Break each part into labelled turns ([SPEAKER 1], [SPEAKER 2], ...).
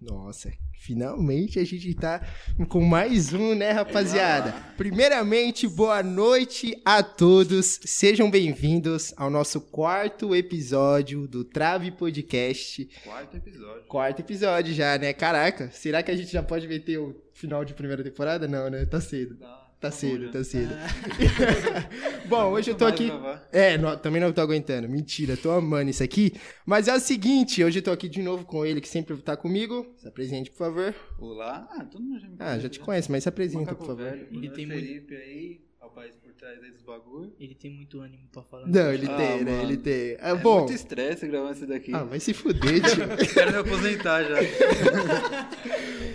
[SPEAKER 1] Nossa, finalmente a gente tá com mais um, né, rapaziada? Primeiramente, boa noite a todos. Sejam bem-vindos ao nosso quarto episódio do Trave Podcast.
[SPEAKER 2] Quarto episódio.
[SPEAKER 1] Quarto episódio já, né? Caraca, será que a gente já pode meter o final de primeira temporada? Não, né? Tá cedo. Tá cedo, tá cedo. Bom, hoje eu tô aqui. É, não- também não tô aguentando. Mentira, tô amando isso aqui. Mas é o seguinte, hoje eu tô aqui de novo com ele, que sempre tá comigo. Se apresente, por favor.
[SPEAKER 2] Olá. Ah, todo mundo já me
[SPEAKER 1] Ah, já
[SPEAKER 2] conhece,
[SPEAKER 1] te
[SPEAKER 2] né?
[SPEAKER 1] conhece, mas se apresenta,
[SPEAKER 2] Macaco
[SPEAKER 1] por favor.
[SPEAKER 2] velho,
[SPEAKER 3] Ele
[SPEAKER 2] Bruno
[SPEAKER 3] tem muito-
[SPEAKER 2] Felipe aí, rapaz por trás aí dos bagulho.
[SPEAKER 3] Ele tem muito ânimo pra falar. um
[SPEAKER 1] Não, ele
[SPEAKER 2] Ah,
[SPEAKER 1] tem, né? Ele
[SPEAKER 2] mano.
[SPEAKER 1] tem. Ah,
[SPEAKER 2] é
[SPEAKER 1] bom.
[SPEAKER 2] muito estresse gravar isso daqui.
[SPEAKER 1] Ah, vai se fuder, tio.
[SPEAKER 2] Quero me aposentar já.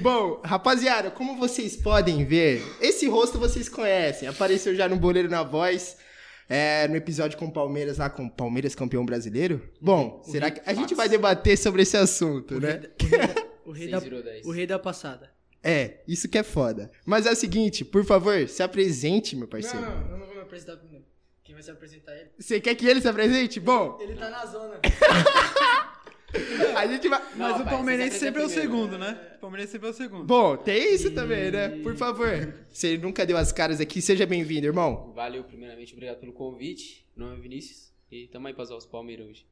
[SPEAKER 1] Bom, rapaziada, como vocês podem ver, esse rosto vocês conhecem. Apareceu já no Boleiro na Voz, é, no episódio com o Palmeiras, lá com o Palmeiras campeão brasileiro. Bom, será que a gente vai debater sobre esse assunto,
[SPEAKER 3] O
[SPEAKER 1] né?
[SPEAKER 3] rei da- o rei da- o rei da-
[SPEAKER 4] 6 virou 10.
[SPEAKER 3] o rei da passada.
[SPEAKER 1] É, isso que é foda. Mas é o seguinte, por favor, se apresente, meu parceiro.
[SPEAKER 4] Não, eu não vou me apresentar primeiro. Quem vai se apresentar é ele.
[SPEAKER 1] Você quer que ele se apresente? Bom,
[SPEAKER 4] Ele tá na zona.
[SPEAKER 1] a gente vai.
[SPEAKER 4] Não,
[SPEAKER 5] Mas o
[SPEAKER 4] rapaz,
[SPEAKER 5] palmeirense
[SPEAKER 4] você se
[SPEAKER 5] sempre é o
[SPEAKER 4] apresenta
[SPEAKER 5] segundo, né? O palmeirense sempre é o segundo.
[SPEAKER 1] Bom, tem isso também, né? Por favor. Você nunca deu as caras aqui, seja bem-vindo, irmão.
[SPEAKER 4] Valeu, primeiramente, obrigado pelo convite. Meu nome é Vinícius e tamo aí pra zoar os Palmeiras hoje.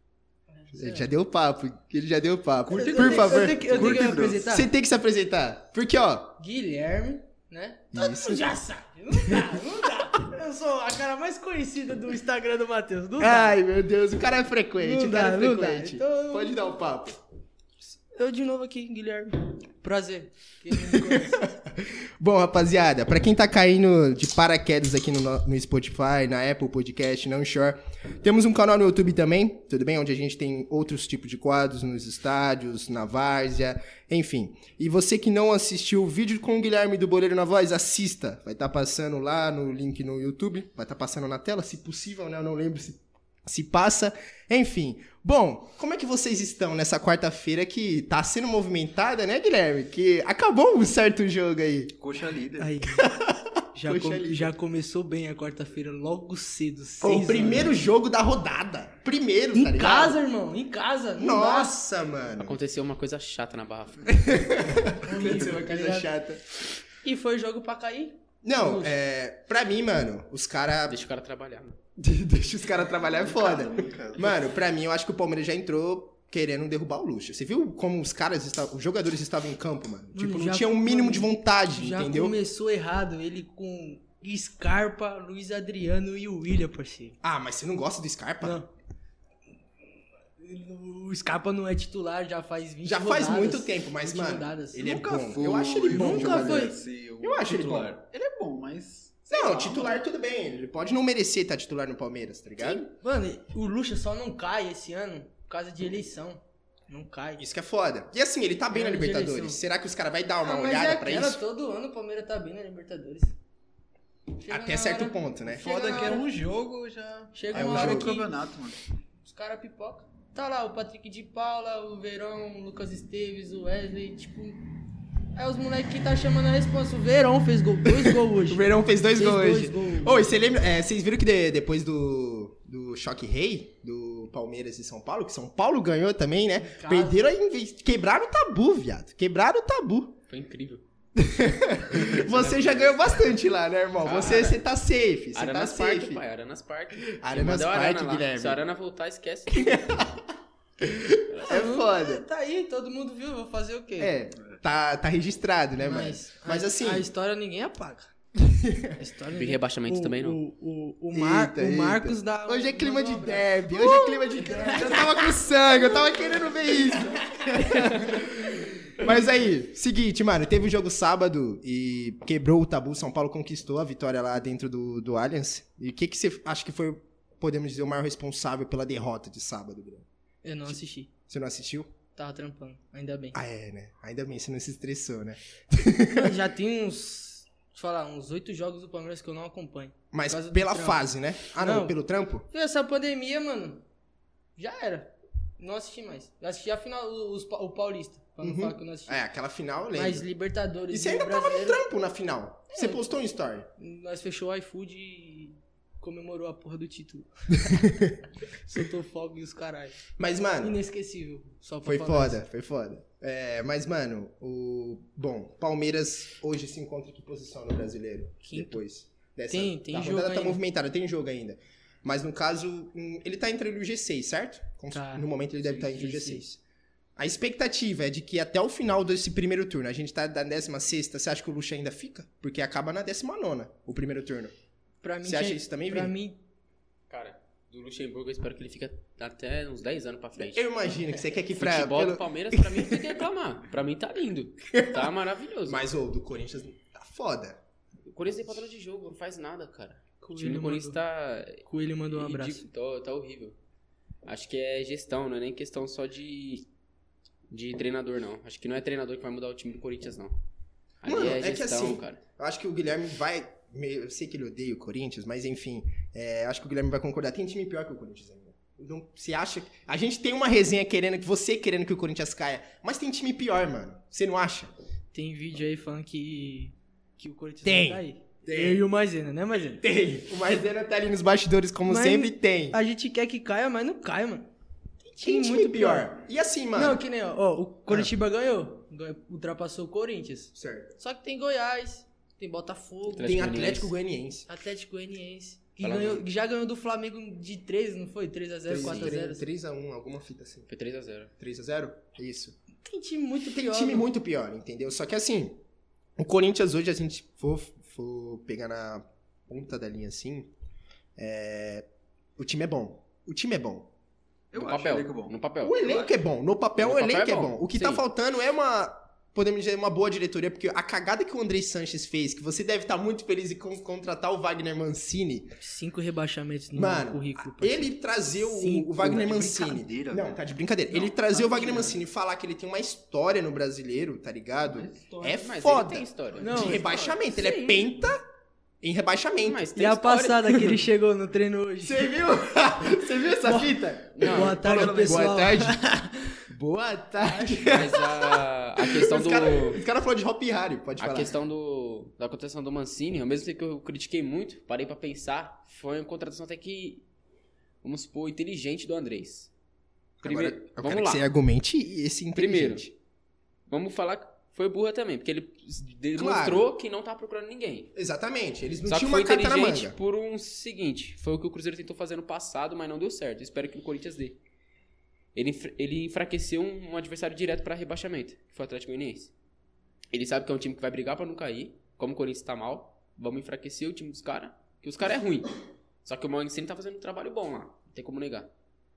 [SPEAKER 1] Ele já deu papo, ele já deu papo.
[SPEAKER 5] Curta e
[SPEAKER 1] Por
[SPEAKER 5] grossa.
[SPEAKER 1] favor,
[SPEAKER 5] Eu tenho que- eu tenho que
[SPEAKER 1] curta e
[SPEAKER 5] me
[SPEAKER 1] grossa.
[SPEAKER 5] apresentar?
[SPEAKER 1] Você tem que se apresentar. Porque, ó,
[SPEAKER 5] Guilherme.
[SPEAKER 4] Né?
[SPEAKER 1] isso.
[SPEAKER 5] Já sabe, não dá, não dá. Eu sou a cara mais conhecida do Instagram do Matheus. Não
[SPEAKER 1] Ai, meu Deus, o cara é frequente,
[SPEAKER 5] Não
[SPEAKER 1] o cara
[SPEAKER 5] dá,
[SPEAKER 1] é
[SPEAKER 5] não dá.
[SPEAKER 1] frequente.
[SPEAKER 5] Então-
[SPEAKER 1] Pode dar um papo.
[SPEAKER 5] Eu de novo aqui, Guilherme.
[SPEAKER 4] Prazer.
[SPEAKER 1] Bom, rapaziada, pra quem tá caindo de paraquedas aqui no, no- no Spotify, na Apple Podcast, na Onshore, temos um canal no YouTube também, tudo bem? Onde a gente tem outros tipos de quadros nos estádios, na várzea, enfim. E você que não assistiu o vídeo com o Guilherme do Boleiro na Voz, assista. Vai estar passando lá no link no YouTube, vai estar passando na tela, se possível, né? Eu não lembro se se passa. Enfim. Bom, como é que vocês estão nessa quarta-feira que tá sendo movimentada, né, Guilherme? Que acabou um certo jogo aí.
[SPEAKER 2] Coxa líder.
[SPEAKER 3] Aí. Já,
[SPEAKER 1] Coxa
[SPEAKER 3] com-
[SPEAKER 1] linda.
[SPEAKER 3] já começou bem a quarta-feira, logo cedo.
[SPEAKER 1] Foi
[SPEAKER 3] seis
[SPEAKER 1] o primeiro jogo da rodada. Primeiro, tá
[SPEAKER 5] Em
[SPEAKER 1] ligado?
[SPEAKER 5] casa, irmão, em casa. não
[SPEAKER 1] Nossa, mano.
[SPEAKER 4] Aconteceu uma coisa chata na barra.
[SPEAKER 1] Aconteceu uma coisa
[SPEAKER 5] ligado?
[SPEAKER 1] chata.
[SPEAKER 5] dá. E foi jogo pra cair.
[SPEAKER 1] Não, é, pra mim, mano, os caras.
[SPEAKER 4] Deixa o cara trabalhar. mano.
[SPEAKER 1] Deixa os caras trabalhar é foda. Mano, pra mim, eu acho que o Palmeiras já entrou querendo derrubar o Luxo. Você viu como os caras, estavam, os jogadores estavam em campo, mano? Tipo, não
[SPEAKER 3] já-
[SPEAKER 1] tinha um mínimo de vontade,
[SPEAKER 3] Já
[SPEAKER 1] entendeu?
[SPEAKER 3] começou errado. Ele com Scarpa, Luiz Adriano e o William, parceiro.
[SPEAKER 1] Ah, mas você não gosta do Scarpa?
[SPEAKER 3] Não. O Scarpa não é titular já faz 20
[SPEAKER 1] Já faz
[SPEAKER 3] rodadas.
[SPEAKER 1] muito tempo, mas,
[SPEAKER 3] 20
[SPEAKER 1] mano,
[SPEAKER 3] rodadas.
[SPEAKER 1] ele é
[SPEAKER 2] Nunca
[SPEAKER 1] bom.
[SPEAKER 2] foi,
[SPEAKER 1] Eu acho ele bom
[SPEAKER 2] nunca
[SPEAKER 1] jogador.
[SPEAKER 2] foi. assim, o
[SPEAKER 1] Eu acho ele
[SPEAKER 2] titular. Ele é bom, mas. sei
[SPEAKER 1] Não,
[SPEAKER 2] lá,
[SPEAKER 1] titular tudo bem. Ele pode não merecer estar titular no Palmeiras, tá ligado?
[SPEAKER 5] Mano, o Lucha só não cai esse ano por causa de eleição. Não cai.
[SPEAKER 1] Isso que é foda. E assim, ele tá bem na
[SPEAKER 5] Grande
[SPEAKER 1] Libertadores.
[SPEAKER 5] direção.
[SPEAKER 1] Será que os caras vão dar uma
[SPEAKER 5] Ah, mas
[SPEAKER 1] olhada
[SPEAKER 5] é
[SPEAKER 1] pra
[SPEAKER 5] aquela,
[SPEAKER 1] isso?
[SPEAKER 5] todo ano o Palmeiras tá bem na Libertadores. Chega
[SPEAKER 1] Até
[SPEAKER 5] na
[SPEAKER 1] certo
[SPEAKER 5] hora-
[SPEAKER 1] ponto, né?
[SPEAKER 5] Chega
[SPEAKER 2] Foda
[SPEAKER 5] na
[SPEAKER 2] que é
[SPEAKER 5] hora-
[SPEAKER 2] um jogo já.
[SPEAKER 5] Chega
[SPEAKER 1] É um
[SPEAKER 5] uma hora
[SPEAKER 1] jogo.
[SPEAKER 5] que
[SPEAKER 2] campeonato, mano.
[SPEAKER 5] os caras pipoca. Tá lá o Patrick de Paula, o Verão, o Lucas Esteves, o Wesley, tipo... É os moleque que tá chamando a responsa. O Verão fez gol, dois gols
[SPEAKER 1] O
[SPEAKER 5] hoje.
[SPEAKER 1] Verão fez dois
[SPEAKER 5] Fez
[SPEAKER 1] gols
[SPEAKER 5] dois
[SPEAKER 1] hoje.
[SPEAKER 5] gols.
[SPEAKER 1] Ô, e você lembra, é, vocês viram que de- depois do, do choque rei, do Palmeiras e São Paulo, que São Paulo ganhou também, né?
[SPEAKER 5] casa.
[SPEAKER 1] Perderam a inve- Quebraram o tabu, viado. Quebraram o tabu.
[SPEAKER 4] Foi incrível.
[SPEAKER 1] Você já ganhou bastante lá, né, irmão? Você, você tá safe. Você tá
[SPEAKER 5] é
[SPEAKER 4] Aranas Park,
[SPEAKER 1] safe.
[SPEAKER 4] pai. Aranas Park.
[SPEAKER 1] Aranas
[SPEAKER 4] Mandar o
[SPEAKER 1] Park,
[SPEAKER 4] Arana lá.
[SPEAKER 1] Guilherme.
[SPEAKER 4] Se a Arana voltar, esquece.
[SPEAKER 1] É foda.
[SPEAKER 5] Tá aí, todo mundo viu, vou fazer o quê?
[SPEAKER 1] É, tá, tá registrado, né, mano? Mas,
[SPEAKER 5] a-
[SPEAKER 1] assim.
[SPEAKER 5] A história ninguém apaga. A história
[SPEAKER 4] E
[SPEAKER 5] ninguém
[SPEAKER 4] rebaixamento
[SPEAKER 3] O-
[SPEAKER 4] também não.
[SPEAKER 3] O, o, o, Mar-
[SPEAKER 1] Eita,
[SPEAKER 3] o
[SPEAKER 1] eita.
[SPEAKER 3] Marcos da.
[SPEAKER 1] Hoje é clima de
[SPEAKER 3] mandou um abraço.
[SPEAKER 1] derby, hoje é clima de derby. Eu tava com sangue, eu tava querendo ver isso. Mas aí, seguinte, mano, teve um jogo sábado e quebrou o tabu. São Paulo conquistou a vitória lá dentro do, do Allianz. E o que, que você acha que foi, podemos dizer, o maior responsável pela derrota de sábado, Bruno?
[SPEAKER 5] Eu não assisti.
[SPEAKER 1] Você não assistiu?
[SPEAKER 5] Tava trampando, ainda bem.
[SPEAKER 1] Ah, é, né? Ainda bem, você não se estressou, né?
[SPEAKER 5] Mano, já tem uns. Deixa eu falar, uns oito jogos do Palmeiras que eu não acompanho.
[SPEAKER 1] Mas
[SPEAKER 5] causa do
[SPEAKER 1] pela
[SPEAKER 5] trampo.
[SPEAKER 1] fase, né? Ah, não,
[SPEAKER 5] Não.
[SPEAKER 1] pelo trampo?
[SPEAKER 5] E essa pandemia, mano, já era. Não assisti mais. Eu assisti a final, os, pa- o Paulista, pra não
[SPEAKER 1] Uhum.
[SPEAKER 5] falar que eu não assisti.
[SPEAKER 1] É, aquela final, eu lembro.
[SPEAKER 5] Mas É. Libertadores
[SPEAKER 1] E
[SPEAKER 5] e
[SPEAKER 1] você ainda tava no
[SPEAKER 5] Brasileiro,
[SPEAKER 1] trampo na final. Você postou um story.
[SPEAKER 5] nós fechou o iFood e comemorou a porra do título. Soltou fogo e os caralho.
[SPEAKER 1] Mas, mano,
[SPEAKER 5] Inesquecível. Só pra
[SPEAKER 1] Foi
[SPEAKER 5] falar
[SPEAKER 1] foda, foi foda. É, mas, mano, o. Bom, Palmeiras hoje se encontra em que posição no brasileiro?
[SPEAKER 3] Quinto.
[SPEAKER 1] Depois. Dessa,
[SPEAKER 3] Tem- tem
[SPEAKER 1] a
[SPEAKER 3] jogo
[SPEAKER 1] rodada tá
[SPEAKER 3] ainda.
[SPEAKER 1] movimentada, tem jogo ainda. Mas no caso, hum, ele tá entre o G6, certo? Com-
[SPEAKER 3] Tá.
[SPEAKER 1] No momento ele deve
[SPEAKER 3] Sim,
[SPEAKER 1] estar entre o
[SPEAKER 3] sim,
[SPEAKER 1] G6. A expectativa é de que até o final desse primeiro turno, a gente tá da 16, você acha que o Lucha ainda fica? Porque acaba na 19, o primeiro turno.
[SPEAKER 3] Pra mim,
[SPEAKER 1] Você acha
[SPEAKER 3] tinha-
[SPEAKER 1] isso também,
[SPEAKER 3] pra
[SPEAKER 1] Vini?
[SPEAKER 3] mim,
[SPEAKER 4] Cara, do Luxemburgo eu espero que ele fique até uns 10 anos pra
[SPEAKER 3] é
[SPEAKER 4] frente.
[SPEAKER 1] Eu imagino que você quer que pra.
[SPEAKER 4] Futebol
[SPEAKER 1] pelo-
[SPEAKER 4] do Palmeiras, pra mim, não tem que reclamar. Pra mim tá lindo. Tá maravilhoso.
[SPEAKER 1] Mas o do Corinthians tá foda.
[SPEAKER 4] O Corinthians tem padrão de jogo, não faz nada, cara. O time
[SPEAKER 3] Coelho
[SPEAKER 4] do Corinthians
[SPEAKER 3] mandou,
[SPEAKER 4] tá.
[SPEAKER 3] Coelho mandou um
[SPEAKER 4] ridículo,
[SPEAKER 3] abraço.
[SPEAKER 4] Tá, tá horrível. Acho que é gestão, não é nem questão só de. de treinador, não. Acho que não é treinador que vai mudar o time do Corinthians, não. Ali
[SPEAKER 1] Mano,
[SPEAKER 4] é
[SPEAKER 1] é que
[SPEAKER 4] gestão,
[SPEAKER 1] assim,
[SPEAKER 4] cara.
[SPEAKER 1] Eu acho que o Guilherme vai. meio- Eu sei que ele odeia o Corinthians, mas enfim. é, acho que o Guilherme vai concordar. Tem time pior que o Corinthians ainda. Não, você acha. que- A gente tem uma resenha querendo que você querendo que o Corinthians caia, mas tem time pior, mano. Você não acha?
[SPEAKER 3] Tem vídeo aí falando que, que o Corinthians
[SPEAKER 1] Tem.
[SPEAKER 5] tá
[SPEAKER 3] vai cair.
[SPEAKER 1] Tem.
[SPEAKER 3] Eu e o Maisena, né, Maisena?
[SPEAKER 1] Tem. O Maisena tá ali nos bastidores, como
[SPEAKER 3] Mas-
[SPEAKER 1] sempre, tem.
[SPEAKER 3] A gente quer que caia, mas não cai, mano.
[SPEAKER 1] Tem time
[SPEAKER 3] muito
[SPEAKER 1] pior. E assim, mano. ah.
[SPEAKER 3] Não, que nem, ó, ó, o Coritiba ganhou, ganhou, ultrapassou o Corinthians.
[SPEAKER 1] Certo.
[SPEAKER 5] Só que tem Goiás, tem Botafogo,
[SPEAKER 4] Atlético
[SPEAKER 1] Tem
[SPEAKER 4] Goianiense.
[SPEAKER 1] Atlético Goianiense.
[SPEAKER 5] Atlético Goianiense, que
[SPEAKER 4] Fala,
[SPEAKER 5] ganhou- que já ganhou do Flamengo de 3, não foi? 3x0, 4x0.
[SPEAKER 1] 3x1, alguma fita assim.
[SPEAKER 4] Foi 3x0.
[SPEAKER 1] 3x0? Isso.
[SPEAKER 5] Tem time muito
[SPEAKER 1] Tem
[SPEAKER 5] pior.
[SPEAKER 1] time
[SPEAKER 3] né?
[SPEAKER 5] mano.
[SPEAKER 1] muito pior, entendeu? Só que assim, o Corinthians hoje, a gente for, for pegar na ponta da linha assim, é, o time é bom. O time é bom.
[SPEAKER 2] Eu
[SPEAKER 4] no
[SPEAKER 2] acho
[SPEAKER 4] papel.
[SPEAKER 2] que é bom.
[SPEAKER 4] No papel.
[SPEAKER 1] O elenco é bom. No papel,
[SPEAKER 4] No
[SPEAKER 1] o elenco
[SPEAKER 4] papel
[SPEAKER 1] é
[SPEAKER 4] é
[SPEAKER 1] bom.
[SPEAKER 4] bom,
[SPEAKER 1] O que tá
[SPEAKER 4] sim.
[SPEAKER 1] faltando é uma. Podemos dizer uma boa diretoria, porque a cagada que o Andrei Sanches fez, que você deve estar muito feliz em con- contratar o Wagner Mancini.
[SPEAKER 3] Cinco rebaixamentos no
[SPEAKER 1] Mano,
[SPEAKER 3] currículo. parceiro.
[SPEAKER 1] Ele trazer o,
[SPEAKER 3] Sim,
[SPEAKER 1] o Wagner
[SPEAKER 2] tá de
[SPEAKER 1] Mancini.
[SPEAKER 2] brincadeira,
[SPEAKER 1] Não,
[SPEAKER 2] velho.
[SPEAKER 1] tá de brincadeira.
[SPEAKER 2] Não,
[SPEAKER 1] ele trazer
[SPEAKER 2] tá
[SPEAKER 1] o Wagner
[SPEAKER 2] de-
[SPEAKER 1] Mancini e falar que ele tem uma história no brasileiro, tá ligado? É
[SPEAKER 4] Mas
[SPEAKER 1] foda.
[SPEAKER 4] ele tem história.
[SPEAKER 3] Não,
[SPEAKER 1] de rebaixamento. Ele é
[SPEAKER 3] Sim.
[SPEAKER 1] penta em rebaixamento.
[SPEAKER 4] Mas tem
[SPEAKER 3] E a
[SPEAKER 4] história.
[SPEAKER 3] passada que ele chegou no treino hoje.
[SPEAKER 1] Você viu? Você viu essa fita?
[SPEAKER 4] Não,
[SPEAKER 3] Boa tarde,
[SPEAKER 1] Falou,
[SPEAKER 3] pessoal.
[SPEAKER 1] Boa tarde. Boa tarde.
[SPEAKER 4] Mas a, a questão
[SPEAKER 1] Os
[SPEAKER 4] do.
[SPEAKER 1] cara- Os caras falaram de Hop Harry, pode
[SPEAKER 4] A
[SPEAKER 1] falar.
[SPEAKER 4] questão do, da contratação do Mancini, ao mesmo tempo que eu critiquei muito, parei pra pensar, foi uma contratação até que, vamos supor, inteligente do Andrés. Primeiro,
[SPEAKER 1] Agora, eu quero
[SPEAKER 4] vamos
[SPEAKER 1] que
[SPEAKER 4] lá,
[SPEAKER 1] você argumente esse inteligente.
[SPEAKER 4] vamos falar que foi burra também, porque ele demonstrou que não tá procurando ninguém.
[SPEAKER 1] Exatamente, eles não
[SPEAKER 4] Só que
[SPEAKER 1] tinham
[SPEAKER 4] foi
[SPEAKER 1] uma carta na
[SPEAKER 4] inteligente
[SPEAKER 1] manga.
[SPEAKER 4] por um seguinte, foi o que o Cruzeiro tentou fazer no passado, mas não deu certo, Eu espero que o Corinthians dê. Ele, enfra- ele enfraqueceu um, um adversário direto pra rebaixamento, que foi o Atlético Goianiense. Ele sabe que é um time que vai brigar pra não cair, como o Corinthians tá mal, vamos enfraquecer o time dos caras, que os caras é ruim. Só que o Mancini tá fazendo um trabalho bom lá, não tem como negar.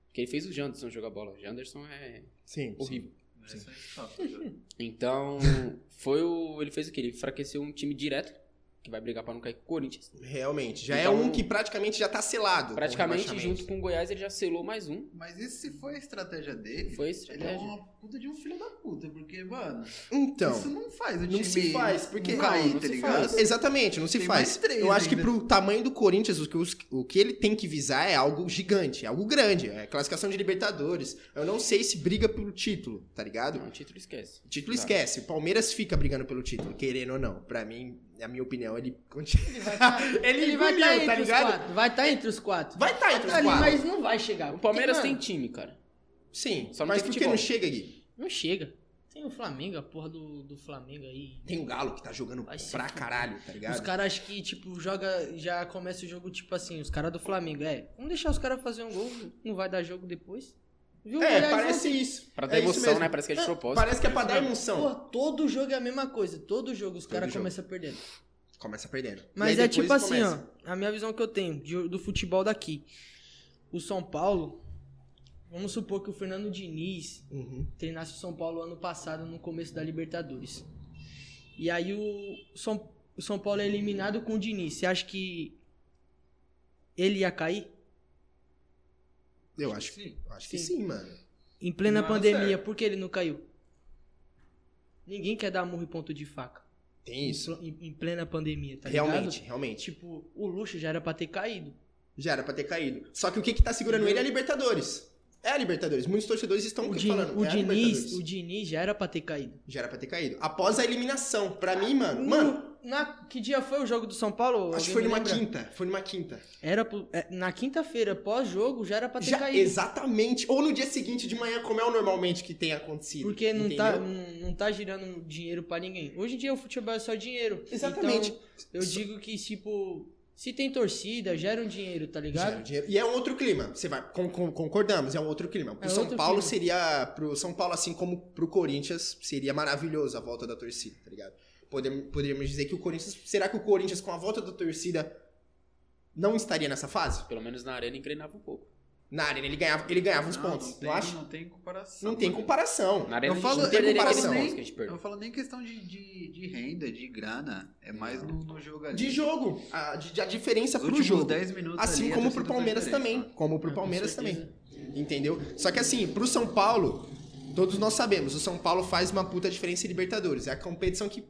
[SPEAKER 4] Porque ele fez o Janderson jogar bola, o Janderson é
[SPEAKER 1] Sim, sim.
[SPEAKER 4] horrível.
[SPEAKER 2] Merece uma ressalva, cara.
[SPEAKER 4] Então, foi o. Ele fez o quê? Ele enfraqueceu um time direto, que vai brigar pra não cair com o Corinthians.
[SPEAKER 1] Realmente, já é
[SPEAKER 4] Então-
[SPEAKER 1] um que praticamente já tá selado. Tá com
[SPEAKER 4] Praticamente,
[SPEAKER 1] rebaixamento.
[SPEAKER 4] junto com o Goiás, ele já selou mais um.
[SPEAKER 2] Mas isso se foi a estratégia dele,
[SPEAKER 4] Foi a
[SPEAKER 2] ele é
[SPEAKER 4] estratégia.
[SPEAKER 2] uma puta de um filho da puta, porque, mano,
[SPEAKER 1] Então,
[SPEAKER 2] isso não faz o
[SPEAKER 1] não
[SPEAKER 2] time
[SPEAKER 1] se faz, porque-
[SPEAKER 2] não cair,
[SPEAKER 4] Não, não
[SPEAKER 2] tá
[SPEAKER 4] se
[SPEAKER 2] ligado?
[SPEAKER 4] faz.
[SPEAKER 1] exatamente, não se
[SPEAKER 2] Tem
[SPEAKER 1] faz.
[SPEAKER 2] mais três
[SPEAKER 1] Eu acho que
[SPEAKER 2] ainda.
[SPEAKER 1] pro tamanho do Corinthians, o que, os- o que ele tem que visar é algo gigante, é algo grande. É classificação de Libertadores. Eu não sei se briga pelo título, tá ligado?
[SPEAKER 4] Não, o título esquece.
[SPEAKER 1] O título
[SPEAKER 4] Tá.
[SPEAKER 1] esquece. O Palmeiras fica brigando pelo título, querendo ou não. Pra mim, na minha opinião, ele continua.
[SPEAKER 5] Ele vai tá-
[SPEAKER 1] Ele
[SPEAKER 5] ele vai tá
[SPEAKER 1] engoliu, tá
[SPEAKER 5] entre os
[SPEAKER 1] ligado?
[SPEAKER 5] quatro. Vai estar entre os quatro.
[SPEAKER 1] Vai estar tá entre os
[SPEAKER 5] Tá ali,
[SPEAKER 1] quatro.
[SPEAKER 5] mas não vai chegar.
[SPEAKER 4] O Palmeiras
[SPEAKER 5] Porque,
[SPEAKER 4] tem
[SPEAKER 5] mano,
[SPEAKER 4] time, cara.
[SPEAKER 1] Sim,
[SPEAKER 4] Só não
[SPEAKER 1] mas
[SPEAKER 4] tem
[SPEAKER 1] por que não
[SPEAKER 4] futebol.
[SPEAKER 1] chega, Gui?
[SPEAKER 5] Não chega. Tem o Flamengo, a porra do, do Flamengo aí.
[SPEAKER 1] Tem o Galo que tá jogando
[SPEAKER 5] Vai se
[SPEAKER 1] pra
[SPEAKER 5] fuder.
[SPEAKER 1] caralho, tá
[SPEAKER 5] Os
[SPEAKER 1] ligado?
[SPEAKER 5] caras que, tipo, joga, já começa o jogo, tipo assim, os caras do Flamengo, é, vamos deixar os caras fazer um gol, não vai dar jogo depois. Viu?
[SPEAKER 1] É,
[SPEAKER 5] Goiás
[SPEAKER 1] parece
[SPEAKER 5] ontem?
[SPEAKER 1] isso.
[SPEAKER 4] Pra
[SPEAKER 1] É
[SPEAKER 4] dar
[SPEAKER 1] isso
[SPEAKER 4] emoção,
[SPEAKER 1] mesmo.
[SPEAKER 4] né? Parece que é de propósito.
[SPEAKER 1] Parece que é pra dar emoção.
[SPEAKER 5] Pô, todo jogo é a mesma coisa, todo jogo os caras
[SPEAKER 1] jogo.
[SPEAKER 5] começam perdendo.
[SPEAKER 1] Começa perdendo.
[SPEAKER 3] Mas
[SPEAKER 1] E aí
[SPEAKER 3] é tipo
[SPEAKER 1] depois
[SPEAKER 3] assim,
[SPEAKER 1] começa.
[SPEAKER 3] ó. A minha visão que eu tenho de- do futebol daqui. O São Paulo, vamos supor que o Fernando Diniz
[SPEAKER 1] Uhum.
[SPEAKER 3] treinasse o São Paulo ano passado no começo da Libertadores. E aí o São, o São Paulo é eliminado com o Diniz. Você acha que ele ia cair?
[SPEAKER 1] Eu acho,
[SPEAKER 2] Sim.
[SPEAKER 1] eu acho que
[SPEAKER 3] Tipo assim? Sim.
[SPEAKER 1] sim, mano.
[SPEAKER 3] Em plena
[SPEAKER 2] Não,
[SPEAKER 3] pandemia,
[SPEAKER 2] certo.
[SPEAKER 3] por que ele não caiu? Ninguém quer dar murro em ponto de faca.
[SPEAKER 1] Tem isso.
[SPEAKER 3] Em, em plena pandemia, tá
[SPEAKER 1] realmente,
[SPEAKER 3] ligado?
[SPEAKER 1] realmente.
[SPEAKER 3] Tipo, o luxo já era pra ter caído.
[SPEAKER 1] Já era pra ter caído. Só que o que que tá segurando ele é a Libertadores. É a Libertadores. Muitos torcedores estão
[SPEAKER 3] Uhum. O, Din-
[SPEAKER 1] falando.
[SPEAKER 3] o
[SPEAKER 1] é a
[SPEAKER 3] Diniz,
[SPEAKER 1] Libertadores.
[SPEAKER 3] o Diniz já era pra ter caído.
[SPEAKER 1] Já era pra ter caído. Após a eliminação. Pra mim, mano. Mano,
[SPEAKER 3] Não- na- que dia foi o jogo do São Paulo?
[SPEAKER 1] Acho
[SPEAKER 3] Alguém
[SPEAKER 1] que foi
[SPEAKER 3] me
[SPEAKER 1] numa
[SPEAKER 3] lembra?
[SPEAKER 1] quinta. Foi numa quinta.
[SPEAKER 3] Era pro- é, na quinta-feira, pós-jogo, já era pra ter
[SPEAKER 1] Já-
[SPEAKER 3] caído.
[SPEAKER 1] exatamente. Ou no dia seguinte de manhã, como é o normalmente que tem acontecido.
[SPEAKER 3] Porque não tá,
[SPEAKER 1] entendeu?
[SPEAKER 3] não, não tá girando dinheiro pra ninguém. Hoje em dia o futebol é só dinheiro.
[SPEAKER 1] Exatamente.
[SPEAKER 3] Então, eu digo que, tipo, se tem torcida, gera um dinheiro, tá
[SPEAKER 1] Já
[SPEAKER 3] ligado?
[SPEAKER 1] era dinheiro. E é um outro clima. Você vai, con- con- concordamos, é um outro clima. Pro
[SPEAKER 3] É
[SPEAKER 1] São
[SPEAKER 3] outro
[SPEAKER 1] Paulo
[SPEAKER 3] clima.
[SPEAKER 1] seria. Pro São Paulo, assim como pro Corinthians, seria maravilhoso a volta da torcida, tá ligado? Podem- Poderíamos dizer que o Corinthians. Será que o Corinthians, com a volta da torcida, não estaria nessa fase?
[SPEAKER 4] Pelo menos na arena engrenava um pouco.
[SPEAKER 1] Na arena, ele ganhava, ele ganhava os
[SPEAKER 2] Não,
[SPEAKER 1] pontos,
[SPEAKER 2] Não
[SPEAKER 1] não,
[SPEAKER 2] tem,
[SPEAKER 1] acha?
[SPEAKER 2] não tem comparação.
[SPEAKER 1] Não tem comparação.
[SPEAKER 4] Na arena
[SPEAKER 2] Eu
[SPEAKER 4] a gente
[SPEAKER 2] falo-
[SPEAKER 4] não perderia
[SPEAKER 1] eu falo
[SPEAKER 4] aqueles
[SPEAKER 1] nem-
[SPEAKER 4] pontos que a gente
[SPEAKER 2] Eu
[SPEAKER 4] perdeu.
[SPEAKER 2] falo nem questão de, de, de renda, de grana. É mais no, no jogo ali.
[SPEAKER 1] De jogo, a, de, a diferença
[SPEAKER 2] Os
[SPEAKER 1] pro
[SPEAKER 2] últimos
[SPEAKER 1] jogo.
[SPEAKER 2] 10 minutos
[SPEAKER 1] Assim
[SPEAKER 2] ali, a
[SPEAKER 1] como
[SPEAKER 2] torcida
[SPEAKER 1] pro
[SPEAKER 2] tá
[SPEAKER 1] Palmeiras
[SPEAKER 2] diferente,
[SPEAKER 1] também.
[SPEAKER 2] mano.
[SPEAKER 1] Como
[SPEAKER 3] É, Ah,
[SPEAKER 1] pro Palmeiras também. Entendeu? Só que assim, pro São Paulo, todos nós sabemos, o São Paulo faz uma puta diferença em Libertadores. É a competição que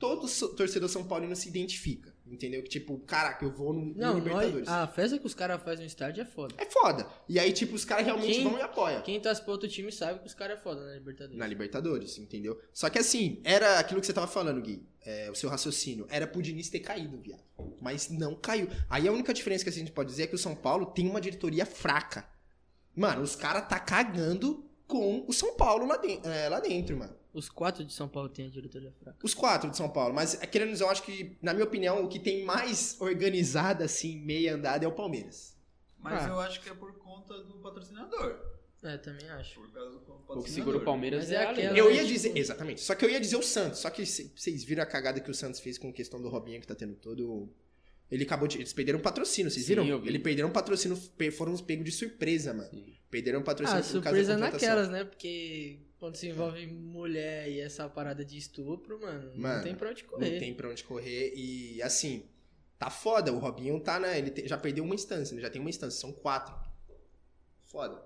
[SPEAKER 1] todo so- torcedor São Paulino se identifica. Entendeu? Que tipo, caraca, eu vou no, no
[SPEAKER 3] Não,
[SPEAKER 1] Libertadores.
[SPEAKER 3] nós, a festa que os caras fazem no estádio é foda.
[SPEAKER 1] É foda. E aí, tipo, os caras realmente
[SPEAKER 3] Quem-
[SPEAKER 1] vão e apoiam.
[SPEAKER 3] Quem torce pro outro time sabe que os caras é foda na Libertadores.
[SPEAKER 1] Na Libertadores, entendeu? Só que assim, era aquilo que você tava falando, Gui. é, o seu raciocínio. Era pro Diniz ter caído, viado. Mas não caiu. Aí a única diferença que a gente pode dizer é que o São Paulo tem uma diretoria fraca. Mano, os caras tá cagando com o São Paulo lá, den- é, lá dentro, mano.
[SPEAKER 3] Os quatro de São Paulo têm a diretoria fraca.
[SPEAKER 1] Os quatro de São Paulo. Mas, é, querendo dizer, eu acho que, na minha opinião, o que tem mais organizado, assim, meia andada é o Palmeiras.
[SPEAKER 2] Mas
[SPEAKER 3] Ah.
[SPEAKER 2] eu acho que é por conta do patrocinador.
[SPEAKER 3] É, também acho.
[SPEAKER 2] Por causa do patrocinador.
[SPEAKER 4] O que segura o Palmeiras
[SPEAKER 3] Mas
[SPEAKER 4] é,
[SPEAKER 3] é
[SPEAKER 4] a arena.
[SPEAKER 3] aquela-
[SPEAKER 1] Eu
[SPEAKER 3] é,
[SPEAKER 1] ia
[SPEAKER 3] tipo-
[SPEAKER 1] dizer, exatamente. Só que eu ia dizer o Santos. Só que c- vocês viram a cagada que o Santos fez com a questão do Robinho que tá tendo todo. Ele acabou de. Eles perderam o patrocínio, vocês
[SPEAKER 4] Sim,
[SPEAKER 1] viram?
[SPEAKER 4] eu vi.
[SPEAKER 1] Eles perderam o patrocínio, pe- foram uns pegos de surpresa, mano.
[SPEAKER 4] Sim.
[SPEAKER 1] Perderam o patrocínio
[SPEAKER 3] Ah,
[SPEAKER 1] por causa da
[SPEAKER 3] surpresa
[SPEAKER 1] contratação.
[SPEAKER 3] naquelas, né? Porque quando se envolve mulher e essa parada de estupro, mano,
[SPEAKER 1] Mano,
[SPEAKER 3] não tem pra onde
[SPEAKER 1] Não
[SPEAKER 3] correr.
[SPEAKER 1] tem pra onde correr. E assim, tá foda. O Robinho tá, né? Ele te- já perdeu uma instância, ele já tem uma instância, são quatro. Foda.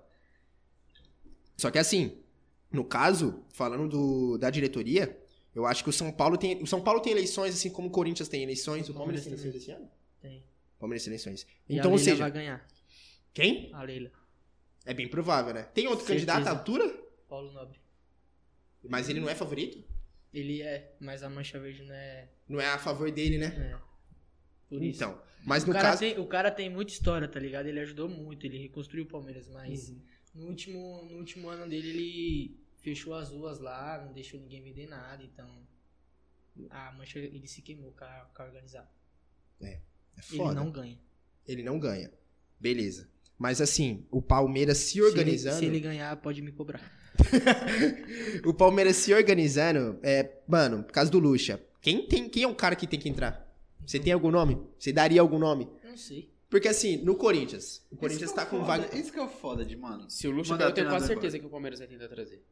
[SPEAKER 1] Só que assim, no caso, falando do, da diretoria, eu acho que o São Paulo tem. O São Paulo tem eleições, assim como o Corinthians tem eleições. O Palmeiras tem eleições esse ano?
[SPEAKER 3] Tem.
[SPEAKER 1] O Palmeiras tem eleições.
[SPEAKER 3] E
[SPEAKER 1] Então,
[SPEAKER 3] a
[SPEAKER 1] ou
[SPEAKER 3] Leila
[SPEAKER 1] seja,
[SPEAKER 3] vai ganhar.
[SPEAKER 1] quem?
[SPEAKER 3] A Leila.
[SPEAKER 1] É bem provável, né? Tem outro
[SPEAKER 3] Certeza.
[SPEAKER 1] candidato à altura,
[SPEAKER 3] Paulo Nobre.
[SPEAKER 1] mas ele não é favorito?
[SPEAKER 3] Ele é, mas a mancha verde não é.
[SPEAKER 1] Não é a favor dele, né?
[SPEAKER 3] é. Por isso.
[SPEAKER 1] Então. Mas
[SPEAKER 3] o,
[SPEAKER 1] no
[SPEAKER 3] cara
[SPEAKER 1] caso.
[SPEAKER 3] tem, o cara tem muita história, tá ligado? Ele ajudou muito, ele reconstruiu o Palmeiras, mas
[SPEAKER 1] Uhum.
[SPEAKER 3] no, último, no último ano dele ele fechou as ruas lá, não deixou ninguém vender nada, então. A mancha, ele se queimou com a, com a organizada.
[SPEAKER 1] É
[SPEAKER 3] Ele
[SPEAKER 1] foda.
[SPEAKER 3] não ganha.
[SPEAKER 1] ele não ganha. Beleza. Mas assim, o Palmeiras se organizando.
[SPEAKER 3] Se ele, se ele ganhar, pode me cobrar.
[SPEAKER 1] O Palmeiras se organizando. É, mano, por causa do Lucha. Quem, tem, quem é o cara que tem que entrar? Você tem algum nome? Você daria algum nome?
[SPEAKER 3] Não sei.
[SPEAKER 1] Porque assim, no Corinthians. O Corinthians
[SPEAKER 2] Isso que é
[SPEAKER 1] tá
[SPEAKER 2] o
[SPEAKER 1] com
[SPEAKER 2] foda,
[SPEAKER 1] vaga.
[SPEAKER 2] Isso que é o foda de, mano.
[SPEAKER 4] Se o Lucha
[SPEAKER 2] Manda
[SPEAKER 4] cair, eu tenho
[SPEAKER 2] treinador
[SPEAKER 4] quase
[SPEAKER 2] embora.
[SPEAKER 4] certeza que o Palmeiras vai tentar trazer.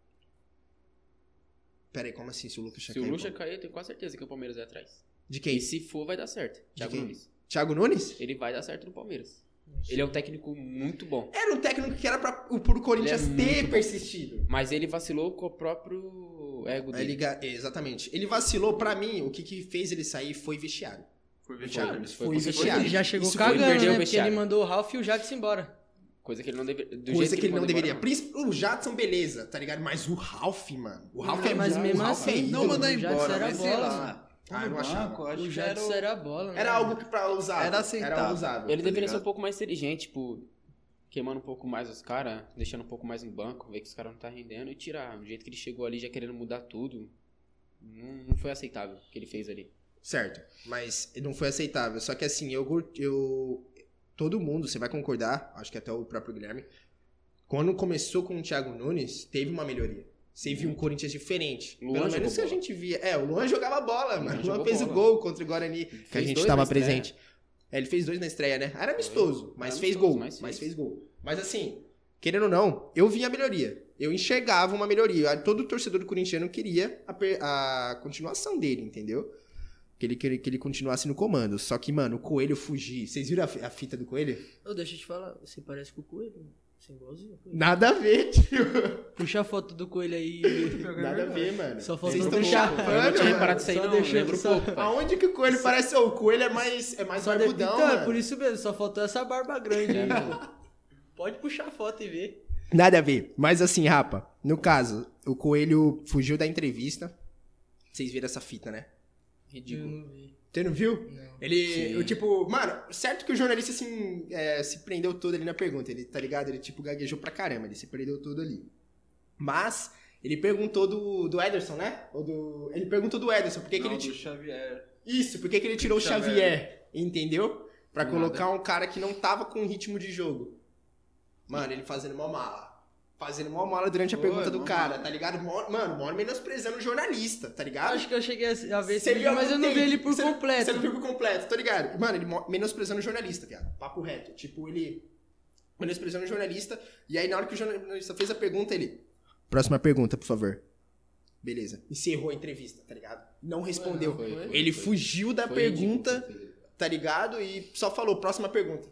[SPEAKER 1] Pera aí, como assim? Se o Lucha
[SPEAKER 4] Se o
[SPEAKER 1] cair,
[SPEAKER 4] Lucha
[SPEAKER 1] pô?
[SPEAKER 4] cair, eu tenho quase certeza que o Palmeiras vai atrás.
[SPEAKER 1] De
[SPEAKER 4] E
[SPEAKER 1] quem?
[SPEAKER 4] se for, vai dar certo. Thiago
[SPEAKER 1] quem?
[SPEAKER 4] Nunes.
[SPEAKER 1] Thiago Nunes?
[SPEAKER 4] Ele vai dar certo no Palmeiras.
[SPEAKER 3] Não sei.
[SPEAKER 4] Ele é um técnico muito bom.
[SPEAKER 1] Era um técnico que era pra, o- pro Corinthians
[SPEAKER 4] Ele é muito
[SPEAKER 1] ter
[SPEAKER 4] bom.
[SPEAKER 1] persistido.
[SPEAKER 4] Mas ele vacilou com o próprio ego
[SPEAKER 1] Aí Ele,
[SPEAKER 4] dele.
[SPEAKER 1] ga- exatamente. Ele vacilou pra mim. O que, que fez ele sair foi vestiário.
[SPEAKER 2] Foi
[SPEAKER 4] O Thiago
[SPEAKER 2] vestiário.
[SPEAKER 4] Nunes foi
[SPEAKER 1] Foi
[SPEAKER 4] com
[SPEAKER 1] vestiário.
[SPEAKER 4] certeza.
[SPEAKER 3] Ele já chegou
[SPEAKER 1] Isso foi-
[SPEAKER 4] ele
[SPEAKER 3] cagando,
[SPEAKER 4] perdeu o
[SPEAKER 3] né? Porque
[SPEAKER 4] vestiário.
[SPEAKER 3] ele mandou o Ralf e o Jackson embora.
[SPEAKER 4] Coisa que ele não deveria. Do
[SPEAKER 1] Coisa
[SPEAKER 4] jeito
[SPEAKER 1] que ele não
[SPEAKER 4] mandou embora,
[SPEAKER 1] deveria. Príncipe, o Jadson, beleza, tá ligado? Mas o Ralph, mano. O Ralph é
[SPEAKER 3] mas
[SPEAKER 1] muito-
[SPEAKER 3] mesmo
[SPEAKER 1] o Ralph
[SPEAKER 3] assim,
[SPEAKER 1] é
[SPEAKER 2] Não
[SPEAKER 1] ídolo.
[SPEAKER 2] mandar
[SPEAKER 3] O Jadson
[SPEAKER 2] embora,
[SPEAKER 3] era
[SPEAKER 2] mas sei
[SPEAKER 3] bola,
[SPEAKER 2] lá.
[SPEAKER 1] Ah, eu não achava.
[SPEAKER 2] acho
[SPEAKER 3] o
[SPEAKER 2] que
[SPEAKER 3] Jackson
[SPEAKER 2] o-
[SPEAKER 3] era a bola, né?
[SPEAKER 1] Era algo que pra usar.
[SPEAKER 2] Era aceitável.
[SPEAKER 1] Era usável.
[SPEAKER 4] Ele
[SPEAKER 1] tá
[SPEAKER 4] deveria ser um
[SPEAKER 1] ligado?
[SPEAKER 4] pouco mais inteligente, tipo, queimando um pouco mais os caras, deixando um pouco mais no banco, ver que os caras não tá rendendo e tirar. Do jeito que ele chegou ali já querendo mudar tudo, não, não foi aceitável o que ele fez ali.
[SPEAKER 1] Certo, mas não foi aceitável. Só que assim, eu, cur- eu. Todo mundo, você vai concordar, acho que até o próprio Guilherme. Quando começou com o Thiago Nunes, teve uma melhoria. Você viu um Corinthians diferente.
[SPEAKER 4] Luan
[SPEAKER 1] Pelo
[SPEAKER 4] jogou
[SPEAKER 1] menos que a
[SPEAKER 4] bola.
[SPEAKER 1] gente via. É, o Luan jogava bola, mano. O Luan
[SPEAKER 4] jogou
[SPEAKER 1] fez o
[SPEAKER 4] bola.
[SPEAKER 1] gol contra o Guarani, que a
[SPEAKER 4] Fez
[SPEAKER 1] gente
[SPEAKER 4] dois né,
[SPEAKER 1] estava
[SPEAKER 4] na estreia.
[SPEAKER 1] presente. É, ele fez dois na estreia, né? Era amistoso, mas
[SPEAKER 4] Era
[SPEAKER 1] fez
[SPEAKER 4] amistoso,
[SPEAKER 1] gol.
[SPEAKER 4] mas
[SPEAKER 1] Mas fez
[SPEAKER 4] fez.
[SPEAKER 1] gol. Mas assim, querendo ou não, eu via a melhoria. Eu enxergava uma melhoria. Todo torcedor do corintiano queria a, per- a continuação dele, entendeu? Que ele, que, ele, que ele continuasse no comando. Só que, mano, o Coelho fugir. Vocês viram a, fi- a fita do Coelho?
[SPEAKER 3] Ô, deixa eu te falar, você parece com o coelho. Você é igualzinho.
[SPEAKER 1] Nada a ver, tio.
[SPEAKER 3] Puxa a foto do coelho aí.
[SPEAKER 1] Nada a ver, mano.
[SPEAKER 3] Só faltou
[SPEAKER 1] Vocês
[SPEAKER 3] não
[SPEAKER 1] tão
[SPEAKER 3] puxar.
[SPEAKER 1] loucos,
[SPEAKER 4] Eu não tinha
[SPEAKER 1] mano.
[SPEAKER 4] reparado isso aí,
[SPEAKER 3] Só
[SPEAKER 4] não.
[SPEAKER 3] deixou-
[SPEAKER 4] Lembro
[SPEAKER 3] só-
[SPEAKER 4] pouco, pai.
[SPEAKER 1] Aonde que o Coelho parece... Ô, O Coelho é mais, é mais
[SPEAKER 3] Só de...
[SPEAKER 1] barbudão,
[SPEAKER 3] Então, é
[SPEAKER 1] mano.
[SPEAKER 3] por isso mesmo, só faltou essa barba grande aí. Pode puxar a foto e ver.
[SPEAKER 1] Nada a ver. Mas assim, rapa, no caso, o Coelho fugiu da entrevista. Vocês viram essa fita, né?
[SPEAKER 3] Eu
[SPEAKER 4] Ridículo.
[SPEAKER 3] não vi.
[SPEAKER 1] Você não viu?
[SPEAKER 3] Não.
[SPEAKER 1] Ele,
[SPEAKER 4] Sim.
[SPEAKER 1] eu, tipo, mano, certo que o jornalista, assim, é, se prendeu todo ali na pergunta, ele, tá ligado? Ele, tipo, gaguejou pra caramba, ele se prendeu todo ali. Mas, ele perguntou do, do Ederson, né? Ou do, ele perguntou do Ederson, por que, que
[SPEAKER 2] Não,
[SPEAKER 1] ele
[SPEAKER 2] do
[SPEAKER 1] tirou...
[SPEAKER 2] Xavier.
[SPEAKER 1] Isso, por que, que ele tirou o
[SPEAKER 2] Xavier.
[SPEAKER 1] Xavier, entendeu? Pra
[SPEAKER 2] Do
[SPEAKER 1] colocar um cara que não tava com ritmo de jogo. Mano, ele fazendo mó mala. Fazendo mó mala durante a
[SPEAKER 2] Pô,
[SPEAKER 1] pergunta
[SPEAKER 2] é
[SPEAKER 1] do
[SPEAKER 2] mó
[SPEAKER 1] cara,
[SPEAKER 2] mala.
[SPEAKER 1] tá ligado? Mó- Mano, mó menosprezando o jornalista, tá
[SPEAKER 3] ah,
[SPEAKER 1] ligado?
[SPEAKER 5] Acho que eu cheguei a a ver esse
[SPEAKER 1] Você
[SPEAKER 5] vídeo,
[SPEAKER 1] viu
[SPEAKER 5] mas eu
[SPEAKER 1] algum
[SPEAKER 5] não vi
[SPEAKER 1] tempo?
[SPEAKER 5] ele por
[SPEAKER 1] Você não-
[SPEAKER 5] completo.
[SPEAKER 1] Você não viu por completo, tô ligado. Mano, ele mo- menosprezando o jornalista, viado. Papo reto. Tipo, ele menosprezando o jornalista. E aí, na hora que o jornalista fez a pergunta, ele. Próxima pergunta, por favor. Beleza. Encerrou a entrevista, tá ligado? Não respondeu.
[SPEAKER 4] Foi, foi,
[SPEAKER 1] ele
[SPEAKER 4] foi.
[SPEAKER 1] fugiu da
[SPEAKER 4] Foi
[SPEAKER 1] pergunta,
[SPEAKER 4] ridículo.
[SPEAKER 1] tá ligado? E só falou, próxima pergunta.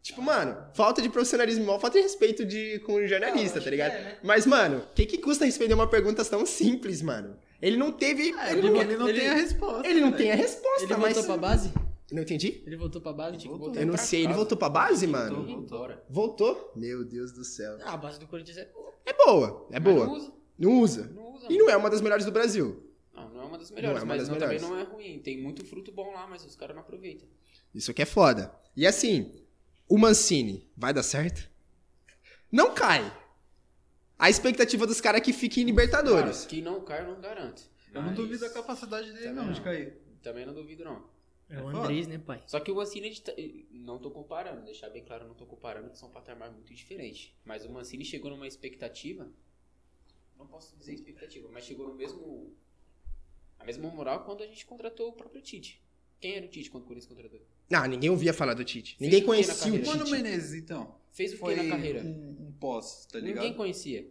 [SPEAKER 1] Tipo, mano, falta de profissionalismo, mó falta de respeito de, com o jornalista, tá ligado? Mas, mano, o que, que custa responder uma pergunta tão simples, mano? É, Ele não teve.
[SPEAKER 2] Ah, Ele,
[SPEAKER 1] não-
[SPEAKER 2] É, ele não
[SPEAKER 5] ele-
[SPEAKER 2] tem a resposta.
[SPEAKER 1] ele não
[SPEAKER 2] né?
[SPEAKER 1] tem a resposta,
[SPEAKER 5] Ele
[SPEAKER 1] mas.
[SPEAKER 5] voltou pra base?
[SPEAKER 1] Não entendi?
[SPEAKER 5] Ele voltou pra base?
[SPEAKER 3] Tipo,
[SPEAKER 4] Tinha que
[SPEAKER 2] Voltou.
[SPEAKER 4] voltar
[SPEAKER 1] Eu não
[SPEAKER 4] pra
[SPEAKER 1] sei. Ele
[SPEAKER 4] casa.
[SPEAKER 1] voltou pra base, mano?
[SPEAKER 4] Voltou, voltou.
[SPEAKER 1] Voltou? Meu Deus do céu.
[SPEAKER 3] Ah, a base do Corinthians é boa.
[SPEAKER 1] É boa, é
[SPEAKER 4] Mas Não
[SPEAKER 1] boa.
[SPEAKER 4] usa,
[SPEAKER 1] Não usa.
[SPEAKER 4] não usa.
[SPEAKER 1] E não é uma das melhores do Brasil.
[SPEAKER 4] Não, não é uma das melhores,
[SPEAKER 1] Não é uma
[SPEAKER 4] mas
[SPEAKER 1] das
[SPEAKER 4] não,
[SPEAKER 1] melhores.
[SPEAKER 4] também não é ruim. Tem muito fruto bom lá, mas os caras não aproveitam.
[SPEAKER 1] Isso aqui é foda. E assim, o Mancini vai dar certo? Não cai. A expectativa dos caras é que fiquem em Libertadores.
[SPEAKER 4] Cara, quem não cai, não garante.
[SPEAKER 2] Eu não
[SPEAKER 4] Mas
[SPEAKER 2] duvido a capacidade dele,
[SPEAKER 4] Também
[SPEAKER 2] não, de
[SPEAKER 4] não.
[SPEAKER 2] cair.
[SPEAKER 4] Também não duvido, não.
[SPEAKER 3] É o Andrés, né, pai?
[SPEAKER 4] Só que o Mancini, ele tá- não tô comparando, deixar bem claro, não tô comparando, que são patamares muito diferentes. Mas o Mancini chegou numa expectativa, não posso dizer expectativa, mas chegou no mesmo, a mesma moral quando a gente contratou o próprio Tite. Quem era o Tite quando o Corinthians contratou?
[SPEAKER 1] Não, Ah, ninguém ouvia falar do Tite. Ninguém
[SPEAKER 4] Sim, porque na
[SPEAKER 1] conhecia o
[SPEAKER 4] carreira.
[SPEAKER 2] Mano
[SPEAKER 1] Tite.
[SPEAKER 2] Menezes, então.
[SPEAKER 4] Fez o
[SPEAKER 2] Foi
[SPEAKER 4] que na carreira?
[SPEAKER 2] Um, um pós, tá ligado?
[SPEAKER 4] Ninguém conhecia.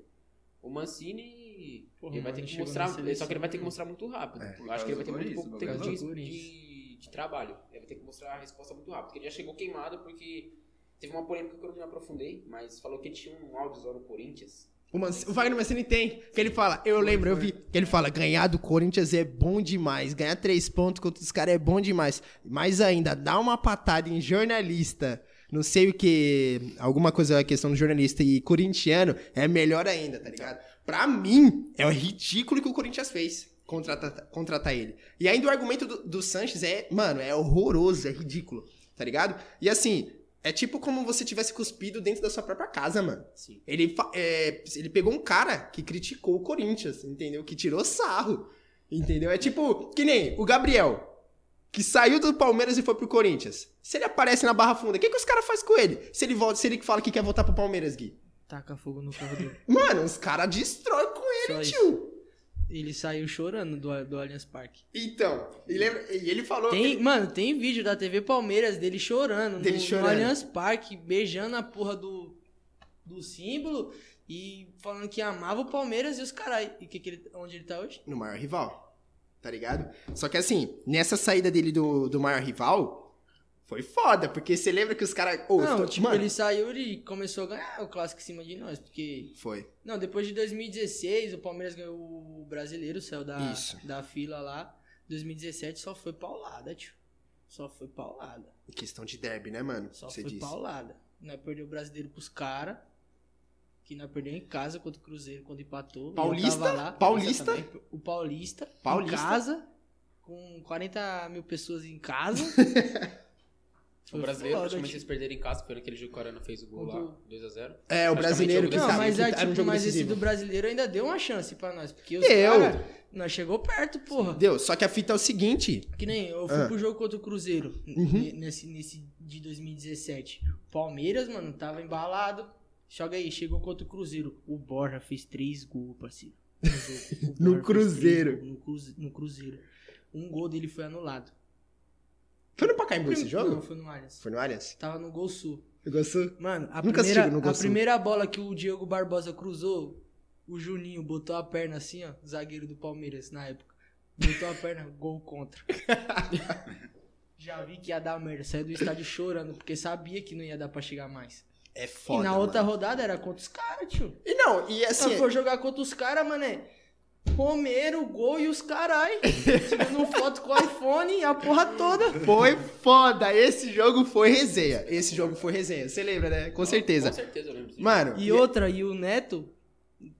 [SPEAKER 4] O Mancini,
[SPEAKER 3] Porra,
[SPEAKER 4] ele vai
[SPEAKER 3] mano,
[SPEAKER 4] ter que
[SPEAKER 3] chegou
[SPEAKER 4] mostrar,
[SPEAKER 3] na seleção,
[SPEAKER 4] só que ele vai ter que
[SPEAKER 3] né?
[SPEAKER 4] mostrar muito rápido.
[SPEAKER 1] É.
[SPEAKER 4] Eu acho que ele vai ter
[SPEAKER 2] Por
[SPEAKER 4] muito
[SPEAKER 2] causa
[SPEAKER 4] pouco
[SPEAKER 2] do
[SPEAKER 4] tempo
[SPEAKER 3] Corinthians, por
[SPEAKER 4] de,
[SPEAKER 3] causa do
[SPEAKER 4] de, de trabalho. Ele vai ter que mostrar a resposta muito rápido, porque ele já chegou queimado, porque teve uma polêmica que eu não me aprofundei, mas falou que tinha um áudio só no Corinthians.
[SPEAKER 1] O, Manc- o Wagner Mancini tem. Que ele fala, eu lembro, eu vi. Que ele fala, ganhar do Corinthians é bom demais. Ganhar três pontos contra os caras é bom demais. Mais ainda, dar uma patada em jornalista. Não sei o que. Alguma coisa a questão do jornalista e corintiano é melhor ainda, tá ligado? Pra mim, é o ridículo que o Corinthians fez. Contratar, contratar ele. E ainda o argumento do, do Sanches é, mano, é horroroso, é ridículo, tá ligado? E assim, é tipo como você tivesse cuspido dentro da sua própria casa, mano.
[SPEAKER 4] Sim.
[SPEAKER 1] Ele, fa- é, ele pegou um cara que criticou o Corinthians, entendeu? Que tirou sarro, entendeu? É tipo, que nem o Gabriel, que saiu do Palmeiras e foi pro Corinthians. Se ele aparece na Barra Funda, o que, que os caras fazem com ele? Se ele volta, se ele fala que quer voltar pro Palmeiras, Gui.
[SPEAKER 3] Taca fogo no carro dele.
[SPEAKER 1] Mano, os caras destrói com
[SPEAKER 3] Só
[SPEAKER 1] ele,
[SPEAKER 3] isso.
[SPEAKER 1] tio.
[SPEAKER 3] Ele saiu chorando do, do Allianz Parque.
[SPEAKER 1] Então, e, lembra- e ele falou...
[SPEAKER 3] Tem,
[SPEAKER 1] ele-
[SPEAKER 3] mano, tem vídeo da TV Palmeiras dele chorando
[SPEAKER 1] Dele
[SPEAKER 3] no,
[SPEAKER 1] chorando.
[SPEAKER 3] no Allianz Parque, beijando a porra do, do símbolo e falando que amava o Palmeiras e os caras. E que que ele, onde ele tá hoje?
[SPEAKER 1] no maior rival, tá ligado? Só que assim, nessa saída dele do, do maior rival, foi foda, porque você lembra que os caras... Ô,
[SPEAKER 3] não,
[SPEAKER 1] tô-
[SPEAKER 3] tipo,
[SPEAKER 1] mano,
[SPEAKER 3] ele saiu e começou a ganhar o clássico em cima de nós, porque.
[SPEAKER 1] Foi.
[SPEAKER 3] Não, depois de 2016, o Palmeiras ganhou o brasileiro, saiu da,
[SPEAKER 1] Isso.
[SPEAKER 3] da fila lá. 2017 só foi paulada, tio. Só foi paulada.
[SPEAKER 1] Em questão de derby, né, mano?
[SPEAKER 3] Só
[SPEAKER 1] Você
[SPEAKER 3] foi
[SPEAKER 1] disse.
[SPEAKER 3] paulada. Nós perdeu o brasileiro pros caras. Que nós perdeu em casa contra o Cruzeiro quando empatou. E eu
[SPEAKER 1] Paulista?
[SPEAKER 3] tava lá.
[SPEAKER 1] Paulista?
[SPEAKER 3] também. O Paulista.
[SPEAKER 1] Paulista?
[SPEAKER 3] Em casa. Com 40 mil pessoas em casa.
[SPEAKER 4] O
[SPEAKER 3] Foi
[SPEAKER 4] brasileiro,
[SPEAKER 3] foda,
[SPEAKER 4] praticamente, eles
[SPEAKER 3] tipo.
[SPEAKER 4] perderam em casa, pelo aquele jogo que o Arana fez o gol lá,
[SPEAKER 3] Contra
[SPEAKER 4] 2x0.
[SPEAKER 1] É, o
[SPEAKER 4] Praticamente
[SPEAKER 1] brasileiro
[SPEAKER 4] jogo
[SPEAKER 1] que
[SPEAKER 4] desse
[SPEAKER 3] Não,
[SPEAKER 1] sabe,
[SPEAKER 3] mas,
[SPEAKER 1] que
[SPEAKER 3] é,
[SPEAKER 1] era um
[SPEAKER 3] tipo,
[SPEAKER 1] jogo
[SPEAKER 3] mas esse
[SPEAKER 1] decisivo.
[SPEAKER 3] do brasileiro ainda deu uma chance pra nós. Porque os
[SPEAKER 1] Deu.
[SPEAKER 3] caras. Nós chegou perto, porra.
[SPEAKER 1] Deu, só que a fita é o seguinte.
[SPEAKER 3] Que nem eu fui
[SPEAKER 1] Ah.
[SPEAKER 3] pro jogo contra o Cruzeiro n-
[SPEAKER 1] Uhum.
[SPEAKER 3] n- nesse, nesse de 2017. Palmeiras, mano, tava embalado. Joga aí, chegou contra o Cruzeiro. O Borja fez três gols, parceiro. No, jogo. O
[SPEAKER 1] No
[SPEAKER 3] Borja fez
[SPEAKER 1] Cruzeiro.
[SPEAKER 3] três gols no, Cruze- no Cruzeiro. Um gol dele foi anulado.
[SPEAKER 1] Foi no Pacaembu esse
[SPEAKER 3] Não,
[SPEAKER 1] jogo?
[SPEAKER 3] foi no Allianz.
[SPEAKER 1] Foi no Allianz?
[SPEAKER 3] Tava no Gol Sul.
[SPEAKER 1] Gostou?
[SPEAKER 3] Mano, a,
[SPEAKER 1] Nunca assisti
[SPEAKER 3] primeira,
[SPEAKER 1] no Gol
[SPEAKER 3] a
[SPEAKER 1] Sul.
[SPEAKER 3] primeira bola que o Diego Barbosa cruzou, o Juninho botou a perna assim, ó. Zagueiro do Palmeiras na época. Botou a perna, gol contra. Já vi que ia dar merda. Saiu do estádio chorando, porque sabia que não ia dar pra chegar mais.
[SPEAKER 1] É foda.
[SPEAKER 3] e na outra Ah,
[SPEAKER 1] mano.
[SPEAKER 3] rodada era contra os caras, tio.
[SPEAKER 1] E não, e assim.
[SPEAKER 3] Se for jogar contra os caras, mané. Romero, gol e os carai. Tirando foto com o iPhone e a porra toda.
[SPEAKER 1] Foi foda. Esse jogo foi resenha. Esse jogo foi resenha. Você lembra, né? Com certeza.
[SPEAKER 4] Com certeza, eu lembro. disso.
[SPEAKER 1] Mano.
[SPEAKER 3] E outra, e o Neto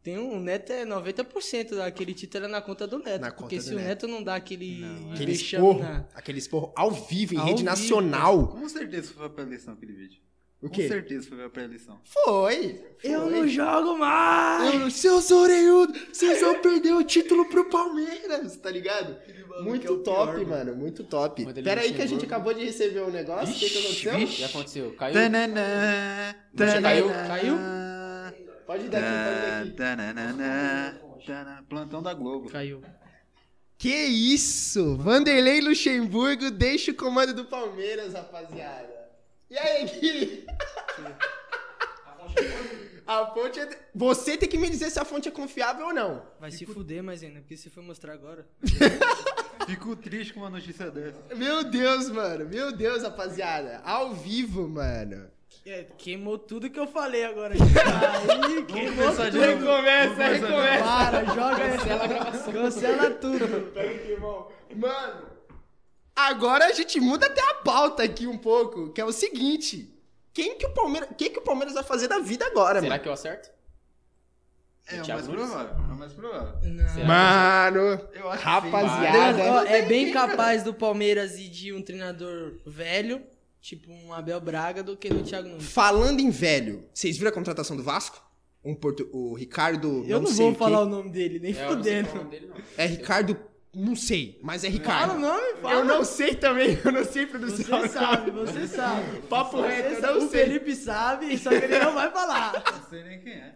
[SPEAKER 3] Tem um, o Neto é 90% daquele título é na conta do Neto.
[SPEAKER 1] Na
[SPEAKER 3] porque
[SPEAKER 1] conta
[SPEAKER 3] se
[SPEAKER 1] do
[SPEAKER 3] o
[SPEAKER 1] Neto.
[SPEAKER 3] Neto não dá aquele
[SPEAKER 2] Não, é.
[SPEAKER 1] Aquele
[SPEAKER 3] vexame
[SPEAKER 1] esporro,
[SPEAKER 3] na-
[SPEAKER 1] aquele esporro ao vivo, em
[SPEAKER 3] Ao
[SPEAKER 1] rede
[SPEAKER 3] vivo.
[SPEAKER 1] nacional.
[SPEAKER 2] Com certeza foi pra eleição aquele vídeo.
[SPEAKER 1] O
[SPEAKER 2] Com
[SPEAKER 1] quê?
[SPEAKER 2] certeza foi pra eleição.
[SPEAKER 1] Foi.
[SPEAKER 3] Eu
[SPEAKER 1] foi.
[SPEAKER 3] não jogo mais!
[SPEAKER 1] Eu, seus orelhudos, vocês vão perder o título pro Palmeiras, tá ligado? Muito top, é mano, muito top.
[SPEAKER 4] Quando ele
[SPEAKER 1] Pera aí que a
[SPEAKER 4] chegou-
[SPEAKER 1] gente acabou de receber um negócio, o que, que aconteceu?
[SPEAKER 4] O que aconteceu? Caiu?
[SPEAKER 2] Tananã,
[SPEAKER 4] Você caiu?
[SPEAKER 2] tananã,
[SPEAKER 4] Caiu?
[SPEAKER 1] Pode dar aqui, pode dar aqui.
[SPEAKER 2] tananã, tananã. Plantão da Globo.
[SPEAKER 3] Caiu.
[SPEAKER 1] Que isso, Vanderlei Luxemburgo deixa o comando do Palmeiras, rapaziada. E aí, Gui? A fonte é... Você tem que me dizer se a fonte é confiável ou não.
[SPEAKER 3] Vai se fuder mais ainda, porque se for mostrar agora.
[SPEAKER 2] Fico triste com uma notícia dessa.
[SPEAKER 1] Meu Deus, mano, meu Deus, rapaziada. Ao vivo, mano.
[SPEAKER 3] É, queimou tudo que eu falei agora.
[SPEAKER 2] Vamos começar de novo. Vamos começar de novo.
[SPEAKER 3] Para, joga Cancela a gravação. Cancela tudo.
[SPEAKER 1] Mano, agora a gente muda até a pauta aqui um pouco, que é o seguinte. Quem que o Palmeiras, quem que o Palmeiras vai fazer da vida agora,
[SPEAKER 4] Será
[SPEAKER 1] mano?
[SPEAKER 4] que eu acerto?
[SPEAKER 2] É o
[SPEAKER 4] Thiago
[SPEAKER 2] mais
[SPEAKER 4] Nunes?
[SPEAKER 2] provável. É o mais provável.
[SPEAKER 4] Será?
[SPEAKER 1] Mano,
[SPEAKER 2] Eu acho que
[SPEAKER 1] Rapaziada.
[SPEAKER 2] sim,
[SPEAKER 1] Cara,
[SPEAKER 3] Ó, é bem capaz do Palmeiras e de um treinador velho, tipo um Abel Braga, do que do Thiago Nunes.
[SPEAKER 1] falando em velho, vocês viram a contratação do Vasco? Um portu- o Ricardo,
[SPEAKER 3] Eu não,
[SPEAKER 1] sei
[SPEAKER 3] vou
[SPEAKER 1] o quê.
[SPEAKER 3] falar o nome dele, nem
[SPEAKER 4] É, eu não sei falar o
[SPEAKER 3] fudendo.
[SPEAKER 4] nome dele, não.
[SPEAKER 1] É Ricardo, não sei, mas é
[SPEAKER 3] Fala o
[SPEAKER 1] Ricardo.
[SPEAKER 3] nome, fala.
[SPEAKER 1] Eu não sei também, eu não sei pronunciar.
[SPEAKER 3] Você
[SPEAKER 1] o nome.
[SPEAKER 3] sabe, você sabe.
[SPEAKER 1] Papo reto, eu
[SPEAKER 3] Você-
[SPEAKER 1] não
[SPEAKER 3] o
[SPEAKER 1] sei.
[SPEAKER 3] Felipe sabe, só que ele não vai falar.
[SPEAKER 2] Não sei nem quem é.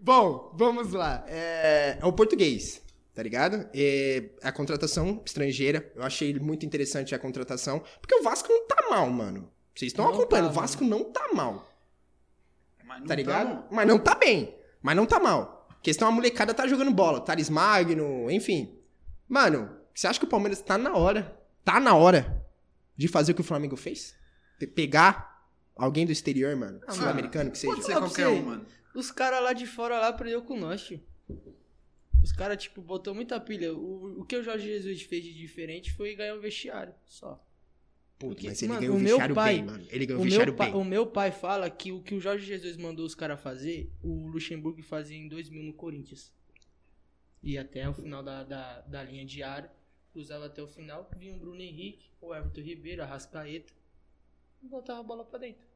[SPEAKER 1] Bom, vamos lá. É, é o português, tá ligado? É a contratação estrangeira. Eu achei muito interessante a contratação. Porque o Vasco não tá mal, mano. Vocês estão
[SPEAKER 3] Não
[SPEAKER 1] acompanhando.
[SPEAKER 3] tá,
[SPEAKER 1] o Vasco não tá mal,
[SPEAKER 2] Mas não
[SPEAKER 1] tá ligado?
[SPEAKER 2] bom.
[SPEAKER 1] Mas não tá bem. Mas não tá mal. Questão, a molecada tá jogando bola. Thales Magno, enfim. Mano, você acha que o Palmeiras tá na hora? Tá na hora de fazer o que o Flamengo fez? Pe- pegar alguém do exterior, mano.
[SPEAKER 2] Ah,
[SPEAKER 1] Sul-americano, que seja.
[SPEAKER 2] Pode ser
[SPEAKER 3] Fala pra
[SPEAKER 2] qualquer
[SPEAKER 3] você.
[SPEAKER 2] um, mano.
[SPEAKER 3] Os caras lá de fora lá aprendeu com nós, tio. Os caras, tipo, botou muita pilha. O, o que o Jorge Jesus fez de diferente foi ganhar um vestiário, só.
[SPEAKER 1] Puta,
[SPEAKER 3] Porque,
[SPEAKER 1] mas ele
[SPEAKER 3] mano,
[SPEAKER 1] ganhou
[SPEAKER 3] o
[SPEAKER 1] o
[SPEAKER 3] meu
[SPEAKER 1] vestiário
[SPEAKER 3] pai-
[SPEAKER 1] bem, mano. Ele ganhou
[SPEAKER 3] O
[SPEAKER 1] o um vestiário
[SPEAKER 3] meu,
[SPEAKER 1] bem.
[SPEAKER 3] pai, o meu pai fala que o que o Jorge Jesus mandou os caras fazer, o Luxemburgo fazia em 2000 no Corinthians. E até o final da, da, da linha diária, cruzava até o final, vinha o Bruno Henrique, o Everton Ribeiro, a Rascaeta, e botava a bola pra dentro.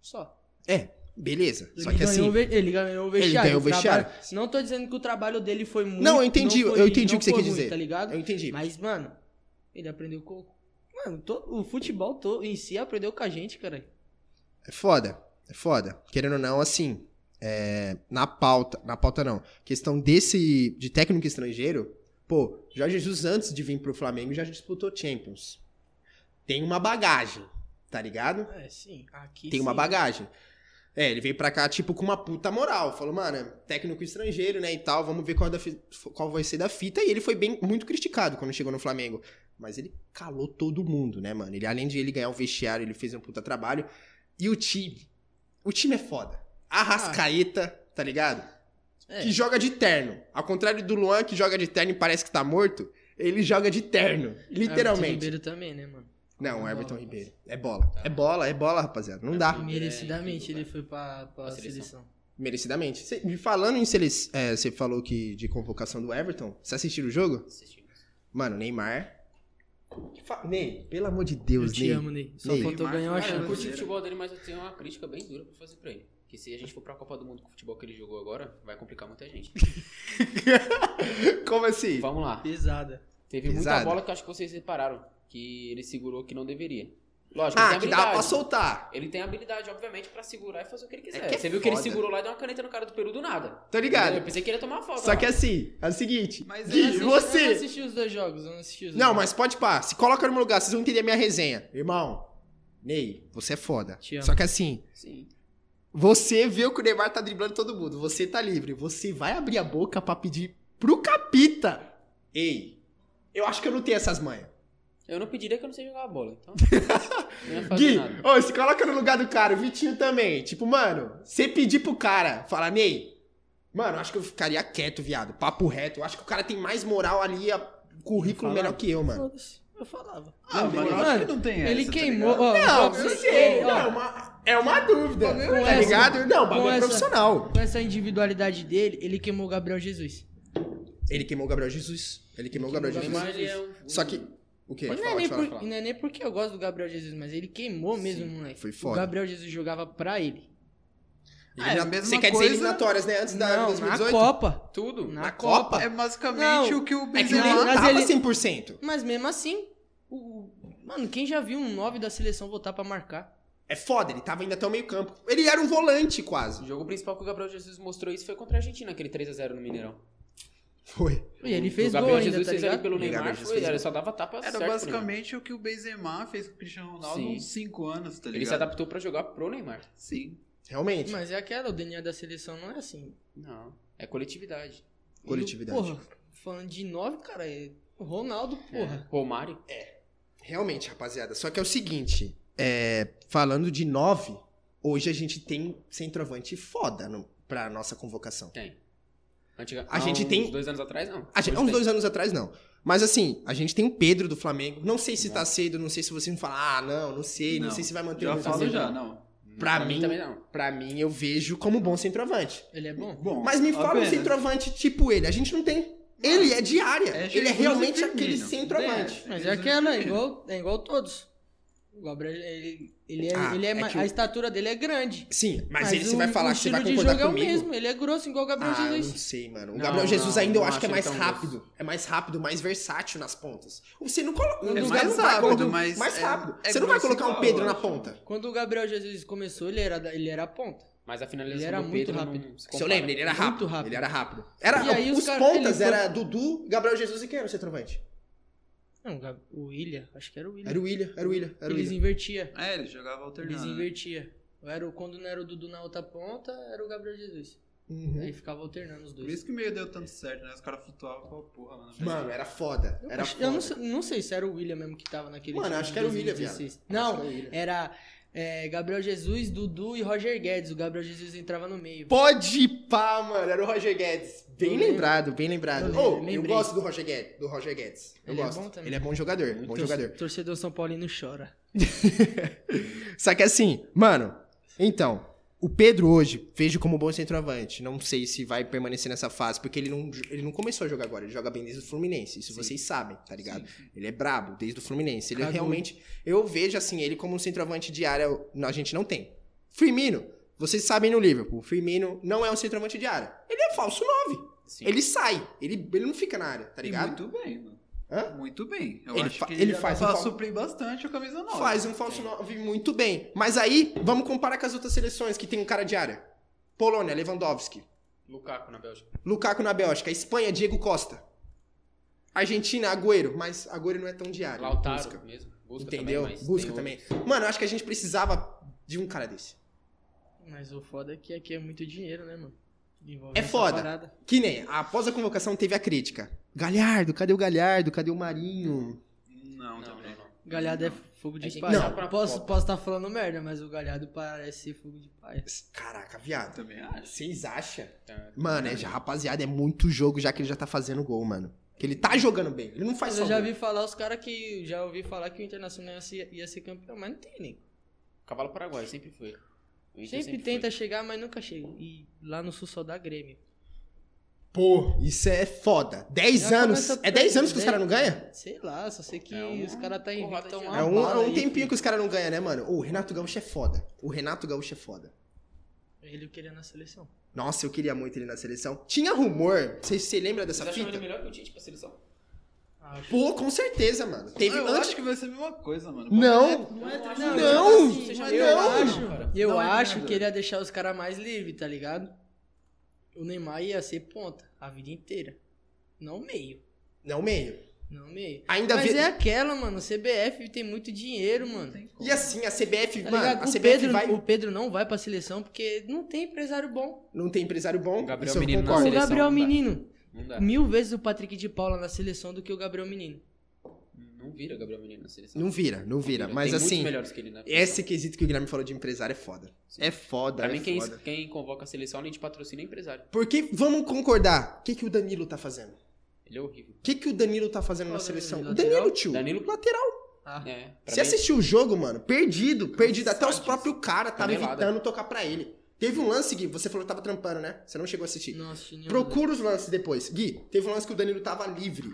[SPEAKER 3] Só.
[SPEAKER 1] É, beleza. Só que
[SPEAKER 3] ganhou
[SPEAKER 1] assim.
[SPEAKER 3] o ve- ele ganhou o vestiário.
[SPEAKER 1] ganhou o
[SPEAKER 3] trabalho-
[SPEAKER 1] vestiário.
[SPEAKER 3] não tô dizendo que o trabalho dele foi muito.
[SPEAKER 1] Não, eu entendi,
[SPEAKER 3] foi-
[SPEAKER 1] eu entendi
[SPEAKER 3] não
[SPEAKER 1] o que você
[SPEAKER 3] foi
[SPEAKER 1] quis
[SPEAKER 3] muito,
[SPEAKER 1] dizer.
[SPEAKER 3] Tá ligado?
[SPEAKER 1] Eu entendi.
[SPEAKER 3] Mas, mano, ele aprendeu com. Mano, to- o futebol to- em si aprendeu com a gente, cara.
[SPEAKER 1] É foda. É foda. Querendo ou não, assim. é, na pauta. Na pauta não. Questão desse. De técnico estrangeiro. Pô, Jorge Jesus, antes de vir pro Flamengo, já disputou Champions. Tem uma bagagem, tá ligado?
[SPEAKER 3] É, sim. Aqui
[SPEAKER 1] Tem uma bagagem. É, ele veio pra cá, tipo, com uma puta moral. Falou, mano, é técnico estrangeiro, né, e tal, vamos ver qual, é da fi- qual vai ser da fita. E ele foi bem, muito criticado quando chegou no Flamengo. Mas ele calou todo mundo, né, mano? Ele, além de ele ganhar o vestiário, ele fez um puta trabalho. E o time, o time é foda. Arrascaeta, tá ligado?
[SPEAKER 3] É.
[SPEAKER 1] Que joga de terno. Ao contrário do Luan, que joga de terno e parece que tá morto, ele joga de terno,
[SPEAKER 3] É, Everton
[SPEAKER 1] literalmente.
[SPEAKER 3] Ribeiro também, né, mano?
[SPEAKER 1] Não, o
[SPEAKER 3] É
[SPEAKER 1] Everton
[SPEAKER 3] bola.
[SPEAKER 1] Ribeiro. É bola. É bola, é bola, rapaziada. Não dá.
[SPEAKER 3] Merecidamente
[SPEAKER 4] incrível,
[SPEAKER 3] ele foi pra, pra
[SPEAKER 4] A
[SPEAKER 3] seleção.
[SPEAKER 4] seleção.
[SPEAKER 1] Merecidamente. Cê- e falando em seleção, você falou que de convocação do Everton. Você assistiu o jogo? Mano, Neymar. Fa- Ney, pelo amor de Deus,
[SPEAKER 3] Eu te
[SPEAKER 1] Ney.
[SPEAKER 3] amo, Ney. Só
[SPEAKER 1] Ney.
[SPEAKER 3] faltou ganhar uma
[SPEAKER 2] Cara,
[SPEAKER 4] Cara, eu
[SPEAKER 3] chance.
[SPEAKER 4] curti o futebol dele, mas eu tenho uma crítica bem dura pra fazer pra ele. Que se a gente for pra Copa do Mundo com o futebol que ele jogou agora, vai complicar muita gente.
[SPEAKER 1] Como assim?
[SPEAKER 4] Vamos lá.
[SPEAKER 3] Pesada.
[SPEAKER 4] Teve
[SPEAKER 1] Pesado.
[SPEAKER 4] muita bola que eu acho que vocês repararam. Que ele segurou que não deveria. Lógico,
[SPEAKER 1] Ah,
[SPEAKER 4] ele
[SPEAKER 1] que
[SPEAKER 4] tem
[SPEAKER 1] dá pra
[SPEAKER 4] habilidade.
[SPEAKER 1] soltar.
[SPEAKER 4] ele tem habilidade, obviamente, pra segurar e fazer o que ele quiser.
[SPEAKER 1] É que é
[SPEAKER 4] Você viu que ele
[SPEAKER 1] foda.
[SPEAKER 4] segurou lá e deu uma caneta no cara do Peru do nada.
[SPEAKER 1] Tô tá
[SPEAKER 3] É,
[SPEAKER 1] ligado.
[SPEAKER 4] Eu pensei que ele ia tomar uma falta.
[SPEAKER 1] Só
[SPEAKER 4] lá.
[SPEAKER 1] que assim, é o seguinte.
[SPEAKER 2] Mas
[SPEAKER 1] Gui,
[SPEAKER 2] eu assisti-
[SPEAKER 3] Eu não assisti- Eu não
[SPEAKER 1] você.
[SPEAKER 3] assisti os dois jogos, eu não assisti os dois
[SPEAKER 1] Não, mas pode pá. Se coloca no meu lugar, vocês vão entender a minha resenha. Irmão, Ney, você é foda.
[SPEAKER 3] Te amo.
[SPEAKER 1] Só que assim,
[SPEAKER 4] Sim.
[SPEAKER 1] você viu que o Neymar tá driblando todo mundo. Você tá livre. Você vai abrir a boca pra pedir pro Capita. Ei, eu acho que eu não tenho essas manhas.
[SPEAKER 4] Eu não pediria que eu não sei jogar a bola, então. não ia fazer
[SPEAKER 1] Gui,
[SPEAKER 4] nada.
[SPEAKER 1] ô, se coloca no lugar do cara, o Vitinho também. Tipo, mano, você pedir pro cara, falar, Ney, mano, acho que eu ficaria quieto, viado. Papo reto. Eu acho que o cara tem mais moral ali, a- currículo
[SPEAKER 4] Falar.
[SPEAKER 1] melhor que eu, mano.
[SPEAKER 3] Foda-se, Eu falava.
[SPEAKER 2] Ah, mano, eu acho que não tem essa.
[SPEAKER 3] Ele
[SPEAKER 2] tá
[SPEAKER 3] queimou.
[SPEAKER 2] ligado?
[SPEAKER 3] ó,
[SPEAKER 1] Não,
[SPEAKER 3] só pra
[SPEAKER 1] eu
[SPEAKER 3] você-
[SPEAKER 1] sei.
[SPEAKER 3] ó,
[SPEAKER 1] Não, mas É uma dúvida.
[SPEAKER 5] Bagulho
[SPEAKER 1] tá
[SPEAKER 5] é essa.
[SPEAKER 1] ligado? Não, o bagulho
[SPEAKER 3] Com
[SPEAKER 1] é
[SPEAKER 3] essa-
[SPEAKER 1] profissional.
[SPEAKER 3] Com essa individualidade dele, ele queimou o Gabriel Jesus.
[SPEAKER 1] Ele queimou o Gabriel Jesus. Ele queimou o Gabriel Jesus.
[SPEAKER 4] Neymar, ele é um-
[SPEAKER 1] Só que. O quê?
[SPEAKER 4] Pode
[SPEAKER 3] não, é
[SPEAKER 4] falar,
[SPEAKER 3] nem
[SPEAKER 4] pode falar,
[SPEAKER 3] por-
[SPEAKER 4] fala.
[SPEAKER 3] não é nem porque eu gosto do Gabriel Jesus, mas ele queimou mesmo, moleque.
[SPEAKER 1] foi
[SPEAKER 3] O
[SPEAKER 1] foda.
[SPEAKER 3] Gabriel Jesus jogava pra ele.
[SPEAKER 2] Ah, é a mesma
[SPEAKER 1] Você quer dizer
[SPEAKER 2] coisa-
[SPEAKER 1] eliminatórias, né? Antes da
[SPEAKER 3] Não, na
[SPEAKER 1] 2018?
[SPEAKER 3] Copa.
[SPEAKER 4] Tudo.
[SPEAKER 3] Na,
[SPEAKER 1] Na
[SPEAKER 3] Copa.
[SPEAKER 1] Copa?
[SPEAKER 2] É basicamente
[SPEAKER 3] Não,
[SPEAKER 2] o que o
[SPEAKER 1] É que ele
[SPEAKER 2] Benzema...
[SPEAKER 1] não
[SPEAKER 3] Mas
[SPEAKER 1] tava
[SPEAKER 3] ele-
[SPEAKER 1] 100%.
[SPEAKER 3] Mas mesmo assim, o... o- mano, quem já viu um 9 da seleção voltar pra marcar?
[SPEAKER 1] É foda, ele tava indo até o meio campo. Ele era um volante
[SPEAKER 4] O
[SPEAKER 1] quase.
[SPEAKER 4] jogo principal que o Gabriel Jesus mostrou isso foi contra a Argentina, aquele 3x0 no Mineirão.
[SPEAKER 1] Foi.
[SPEAKER 3] E ele
[SPEAKER 4] O-
[SPEAKER 3] fez
[SPEAKER 4] Hum, o Gabriel
[SPEAKER 3] gol ainda,
[SPEAKER 4] Jesus
[SPEAKER 3] tá
[SPEAKER 4] fez ali
[SPEAKER 3] ligado?
[SPEAKER 4] pelo
[SPEAKER 1] E o Gabriel
[SPEAKER 4] Neymar,
[SPEAKER 1] Jesus
[SPEAKER 4] foi,
[SPEAKER 1] fez
[SPEAKER 4] ele
[SPEAKER 1] gol.
[SPEAKER 4] só dava tapa
[SPEAKER 2] Era
[SPEAKER 4] certo pro Neymar.
[SPEAKER 2] basicamente o que o Benzema fez com o Cristiano Ronaldo
[SPEAKER 4] Sim.
[SPEAKER 2] uns 5 anos, tá ligado?
[SPEAKER 4] Ele se
[SPEAKER 1] né?
[SPEAKER 4] adaptou pra jogar pro Neymar.
[SPEAKER 2] Sim.
[SPEAKER 1] Realmente.
[SPEAKER 3] Mas é aquela, o DNA da seleção não é assim.
[SPEAKER 4] Não, é coletividade.
[SPEAKER 3] E o-
[SPEAKER 1] Coletividade.
[SPEAKER 3] Porra, falando de 9, cara, é o Ronaldo, porra.
[SPEAKER 4] É. Romário,
[SPEAKER 1] Realmente, rapaziada. Só que é o seguinte, é, falando de nove, hoje a gente tem centroavante foda no, pra nossa convocação.
[SPEAKER 4] tem. Antiga-
[SPEAKER 1] A
[SPEAKER 4] há
[SPEAKER 1] gente
[SPEAKER 4] uns
[SPEAKER 1] tem-
[SPEAKER 4] dois anos atrás, não.
[SPEAKER 1] A gente, há
[SPEAKER 4] Hoje
[SPEAKER 1] uns
[SPEAKER 4] tem.
[SPEAKER 1] dois anos atrás, não. Mas assim, a gente tem o Pedro do Flamengo. Não sei se tá cedo, não sei se vocês vão falar, ah, não, não sei, não,
[SPEAKER 2] Não.
[SPEAKER 1] sei se vai manter
[SPEAKER 2] Já
[SPEAKER 1] nível
[SPEAKER 2] falo
[SPEAKER 1] dele.
[SPEAKER 2] já, né? não.
[SPEAKER 1] Pra,
[SPEAKER 4] Pra
[SPEAKER 1] mim,
[SPEAKER 4] mim também não.
[SPEAKER 1] pra mim, eu vejo como bom centroavante.
[SPEAKER 3] Ele é bom.
[SPEAKER 2] Bom,
[SPEAKER 1] Mas me fala um
[SPEAKER 2] apenas.
[SPEAKER 1] centroavante tipo ele. A gente não tem. Ele é de área.
[SPEAKER 2] É
[SPEAKER 1] ele é
[SPEAKER 2] Jesus e
[SPEAKER 1] realmente
[SPEAKER 2] Firmino.
[SPEAKER 1] aquele
[SPEAKER 2] Não tem
[SPEAKER 1] centroavante.
[SPEAKER 2] essa.
[SPEAKER 3] Mas é
[SPEAKER 2] Jesus
[SPEAKER 3] aquela, é
[SPEAKER 2] Firmino.
[SPEAKER 3] igual, é igual todos. O Gabriel, ele, ele é,
[SPEAKER 1] Ah,
[SPEAKER 3] ele é,
[SPEAKER 1] é
[SPEAKER 3] ma-
[SPEAKER 1] que o-
[SPEAKER 3] a estatura dele é grande.
[SPEAKER 1] Sim, mas, ele você
[SPEAKER 3] o-
[SPEAKER 1] vai
[SPEAKER 3] o
[SPEAKER 1] falar que você
[SPEAKER 3] estilo
[SPEAKER 1] vai
[SPEAKER 3] de
[SPEAKER 1] concordar
[SPEAKER 3] jogo é o
[SPEAKER 1] comigo.
[SPEAKER 3] mesmo, ele é grosso igual o Gabriel
[SPEAKER 1] Ah, eu não
[SPEAKER 3] Jesus.
[SPEAKER 1] sei, mano. O
[SPEAKER 4] Não,
[SPEAKER 1] Gabriel Jesus
[SPEAKER 4] não,
[SPEAKER 1] ainda eu
[SPEAKER 4] não
[SPEAKER 1] acho que é
[SPEAKER 4] acho
[SPEAKER 1] mais
[SPEAKER 4] ele tão
[SPEAKER 1] rápido. É mais rápido, mais versátil nas pontas. Você não coloca.
[SPEAKER 2] É
[SPEAKER 1] os
[SPEAKER 2] mais
[SPEAKER 1] caras não vai
[SPEAKER 2] rápido,
[SPEAKER 1] colocar-
[SPEAKER 2] mas
[SPEAKER 1] Mais
[SPEAKER 2] é-
[SPEAKER 1] rápido.
[SPEAKER 2] é
[SPEAKER 1] você não vai
[SPEAKER 2] grosso
[SPEAKER 1] colocar um
[SPEAKER 2] igual,
[SPEAKER 1] Pedro
[SPEAKER 2] eu
[SPEAKER 1] na
[SPEAKER 2] acho.
[SPEAKER 1] ponta.
[SPEAKER 3] Quando o Gabriel Jesus começou, ele era, da- ele era a ponta.
[SPEAKER 4] Mas a finalização
[SPEAKER 3] Ele era
[SPEAKER 4] do
[SPEAKER 3] muito
[SPEAKER 4] Pedro
[SPEAKER 3] rápido.
[SPEAKER 4] não se
[SPEAKER 1] Se eu
[SPEAKER 4] compara.
[SPEAKER 1] lembro, ele era
[SPEAKER 3] Muito
[SPEAKER 1] rápido.
[SPEAKER 3] rápido.
[SPEAKER 1] Ele era rápido. Era,
[SPEAKER 3] E aí
[SPEAKER 1] os
[SPEAKER 3] os cara- ele
[SPEAKER 1] pontas
[SPEAKER 3] foi-
[SPEAKER 1] era Dudu, Gabriel Jesus e quem era o centroavante?
[SPEAKER 3] Não, o Gab- o William, acho que era o William.
[SPEAKER 1] Era o William, era o William, era o
[SPEAKER 3] Eles
[SPEAKER 1] William.
[SPEAKER 3] invertiam.
[SPEAKER 2] É, ele jogava
[SPEAKER 3] Eles
[SPEAKER 2] alternando. né?
[SPEAKER 3] invertia. Era o, quando não era o Dudu na outra ponta, era o Gabriel Jesus.
[SPEAKER 1] Uhum.
[SPEAKER 3] Aí ficava alternando os
[SPEAKER 2] Por
[SPEAKER 3] dois.
[SPEAKER 2] isso que o meio deu tanto certo, né? Os caras flutuavam pra porra lá na frente.
[SPEAKER 1] Mano, era foda.
[SPEAKER 3] Eu
[SPEAKER 1] Era
[SPEAKER 3] acho-
[SPEAKER 1] foda.
[SPEAKER 3] eu não, sei- não sei se era o William mesmo que tava naquele
[SPEAKER 1] Mano,
[SPEAKER 3] time
[SPEAKER 1] acho
[SPEAKER 3] de
[SPEAKER 1] que era o William,
[SPEAKER 3] 2016.
[SPEAKER 1] viado. Acho que era
[SPEAKER 3] Não,
[SPEAKER 1] o William.
[SPEAKER 3] era é, Gabriel Jesus, Dudu e Roger Guedes. O Gabriel Jesus entrava no meio.
[SPEAKER 1] Pode pá, mano. Era o Roger Guedes. Bem
[SPEAKER 3] Eu lembro.
[SPEAKER 1] lembrado, bem lembrado.
[SPEAKER 3] Eu
[SPEAKER 1] Ô,
[SPEAKER 3] lembro,
[SPEAKER 1] eu,
[SPEAKER 3] lembrei.
[SPEAKER 1] gosto do Roger Guedes. Do Roger Guedes. Eu
[SPEAKER 3] Ele é
[SPEAKER 1] gosto.
[SPEAKER 3] bom também.
[SPEAKER 1] Ele é bom jogador. Bom
[SPEAKER 3] Torce-
[SPEAKER 1] jogador.
[SPEAKER 3] Torcedor São Paulino chora.
[SPEAKER 1] Só que assim, mano, então, o Pedro hoje, vejo como um bom centroavante. Não sei se vai permanecer nessa fase, porque ele não, ele não começou a jogar agora. Ele joga bem desde o Fluminense, isso vocês sabem, tá ligado? Ele é brabo desde o Fluminense. Ele é
[SPEAKER 3] Cadu.
[SPEAKER 1] realmente. Eu vejo assim, ele como um centroavante de área, não, a gente não tem. Firmino, vocês sabem no Liverpool, o Firmino não é um centroavante de área. Ele é falso 9.
[SPEAKER 4] Sim.
[SPEAKER 1] Ele sai, ele, ele não fica na área, tá
[SPEAKER 2] E
[SPEAKER 1] ligado?
[SPEAKER 2] Muito bem, mano.
[SPEAKER 1] Hã?
[SPEAKER 2] Muito bem. Eu
[SPEAKER 1] Ele
[SPEAKER 2] acho
[SPEAKER 1] fa-
[SPEAKER 2] que
[SPEAKER 1] ele
[SPEAKER 2] já
[SPEAKER 1] faz
[SPEAKER 2] dá pra
[SPEAKER 1] um pau-
[SPEAKER 2] suprir bastante o camisa nova.
[SPEAKER 1] Faz um
[SPEAKER 2] É.
[SPEAKER 1] falso 9 muito bem. Mas aí, vamos comparar com as outras seleções que tem um cara de área. Polônia, Lewandowski.
[SPEAKER 4] Lukaku na Bélgica.
[SPEAKER 1] Ah, Lukaku na Bélgica. Espanha, Diego Costa. Argentina, Agüero. Mas Agüero não é tão de área.
[SPEAKER 4] Lautaro
[SPEAKER 1] Busca.
[SPEAKER 4] mesmo. Busca
[SPEAKER 1] Entendeu?
[SPEAKER 4] Também, mas
[SPEAKER 1] Busca
[SPEAKER 4] tem
[SPEAKER 1] também.
[SPEAKER 4] outros.
[SPEAKER 1] Mano, eu acho que a gente precisava de um cara desse.
[SPEAKER 3] Mas o foda é que aqui é muito dinheiro, né, mano? Envolve
[SPEAKER 1] É
[SPEAKER 3] essa
[SPEAKER 1] foda.
[SPEAKER 3] parada.
[SPEAKER 1] Que nem, após a convocação teve a crítica. Galhardo, cadê o Galhardo? Cadê o Marinho?
[SPEAKER 2] Não,
[SPEAKER 4] Não,
[SPEAKER 2] também.
[SPEAKER 4] não, não.
[SPEAKER 3] Galhardo é
[SPEAKER 2] Não.
[SPEAKER 3] fogo
[SPEAKER 4] É
[SPEAKER 3] de
[SPEAKER 4] que-
[SPEAKER 3] palha.
[SPEAKER 1] Não,
[SPEAKER 4] pra
[SPEAKER 3] posso
[SPEAKER 4] Copa.
[SPEAKER 3] estar posso tá falando merda, mas o Galhardo parece ser fogo de palha.
[SPEAKER 1] Caraca, viado.
[SPEAKER 2] Também acho.
[SPEAKER 1] Vocês acham?
[SPEAKER 4] Tá.
[SPEAKER 1] Mano, é, já- rapaziada, é muito jogo já que ele já tá fazendo gol, mano. Que ele tá jogando bem. Ele não faz
[SPEAKER 3] Mas
[SPEAKER 1] só
[SPEAKER 3] eu já
[SPEAKER 1] gol.
[SPEAKER 3] vi falar os caras que. Já ouvi falar que o Internacional ia ser, ia ser campeão, mas não tem nem.
[SPEAKER 4] Cavalo Paraguai, sempre foi. O Inter
[SPEAKER 3] Sempre,
[SPEAKER 4] foi.
[SPEAKER 3] tenta chegar, mas nunca chega. E lá no sul só dá Grêmio.
[SPEAKER 1] Pô, isso é foda. 10
[SPEAKER 3] Já
[SPEAKER 1] anos.
[SPEAKER 3] começa
[SPEAKER 1] É 10 anos que os
[SPEAKER 3] dez-
[SPEAKER 1] caras não ganham?
[SPEAKER 3] Sei lá, só sei que
[SPEAKER 4] É uma
[SPEAKER 3] os caras tá
[SPEAKER 4] porrada
[SPEAKER 3] invicto
[SPEAKER 4] de
[SPEAKER 3] tão
[SPEAKER 4] anos.
[SPEAKER 1] É um, é
[SPEAKER 3] bala
[SPEAKER 1] um
[SPEAKER 3] aí.
[SPEAKER 1] tempinho que os caras não ganham, né, mano? Ô, o Renato Gaúcho é foda. O Renato Gaúcho é foda.
[SPEAKER 3] Ele queria na seleção.
[SPEAKER 1] Nossa, eu queria muito ele na seleção. Tinha rumor. Você lembra dessa
[SPEAKER 4] Vocês acham ele
[SPEAKER 1] fita?
[SPEAKER 4] melhor que o Tite pra seleção?
[SPEAKER 1] Pô, com certeza, mano. Teve
[SPEAKER 2] eu
[SPEAKER 1] antes.
[SPEAKER 2] acho que vai ser a mesma coisa, mano.
[SPEAKER 1] Não.
[SPEAKER 2] Não é,
[SPEAKER 4] acho
[SPEAKER 1] Não,
[SPEAKER 4] que-
[SPEAKER 1] não,
[SPEAKER 4] Vocês acham
[SPEAKER 1] mas
[SPEAKER 4] ele
[SPEAKER 1] não.
[SPEAKER 4] melhor? Não, cara.
[SPEAKER 3] Eu
[SPEAKER 2] Não é
[SPEAKER 3] acho
[SPEAKER 2] nada.
[SPEAKER 3] que ele ia deixar os caras mais livres, tá ligado? O Neymar ia ser ponta a vida inteira. Não meio.
[SPEAKER 1] Não, meio.
[SPEAKER 3] Não meio.
[SPEAKER 1] Ainda
[SPEAKER 3] Mas
[SPEAKER 1] vê.
[SPEAKER 3] é aquela, mano. O CBF tem muito dinheiro, mano.
[SPEAKER 1] E assim, a CBF,
[SPEAKER 3] Tá
[SPEAKER 1] mano,
[SPEAKER 3] ligado?
[SPEAKER 1] a
[SPEAKER 3] o,
[SPEAKER 1] CBF
[SPEAKER 3] Pedro,
[SPEAKER 1] vai.
[SPEAKER 3] o Pedro não vai pra seleção porque não tem empresário bom.
[SPEAKER 1] Não tem empresário bom.
[SPEAKER 4] Gabriel
[SPEAKER 1] isso eu
[SPEAKER 4] Menino na
[SPEAKER 1] concordo.
[SPEAKER 3] O
[SPEAKER 4] seleção
[SPEAKER 3] Gabriel
[SPEAKER 4] não dá.
[SPEAKER 3] Menino.
[SPEAKER 4] Não dá.
[SPEAKER 3] Mil vezes o Patrick de Paula na seleção do que o Gabriel Menino.
[SPEAKER 4] Não vira Gabriel Menino na seleção.
[SPEAKER 1] Não vira, não vira.
[SPEAKER 4] Tem
[SPEAKER 1] Mas
[SPEAKER 4] muitos
[SPEAKER 1] assim,
[SPEAKER 4] melhores que ele né? na
[SPEAKER 1] esse quesito que o Guilherme falou de empresário é foda. É foda,
[SPEAKER 4] Pra
[SPEAKER 1] é
[SPEAKER 4] mim, quem,
[SPEAKER 1] foda.
[SPEAKER 4] quem convoca a seleção, além de patrocínio, é empresário.
[SPEAKER 1] Porque, vamos concordar, o que, que o Danilo tá fazendo?
[SPEAKER 4] Ele é horrível.
[SPEAKER 1] O que, que o Danilo tá fazendo
[SPEAKER 3] Qual
[SPEAKER 1] na
[SPEAKER 3] Danilo?
[SPEAKER 1] seleção? O
[SPEAKER 3] Lateral?
[SPEAKER 1] Danilo, tio.
[SPEAKER 4] Danilo-
[SPEAKER 1] Lateral.
[SPEAKER 3] Ah.
[SPEAKER 4] É, pra
[SPEAKER 1] Você
[SPEAKER 4] mim-
[SPEAKER 1] assistiu o jogo, mano? Perdido, perdido. Até os
[SPEAKER 4] Cansado
[SPEAKER 1] próprios caras estavam
[SPEAKER 4] Canelada.
[SPEAKER 1] evitando tocar pra ele. Teve um lance, Gui, você falou que tava trampando, né? Você não chegou a assistir.
[SPEAKER 3] Não assisti nenhum.
[SPEAKER 1] Procura os lances depois. Gui, teve um lance que o Danilo tava livre.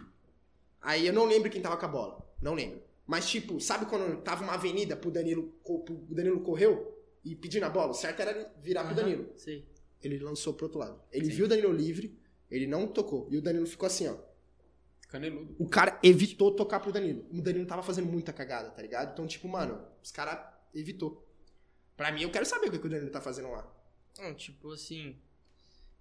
[SPEAKER 1] Aí eu não lembro quem tava com a bola. Não lembro. Mas, tipo, sabe quando tava uma avenida pro Danilo. co- pro- O Danilo correu e pedindo a bola? O certo era ele virar pro
[SPEAKER 3] Aham,
[SPEAKER 1] Danilo.
[SPEAKER 3] Sei.
[SPEAKER 1] Ele lançou pro outro lado. Ele
[SPEAKER 4] Sim.
[SPEAKER 1] viu o Danilo livre, ele não tocou. E o Danilo ficou assim, ó.
[SPEAKER 4] Caneludo.
[SPEAKER 1] O cara evitou tocar pro Danilo. O Danilo tava fazendo muita cagada, tá ligado? Então, tipo, mano, os caras evitou. Pra mim, eu quero saber o que, que o Danilo tá fazendo lá.
[SPEAKER 3] Não, tipo assim,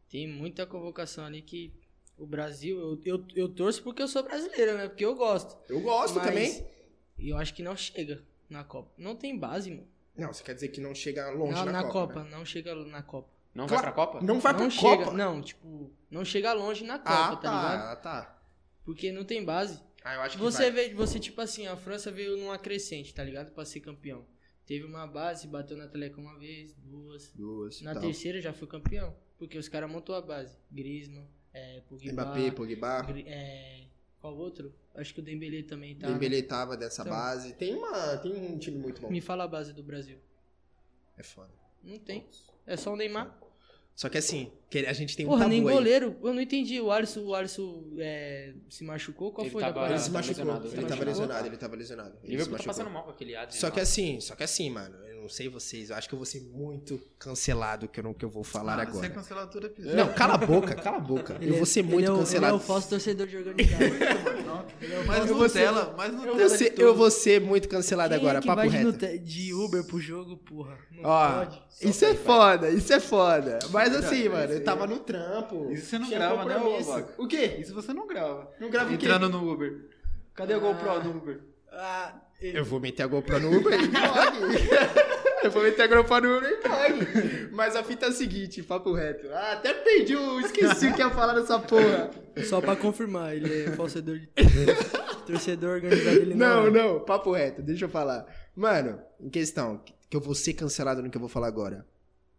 [SPEAKER 3] tem muita convocação ali que o Brasil, eu, eu, eu torço porque eu sou brasileiro, né? Porque eu gosto.
[SPEAKER 1] Eu gosto
[SPEAKER 3] Mas
[SPEAKER 1] também.
[SPEAKER 3] Eu acho que não chega na Copa. Não tem base, mano.
[SPEAKER 1] Não, você quer dizer que não chega longe
[SPEAKER 3] na,
[SPEAKER 1] na,
[SPEAKER 3] na Copa,
[SPEAKER 1] né?
[SPEAKER 3] não chega na Copa.
[SPEAKER 4] Não
[SPEAKER 1] Claro.
[SPEAKER 4] vai pra Copa?
[SPEAKER 1] Não vai
[SPEAKER 3] não
[SPEAKER 1] pra
[SPEAKER 3] chega,
[SPEAKER 1] Copa.
[SPEAKER 3] não, tipo, não chega longe na Copa,
[SPEAKER 1] Ah,
[SPEAKER 3] tá ligado?
[SPEAKER 1] tá, tá.
[SPEAKER 3] Porque não tem base.
[SPEAKER 1] Ah, eu acho que
[SPEAKER 3] Você
[SPEAKER 1] vai.
[SPEAKER 3] vê, você tipo assim, a França veio numa crescente, tá ligado? Pra ser campeão. Teve uma base, bateu na Teleco uma vez, duas.
[SPEAKER 1] Duas,
[SPEAKER 3] Na
[SPEAKER 1] tal.
[SPEAKER 3] terceira já foi campeão, porque os caras montou a base. Griezmann, é, Pogba,
[SPEAKER 1] Mbappé, Pogba.
[SPEAKER 3] Gri- é, qual outro? Acho que o Dembélé também tá. né?
[SPEAKER 1] Dembele tava dessa
[SPEAKER 3] Então.
[SPEAKER 1] base. Tem uma, tem um time muito é bom.
[SPEAKER 3] Me fala a base do Brasil.
[SPEAKER 1] É foda.
[SPEAKER 3] Não tem. É só o Neymar.
[SPEAKER 1] Só que assim, que a gente tem um
[SPEAKER 3] Porra,
[SPEAKER 1] tabu
[SPEAKER 3] nem
[SPEAKER 1] aí.
[SPEAKER 3] goleiro. Eu não entendi. O Alisson, o Alisson é, se machucou? Qual
[SPEAKER 4] Ele
[SPEAKER 3] foi? da
[SPEAKER 4] tava-
[SPEAKER 1] Ele
[SPEAKER 3] parada?
[SPEAKER 1] se
[SPEAKER 4] Tá
[SPEAKER 1] machucou.
[SPEAKER 4] lesionado,
[SPEAKER 1] Ele
[SPEAKER 4] tá
[SPEAKER 1] tava
[SPEAKER 4] machucado.
[SPEAKER 1] lesionado, ele tava lesionado. Ele se
[SPEAKER 4] Liverpool tá passando
[SPEAKER 1] machucou.
[SPEAKER 4] mal com aquele Adrian.
[SPEAKER 1] Só que
[SPEAKER 4] lá.
[SPEAKER 1] assim, só que assim, mano, eu não sei vocês, eu acho que eu vou ser muito cancelado que eu não que eu vou falar
[SPEAKER 2] Ah, Você é
[SPEAKER 1] agora.
[SPEAKER 2] cancelado todo episódio.
[SPEAKER 1] Não, cala a boca, cala a boca.
[SPEAKER 3] Ele
[SPEAKER 1] Eu
[SPEAKER 3] é-
[SPEAKER 1] vou ser
[SPEAKER 3] ele
[SPEAKER 1] muito
[SPEAKER 3] é o-
[SPEAKER 1] cancelado.
[SPEAKER 3] Ele é o falso torcedor de organizado.
[SPEAKER 2] Mais
[SPEAKER 1] Eu vou ser-
[SPEAKER 2] Nutella, mais
[SPEAKER 1] Eu
[SPEAKER 2] Nutella. é
[SPEAKER 1] vou ser, eu vou ser muito cancelado
[SPEAKER 3] Quem
[SPEAKER 1] agora,
[SPEAKER 3] é que
[SPEAKER 1] papo
[SPEAKER 3] vai de
[SPEAKER 1] reto.
[SPEAKER 3] Nute- de Uber pro jogo, porra? Não
[SPEAKER 1] Ó,
[SPEAKER 3] pode.
[SPEAKER 1] isso é foda, isso é foda. Mas
[SPEAKER 2] Verdade,
[SPEAKER 1] assim,
[SPEAKER 2] isso
[SPEAKER 1] mano,
[SPEAKER 3] é-
[SPEAKER 2] aí.
[SPEAKER 1] eu tava no trampo.
[SPEAKER 2] Isso você não
[SPEAKER 1] tinha
[SPEAKER 2] grava, né, ô,
[SPEAKER 1] compromisso.
[SPEAKER 2] Babaca?
[SPEAKER 1] O quê?
[SPEAKER 2] Isso você não grava.
[SPEAKER 1] Não grava o quê?
[SPEAKER 2] Entrando no Uber. Cadê o
[SPEAKER 3] Ah.
[SPEAKER 2] GoPro do Uber?
[SPEAKER 3] Ah,
[SPEAKER 1] Eu vou meter a GoPro no Uber e blog. Eu vou meter a GoPro no Uber e blog. Mas a fita é a seguinte, papo reto. Ah, até perdi, o, esqueci o que ia falar nessa porra.
[SPEAKER 3] só pra confirmar, ele é falsedor de... torcedor organizado, ele
[SPEAKER 1] Não,
[SPEAKER 3] não, é.
[SPEAKER 1] não, papo reto, deixa eu falar. Mano, em questão, que eu vou ser cancelado no que eu vou falar agora.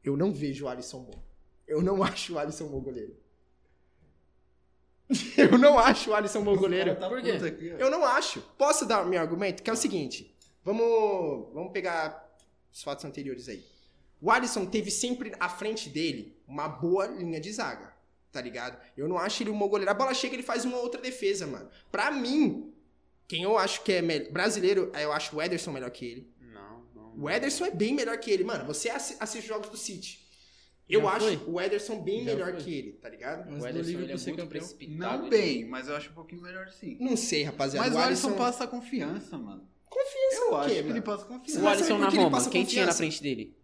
[SPEAKER 1] Eu não vejo o Alisson bom. Eu não acho o Alisson bom goleiro. Eu não acho o Alisson bom goleiro.
[SPEAKER 2] Por
[SPEAKER 4] quê?
[SPEAKER 1] Eu não acho. Posso dar meu argumento? Que é o seguinte. Vamos, vamos pegar os fatos anteriores aí. O Alisson teve sempre à frente dele uma boa linha de zaga, tá ligado? Eu não acho ele um bom goleiro. A bola chega, ele faz uma outra defesa, mano. Pra mim, quem eu acho que é me- brasileiro, eu acho o Ederson melhor que ele.
[SPEAKER 4] Não, não.
[SPEAKER 1] O Ederson é bem melhor que ele, mano. Você assi- assiste os jogos do City. Eu
[SPEAKER 3] Já
[SPEAKER 1] acho
[SPEAKER 3] foi?
[SPEAKER 1] o Ederson bem
[SPEAKER 3] Já
[SPEAKER 1] melhor
[SPEAKER 3] foi?
[SPEAKER 1] que ele, tá ligado?
[SPEAKER 3] Mas
[SPEAKER 4] O
[SPEAKER 3] do
[SPEAKER 4] Ederson
[SPEAKER 3] Liverpool
[SPEAKER 4] ele é
[SPEAKER 3] ser
[SPEAKER 4] muito
[SPEAKER 3] campeão.
[SPEAKER 4] precipitado.
[SPEAKER 2] Não
[SPEAKER 4] ele-
[SPEAKER 2] bem, mas eu acho um pouquinho melhor sim.
[SPEAKER 1] Não sei, rapaziada.
[SPEAKER 2] Mas o Alisson
[SPEAKER 1] passa
[SPEAKER 2] passa confiança, mano.
[SPEAKER 1] confiança
[SPEAKER 2] Eu
[SPEAKER 1] no
[SPEAKER 2] acho
[SPEAKER 1] quê,
[SPEAKER 2] que
[SPEAKER 1] mano?
[SPEAKER 2] ele passa
[SPEAKER 1] Você
[SPEAKER 4] O
[SPEAKER 1] vai
[SPEAKER 2] confiança.
[SPEAKER 4] Alisson
[SPEAKER 1] saber
[SPEAKER 4] na
[SPEAKER 1] por que ele
[SPEAKER 4] Roma,
[SPEAKER 1] passa
[SPEAKER 4] quem tinha na
[SPEAKER 1] confiança?
[SPEAKER 4] frente dele?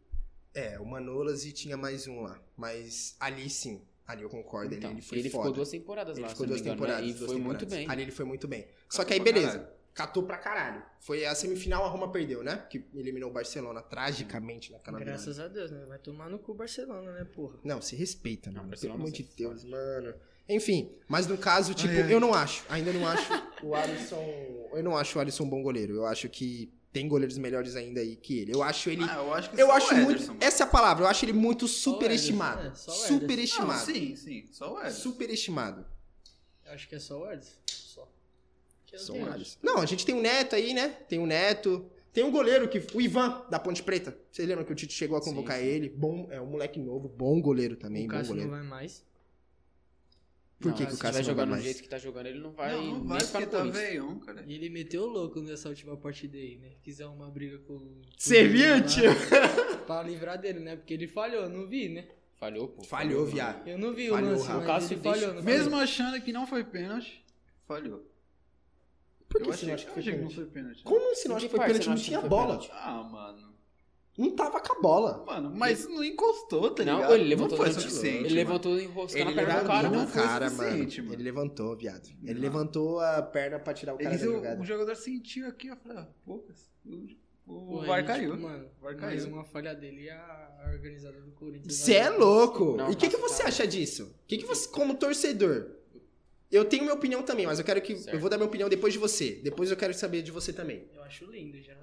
[SPEAKER 1] É, o Manolas e tinha mais um lá. Mas ali sim, ali eu concordo.
[SPEAKER 4] Então,
[SPEAKER 1] ali ele foi
[SPEAKER 4] ele ficou
[SPEAKER 1] foda.
[SPEAKER 4] duas temporadas
[SPEAKER 1] ele
[SPEAKER 4] lá,
[SPEAKER 1] ficou
[SPEAKER 4] se não
[SPEAKER 1] duas
[SPEAKER 4] me engano,
[SPEAKER 1] temporadas.
[SPEAKER 4] né? E
[SPEAKER 1] duas
[SPEAKER 4] foi muito
[SPEAKER 1] temporadas.
[SPEAKER 4] bem.
[SPEAKER 1] Ali ele foi muito bem. Só que aí,
[SPEAKER 2] pra
[SPEAKER 1] beleza.
[SPEAKER 2] caralho.
[SPEAKER 1] Catou pra caralho. Foi a semifinal, a Roma perdeu, né? Que eliminou o Barcelona tragicamente naquela virada.
[SPEAKER 3] Graças a Deus, né? Vai tomar no cu o Barcelona, né, porra?
[SPEAKER 1] Não, se respeita,
[SPEAKER 4] Não,
[SPEAKER 1] mano. Pelo
[SPEAKER 4] Barcelona
[SPEAKER 1] amor
[SPEAKER 4] você
[SPEAKER 1] de Deus, mano. Enfim, mas no caso, tipo,
[SPEAKER 2] ai.
[SPEAKER 1] eu não acho. Ainda não acho o Alisson. Eu não acho o Alisson um bom goleiro. Eu acho que tem goleiros melhores ainda aí que ele. Eu acho ele.
[SPEAKER 2] Ah, eu acho que
[SPEAKER 1] Eu
[SPEAKER 2] só o
[SPEAKER 1] acho
[SPEAKER 2] Ederson,
[SPEAKER 1] muito.
[SPEAKER 2] mano.
[SPEAKER 1] Essa é a palavra, eu acho ele muito
[SPEAKER 3] o Ederson,
[SPEAKER 1] superestimado.
[SPEAKER 3] é, só o Ederson.
[SPEAKER 2] Não,
[SPEAKER 1] superestimado.
[SPEAKER 2] sim, é. sim. Só o Ederson.
[SPEAKER 1] superestimado.
[SPEAKER 3] Eu Acho que é só o Ederson. Só. Que eu
[SPEAKER 1] São
[SPEAKER 3] tenho.
[SPEAKER 1] vários. Não, a gente tem o Neto aí, né? Tem o Neto. Tem um goleiro que. O Ivan, da Ponte Preta. Vocês lembram que o Tite chegou a convocar
[SPEAKER 4] Sim, sim.
[SPEAKER 1] ele? Bom, é um moleque novo, bom goleiro também,
[SPEAKER 3] O
[SPEAKER 1] bom
[SPEAKER 3] Cássio não
[SPEAKER 4] né?
[SPEAKER 1] goleiro.
[SPEAKER 3] vai mais.
[SPEAKER 1] Por
[SPEAKER 4] Não,
[SPEAKER 1] que, que o
[SPEAKER 4] se
[SPEAKER 1] Cássio
[SPEAKER 4] tiver
[SPEAKER 1] não vai
[SPEAKER 4] jogando do
[SPEAKER 1] mais?
[SPEAKER 4] jeito que tá jogando, ele não vai
[SPEAKER 2] não, não
[SPEAKER 4] nem
[SPEAKER 2] vai
[SPEAKER 4] ficar
[SPEAKER 2] porque
[SPEAKER 4] no
[SPEAKER 2] tá
[SPEAKER 4] Corinthians.
[SPEAKER 2] veião, cara.
[SPEAKER 3] E ele meteu o louco nessa última partida aí, né? Quis arrumar briga com o.
[SPEAKER 1] Você
[SPEAKER 3] com o
[SPEAKER 1] viu,
[SPEAKER 3] Neymar
[SPEAKER 1] tio?
[SPEAKER 3] Pra livrar dele, né? Porque ele falhou, não vi, né?
[SPEAKER 4] Falhou, pô.
[SPEAKER 1] Falhou, viado.
[SPEAKER 3] Eu não vi
[SPEAKER 1] Falhou,
[SPEAKER 3] o lance,
[SPEAKER 1] Rafa.
[SPEAKER 3] mas
[SPEAKER 4] O Cássio
[SPEAKER 3] ele
[SPEAKER 4] deixa-
[SPEAKER 3] falhou. Não falhou?
[SPEAKER 2] Mesmo achando que não foi pênalti, falhou.
[SPEAKER 1] Por que você
[SPEAKER 2] eu achei,
[SPEAKER 1] não acha
[SPEAKER 2] eu
[SPEAKER 1] que foi
[SPEAKER 2] achei que não
[SPEAKER 1] pênalti?
[SPEAKER 2] foi pênalti.
[SPEAKER 1] Como se não
[SPEAKER 4] Em
[SPEAKER 1] acha
[SPEAKER 4] que
[SPEAKER 1] que foi
[SPEAKER 4] parte
[SPEAKER 1] pênalti?
[SPEAKER 4] você
[SPEAKER 1] Não
[SPEAKER 4] não acha
[SPEAKER 1] tinha
[SPEAKER 4] que foi
[SPEAKER 1] bola.
[SPEAKER 4] pênalti?
[SPEAKER 2] Ah, mano.
[SPEAKER 1] Não tava com a bola.
[SPEAKER 2] Mano, mas não encostou, tá ligado?
[SPEAKER 4] Não, ele levantou
[SPEAKER 2] não foi
[SPEAKER 4] durante-
[SPEAKER 2] suficiente.
[SPEAKER 4] Ele
[SPEAKER 2] mano.
[SPEAKER 4] levantou enroscando a perna do
[SPEAKER 2] levantou,
[SPEAKER 4] cara, né?
[SPEAKER 2] não
[SPEAKER 4] mano.
[SPEAKER 1] o
[SPEAKER 2] foi
[SPEAKER 1] cara, mano.
[SPEAKER 2] suficiente, mano.
[SPEAKER 1] Ele levantou, viado. Ele
[SPEAKER 2] Não.
[SPEAKER 1] levantou a perna pra tirar o cara
[SPEAKER 2] Ele
[SPEAKER 1] da
[SPEAKER 2] deu-
[SPEAKER 1] jogada.
[SPEAKER 2] o jogador sentiu aqui, eu falei, ah, poucas. O, o
[SPEAKER 3] Pô, aí,
[SPEAKER 2] VAR
[SPEAKER 3] tipo,
[SPEAKER 2] caiu.
[SPEAKER 3] Mano,
[SPEAKER 2] VAR
[SPEAKER 3] mais
[SPEAKER 2] caiu.
[SPEAKER 3] uma falha dele e a a organizada do Corinthians.
[SPEAKER 1] Você é louco!
[SPEAKER 4] Não,
[SPEAKER 1] e o que, que
[SPEAKER 4] tá,
[SPEAKER 1] você
[SPEAKER 4] tá.
[SPEAKER 1] acha disso? O que, que você, como torcedor? Eu tenho minha opinião também, mas eu quero que.
[SPEAKER 4] Certo.
[SPEAKER 1] Eu vou dar minha opinião depois de você. Depois eu quero saber de você também.
[SPEAKER 3] Eu acho lindo, já.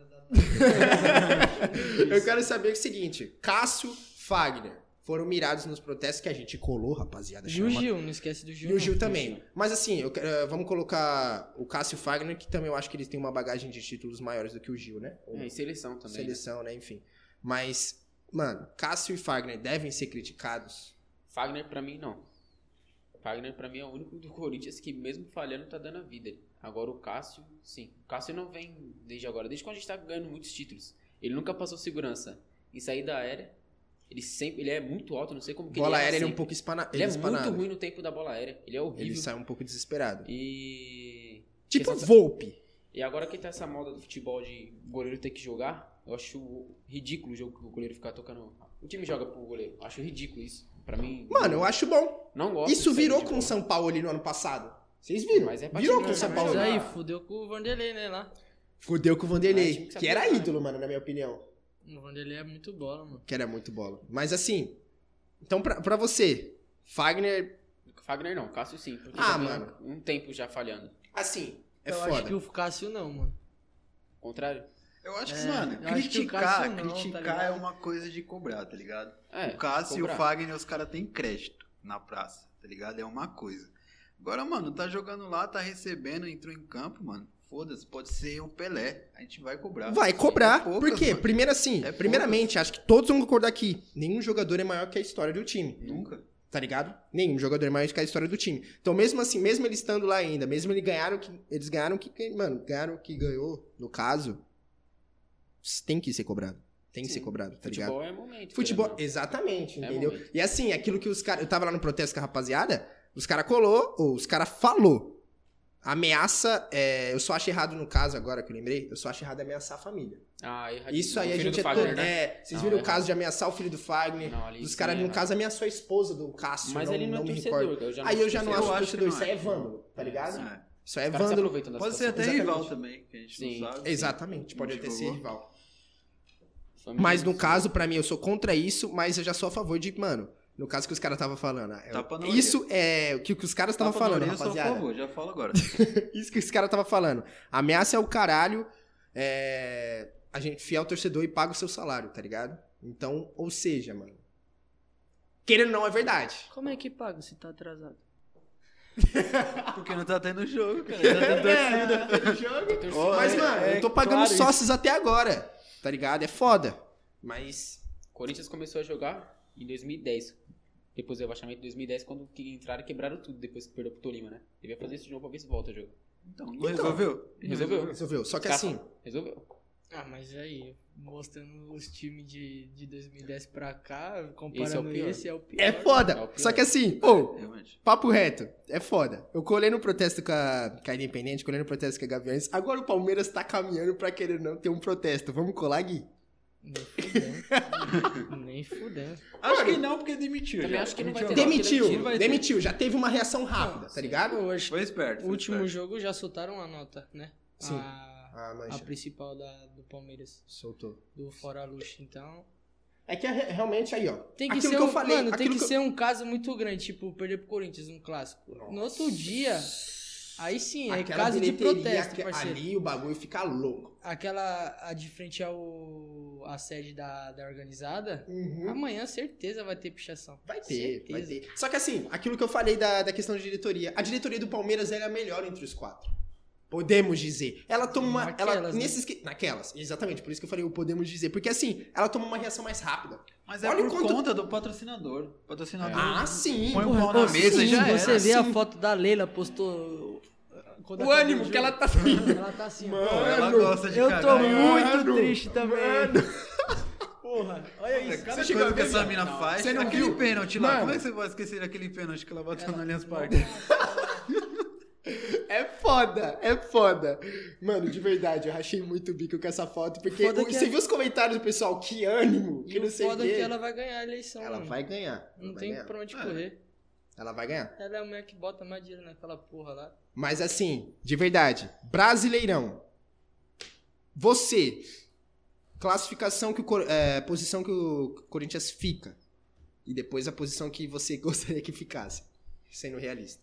[SPEAKER 1] Eu quero saber o seguinte: Cássio Fagner. foram mirados nos protestos que a gente colou, rapaziada.
[SPEAKER 3] E o
[SPEAKER 1] chama-
[SPEAKER 3] Gil, não esquece do Gil.
[SPEAKER 1] E o
[SPEAKER 3] não.
[SPEAKER 1] Gil também. Mas assim, eu quero- eh, vamos colocar o Cássio Fagner, que também eu acho que eles têm uma bagagem de títulos maiores do que o Gil, né? Ou
[SPEAKER 4] É, e seleção também. né?
[SPEAKER 1] seleção, né? Enfim. Mas, mano, Cássio e Fagner devem ser criticados.
[SPEAKER 4] Fagner, pra mim, não. Fagner, pra mim, é o único do Corinthians que, mesmo falhando, tá dando a vida. Agora o Cássio, sim. O Cássio não vem desde agora. Desde quando a gente tá ganhando muitos títulos. Ele nunca passou segurança em saída aérea. Ele sempre. Ele é muito alto, não sei como que
[SPEAKER 1] Bola
[SPEAKER 4] ele é.
[SPEAKER 1] aérea, ele é um
[SPEAKER 4] sempre.
[SPEAKER 1] pouco espana...
[SPEAKER 4] Ele é
[SPEAKER 1] espanado.
[SPEAKER 4] muito ruim no tempo da bola aérea. Ele é horrível.
[SPEAKER 1] Ele sai um pouco desesperado.
[SPEAKER 4] E.
[SPEAKER 1] Tipo
[SPEAKER 4] Questão-
[SPEAKER 1] Volpe.
[SPEAKER 4] E agora que tá essa moda do futebol de goleiro ter que jogar, eu acho ridículo o jogo que o goleiro ficar tocando. O time joga pro goleiro. Eu acho ridículo isso. Pra mim.
[SPEAKER 1] Mano, eu acho bom.
[SPEAKER 4] não gosto.
[SPEAKER 1] Isso
[SPEAKER 4] de
[SPEAKER 1] virou
[SPEAKER 4] saída
[SPEAKER 1] com
[SPEAKER 4] de
[SPEAKER 1] o
[SPEAKER 4] bola.
[SPEAKER 1] São Paulo ali no ano passado. Vocês viram?
[SPEAKER 4] Mas é
[SPEAKER 1] virou
[SPEAKER 4] batido,
[SPEAKER 1] com o
[SPEAKER 4] né?
[SPEAKER 1] São
[SPEAKER 3] Mas
[SPEAKER 1] Paulo.
[SPEAKER 3] aí,
[SPEAKER 1] Aí.
[SPEAKER 3] fudeu com o Vanderlei, né, lá.
[SPEAKER 1] Fudeu com o
[SPEAKER 4] Mas
[SPEAKER 1] Vanderlei,
[SPEAKER 4] tinha que
[SPEAKER 1] que,
[SPEAKER 4] saber
[SPEAKER 1] era
[SPEAKER 4] jogar, né?
[SPEAKER 1] ídolo, mano, na minha opinião.
[SPEAKER 3] O Vanderlei é muito bola, mano.
[SPEAKER 1] Que era muito bola. Mas assim, então pra, pra você, Fagner,
[SPEAKER 4] Fagner não, Cássio sim. Porque
[SPEAKER 1] Ah,
[SPEAKER 4] já vem
[SPEAKER 1] mano.
[SPEAKER 4] Um tempo já falhando.
[SPEAKER 1] assim, é
[SPEAKER 3] eu acho
[SPEAKER 1] foda.
[SPEAKER 3] que o Cássio não, mano.
[SPEAKER 4] Ao Contrário?
[SPEAKER 2] Eu acho que,
[SPEAKER 3] É,
[SPEAKER 2] mano,
[SPEAKER 3] eu acho que o
[SPEAKER 2] criticar,
[SPEAKER 3] Cássio não, tá
[SPEAKER 2] criticar
[SPEAKER 3] ligado?
[SPEAKER 2] é uma coisa de cobrar, tá ligado?
[SPEAKER 4] É.
[SPEAKER 2] o Cássio e o
[SPEAKER 4] cobrar.
[SPEAKER 2] Fagner, os caras têm crédito na praça, tá ligado? É uma coisa. Agora, mano, tá jogando lá, tá recebendo, entrou em campo, mano. Foda-se, pode ser o Pelé. A gente vai cobrar.
[SPEAKER 1] Vai
[SPEAKER 2] É
[SPEAKER 1] cobrar,
[SPEAKER 2] poucas,
[SPEAKER 1] por quê?
[SPEAKER 2] mano.
[SPEAKER 1] Primeiro assim,
[SPEAKER 2] É
[SPEAKER 1] primeiramente, acho que todos vão concordar aqui, nenhum jogador é maior que a história do time.
[SPEAKER 2] Nunca.
[SPEAKER 1] tá ligado? Nenhum jogador é mais que a história do time. Então, mesmo assim, mesmo ele estando lá ainda, mesmo ele ganharam o que, eles ganharam o que, quem- mano, ganharam o que ganhou, no caso, tem que ser cobrado. Tem que
[SPEAKER 4] Sim.
[SPEAKER 1] ser cobrado, tá ligado?
[SPEAKER 4] Futebol é momento.
[SPEAKER 1] Futebol,
[SPEAKER 4] querendo
[SPEAKER 1] exatamente,
[SPEAKER 4] É
[SPEAKER 1] entendeu?
[SPEAKER 4] momento.
[SPEAKER 1] E assim, aquilo que os caras, eu tava lá no protesto com a rapaziada, os caras colou, ou os caras falou. Ameaça, é, eu só acho errado no caso agora que eu lembrei, eu só acho errado ameaçar a família.
[SPEAKER 4] ou não. Ah, erradinho.
[SPEAKER 1] Isso aí
[SPEAKER 4] O
[SPEAKER 1] a
[SPEAKER 4] filho
[SPEAKER 1] gente
[SPEAKER 4] do
[SPEAKER 1] é,
[SPEAKER 4] Fagner,
[SPEAKER 1] todo,
[SPEAKER 4] né?
[SPEAKER 1] é, vocês
[SPEAKER 4] Não,
[SPEAKER 1] viram
[SPEAKER 4] é
[SPEAKER 1] o caso de ameaçar o filho do Fagner,
[SPEAKER 4] Não, ali
[SPEAKER 1] os
[SPEAKER 4] sim,
[SPEAKER 1] caras,
[SPEAKER 4] é
[SPEAKER 1] no
[SPEAKER 4] errado.
[SPEAKER 1] caso, ameaçou a esposa do Cássio.
[SPEAKER 4] Mas
[SPEAKER 1] não,
[SPEAKER 4] ele não,
[SPEAKER 1] não
[SPEAKER 4] é
[SPEAKER 1] me
[SPEAKER 4] torcedor.
[SPEAKER 1] recordo.
[SPEAKER 4] Eu já
[SPEAKER 1] Aí eu já
[SPEAKER 4] acho
[SPEAKER 1] não
[SPEAKER 2] Eu
[SPEAKER 1] acho
[SPEAKER 2] acho que
[SPEAKER 1] torcedor,
[SPEAKER 2] não
[SPEAKER 1] isso
[SPEAKER 2] é.
[SPEAKER 1] aí é vândalo, tá ligado?
[SPEAKER 2] É.
[SPEAKER 1] Isso aí é
[SPEAKER 4] Os caras se
[SPEAKER 1] vândalo.
[SPEAKER 4] aproveitam da
[SPEAKER 2] Pode ser até
[SPEAKER 4] tá
[SPEAKER 1] Exatamente.
[SPEAKER 4] situação.
[SPEAKER 2] rival também, que a gente
[SPEAKER 4] Sim.
[SPEAKER 2] não né? sabe. Tá
[SPEAKER 1] Exatamente, pode até ser
[SPEAKER 2] Jogou.
[SPEAKER 1] rival.
[SPEAKER 4] Família,
[SPEAKER 1] Mas no
[SPEAKER 4] sim.
[SPEAKER 1] caso, pra mim, eu sou contra isso, mas eu já sou a favor de, mano, no caso que os caras estavam falando. é-
[SPEAKER 2] Tapa na
[SPEAKER 1] isso é o que, que os caras estavam
[SPEAKER 2] Tava
[SPEAKER 1] falando,
[SPEAKER 2] Eu sou a
[SPEAKER 1] rapaziada.
[SPEAKER 2] favor, já falo agora.
[SPEAKER 1] Isso que os caras estavam falando. Ameaça é o caralho, é, a gente fiel torcedor e paga o seu salário, tá ligado? Então, ou seja, mano. Querendo ou não, é verdade.
[SPEAKER 5] Como é que paga se tá atrasado?
[SPEAKER 2] Porque não tá tendo jogo, cara. Tá tendo torcida. Ó,
[SPEAKER 1] Mas,
[SPEAKER 2] é-
[SPEAKER 1] mano,
[SPEAKER 2] é
[SPEAKER 1] eu tô pagando
[SPEAKER 2] claro isso.
[SPEAKER 1] sócios até agora, tá ligado? É foda. Mas.
[SPEAKER 4] Corinthians começou a jogar em 2010. Depois do rebaixamento de 2010, quando que entraram e quebraram tudo depois que perdeu pro Tolima, né? Ele vai fazer isso de novo pra ver se volta o jogo.
[SPEAKER 2] Então,
[SPEAKER 1] Então.
[SPEAKER 2] não resolveu?
[SPEAKER 4] Resolveu.
[SPEAKER 1] Resolveu. Só que
[SPEAKER 4] Tá.
[SPEAKER 1] assim,
[SPEAKER 4] Resolveu.
[SPEAKER 3] Ah, mas aí, mostrando os times de, de 2010 pra cá,
[SPEAKER 4] Esse é o
[SPEAKER 3] comparando
[SPEAKER 4] pior.
[SPEAKER 3] esse é o pior.
[SPEAKER 1] é
[SPEAKER 4] É o
[SPEAKER 1] foda.
[SPEAKER 4] pior.
[SPEAKER 1] Só que assim, ô,
[SPEAKER 2] Realmente.
[SPEAKER 1] papo reto, é foda. Eu colei no protesto com a, com a Independente, colei no protesto com a Gaviões. Agora o Palmeiras tá caminhando pra querer não ter um protesto. Vamos colar, Gui?
[SPEAKER 3] Nem fudendo. Nem fudendo.
[SPEAKER 2] Acho que não, porque demitiu.
[SPEAKER 4] Também
[SPEAKER 2] já.
[SPEAKER 4] acho que não vai
[SPEAKER 2] Demitiu
[SPEAKER 4] ter.
[SPEAKER 1] Demitiu,
[SPEAKER 2] agora. Não vai ter.
[SPEAKER 1] demitiu. Já teve uma reação rápida, tá ligado?
[SPEAKER 3] Hoje,
[SPEAKER 2] Foi esperto.
[SPEAKER 3] o
[SPEAKER 2] foi
[SPEAKER 3] último
[SPEAKER 2] esperto.
[SPEAKER 3] jogo já soltaram a nota, né?
[SPEAKER 1] Sim.
[SPEAKER 3] A,
[SPEAKER 1] Ah,
[SPEAKER 3] a
[SPEAKER 1] mancha.
[SPEAKER 3] principal da, do Palmeiras,
[SPEAKER 1] Soltou.
[SPEAKER 3] do Fora Luxo, então.
[SPEAKER 1] É que é re- realmente aí, ó.
[SPEAKER 3] Tem que
[SPEAKER 1] aquilo
[SPEAKER 3] ser
[SPEAKER 1] que
[SPEAKER 3] um,
[SPEAKER 1] eu falei.
[SPEAKER 3] mano, tem
[SPEAKER 1] aquilo
[SPEAKER 3] que,
[SPEAKER 1] que eu-
[SPEAKER 3] ser um caso muito grande, tipo, perder pro Corinthians, um clássico. No outro dia, aí sim, é
[SPEAKER 1] Aquela
[SPEAKER 3] caso de
[SPEAKER 1] bilheteria,
[SPEAKER 3] protesto,
[SPEAKER 1] que- é
[SPEAKER 3] parceiro.
[SPEAKER 1] Ali o bagulho fica louco.
[SPEAKER 3] Aquela a de frente ao a sede da, da organizada,
[SPEAKER 1] Uhum.
[SPEAKER 3] amanhã certeza vai ter pichação.
[SPEAKER 1] Vai ter, vai
[SPEAKER 3] Certeza.
[SPEAKER 1] ter. Só que assim, aquilo que eu falei da, da questão de diretoria. A diretoria do Palmeiras ela é a melhor entre os quatro. Podemos dizer. Ela toma uma. ela,
[SPEAKER 3] Naquelas, né?
[SPEAKER 1] nesses, que- Naquelas, exatamente. Por isso que eu falei o podemos dizer. Porque assim, ela toma uma reação mais rápida.
[SPEAKER 2] Mas é
[SPEAKER 1] Olha o
[SPEAKER 2] por
[SPEAKER 1] quanto-
[SPEAKER 2] conta do patrocinador. O
[SPEAKER 3] É.
[SPEAKER 2] patrocinador.
[SPEAKER 1] Ah, sim.
[SPEAKER 3] um
[SPEAKER 2] Põe o pau na
[SPEAKER 1] sim,
[SPEAKER 2] mesa e já era.
[SPEAKER 1] você
[SPEAKER 5] Você
[SPEAKER 1] vê
[SPEAKER 5] vê
[SPEAKER 1] a
[SPEAKER 5] a
[SPEAKER 1] Sim.
[SPEAKER 5] foto da Leila, postou.
[SPEAKER 1] O ânimo que ela tá assim.
[SPEAKER 5] Ela tá assim, ó.
[SPEAKER 2] Pô, ela
[SPEAKER 1] Mano,
[SPEAKER 2] gosta de
[SPEAKER 5] Eu tô
[SPEAKER 3] É.
[SPEAKER 2] caralho.
[SPEAKER 1] Mano.
[SPEAKER 5] muito triste também.
[SPEAKER 1] Mano.
[SPEAKER 5] Porra, olha
[SPEAKER 2] Olha,
[SPEAKER 5] isso.
[SPEAKER 2] Cada
[SPEAKER 1] Você chegou a
[SPEAKER 2] coisa que
[SPEAKER 1] ver,
[SPEAKER 2] essa
[SPEAKER 1] mano?
[SPEAKER 2] mina
[SPEAKER 1] Não.
[SPEAKER 2] faz,
[SPEAKER 1] Você não
[SPEAKER 2] aquele
[SPEAKER 1] viu?
[SPEAKER 2] pênalti lá.
[SPEAKER 1] Mano.
[SPEAKER 2] Como é que você vai esquecer aquele pênalti que ela bateu no Allianz Parque?
[SPEAKER 1] É foda, é foda. Mano, de verdade, eu rachei muito o bico com essa foto. Porque
[SPEAKER 3] Foda
[SPEAKER 1] o-
[SPEAKER 3] que
[SPEAKER 1] você
[SPEAKER 3] é-
[SPEAKER 1] viu os comentários do pessoal? Que ânimo, que
[SPEAKER 3] E
[SPEAKER 1] não
[SPEAKER 3] o
[SPEAKER 1] sei o
[SPEAKER 3] foda é
[SPEAKER 1] quê.
[SPEAKER 3] que ela vai ganhar a eleição.
[SPEAKER 1] Ela
[SPEAKER 3] mano.
[SPEAKER 1] vai ganhar.
[SPEAKER 3] Não
[SPEAKER 1] ela vai
[SPEAKER 3] tem
[SPEAKER 1] ganhar.
[SPEAKER 3] pra onde
[SPEAKER 2] É.
[SPEAKER 3] correr.
[SPEAKER 1] Ela vai ganhar.
[SPEAKER 3] Ela é a mulher que bota mais dinheiro naquela porra lá.
[SPEAKER 1] Mas assim, de verdade, Brasileirão. Você, classificação que o Cor- é, posição que o Corinthians fica e depois a posição que você gostaria que ficasse, sendo realista.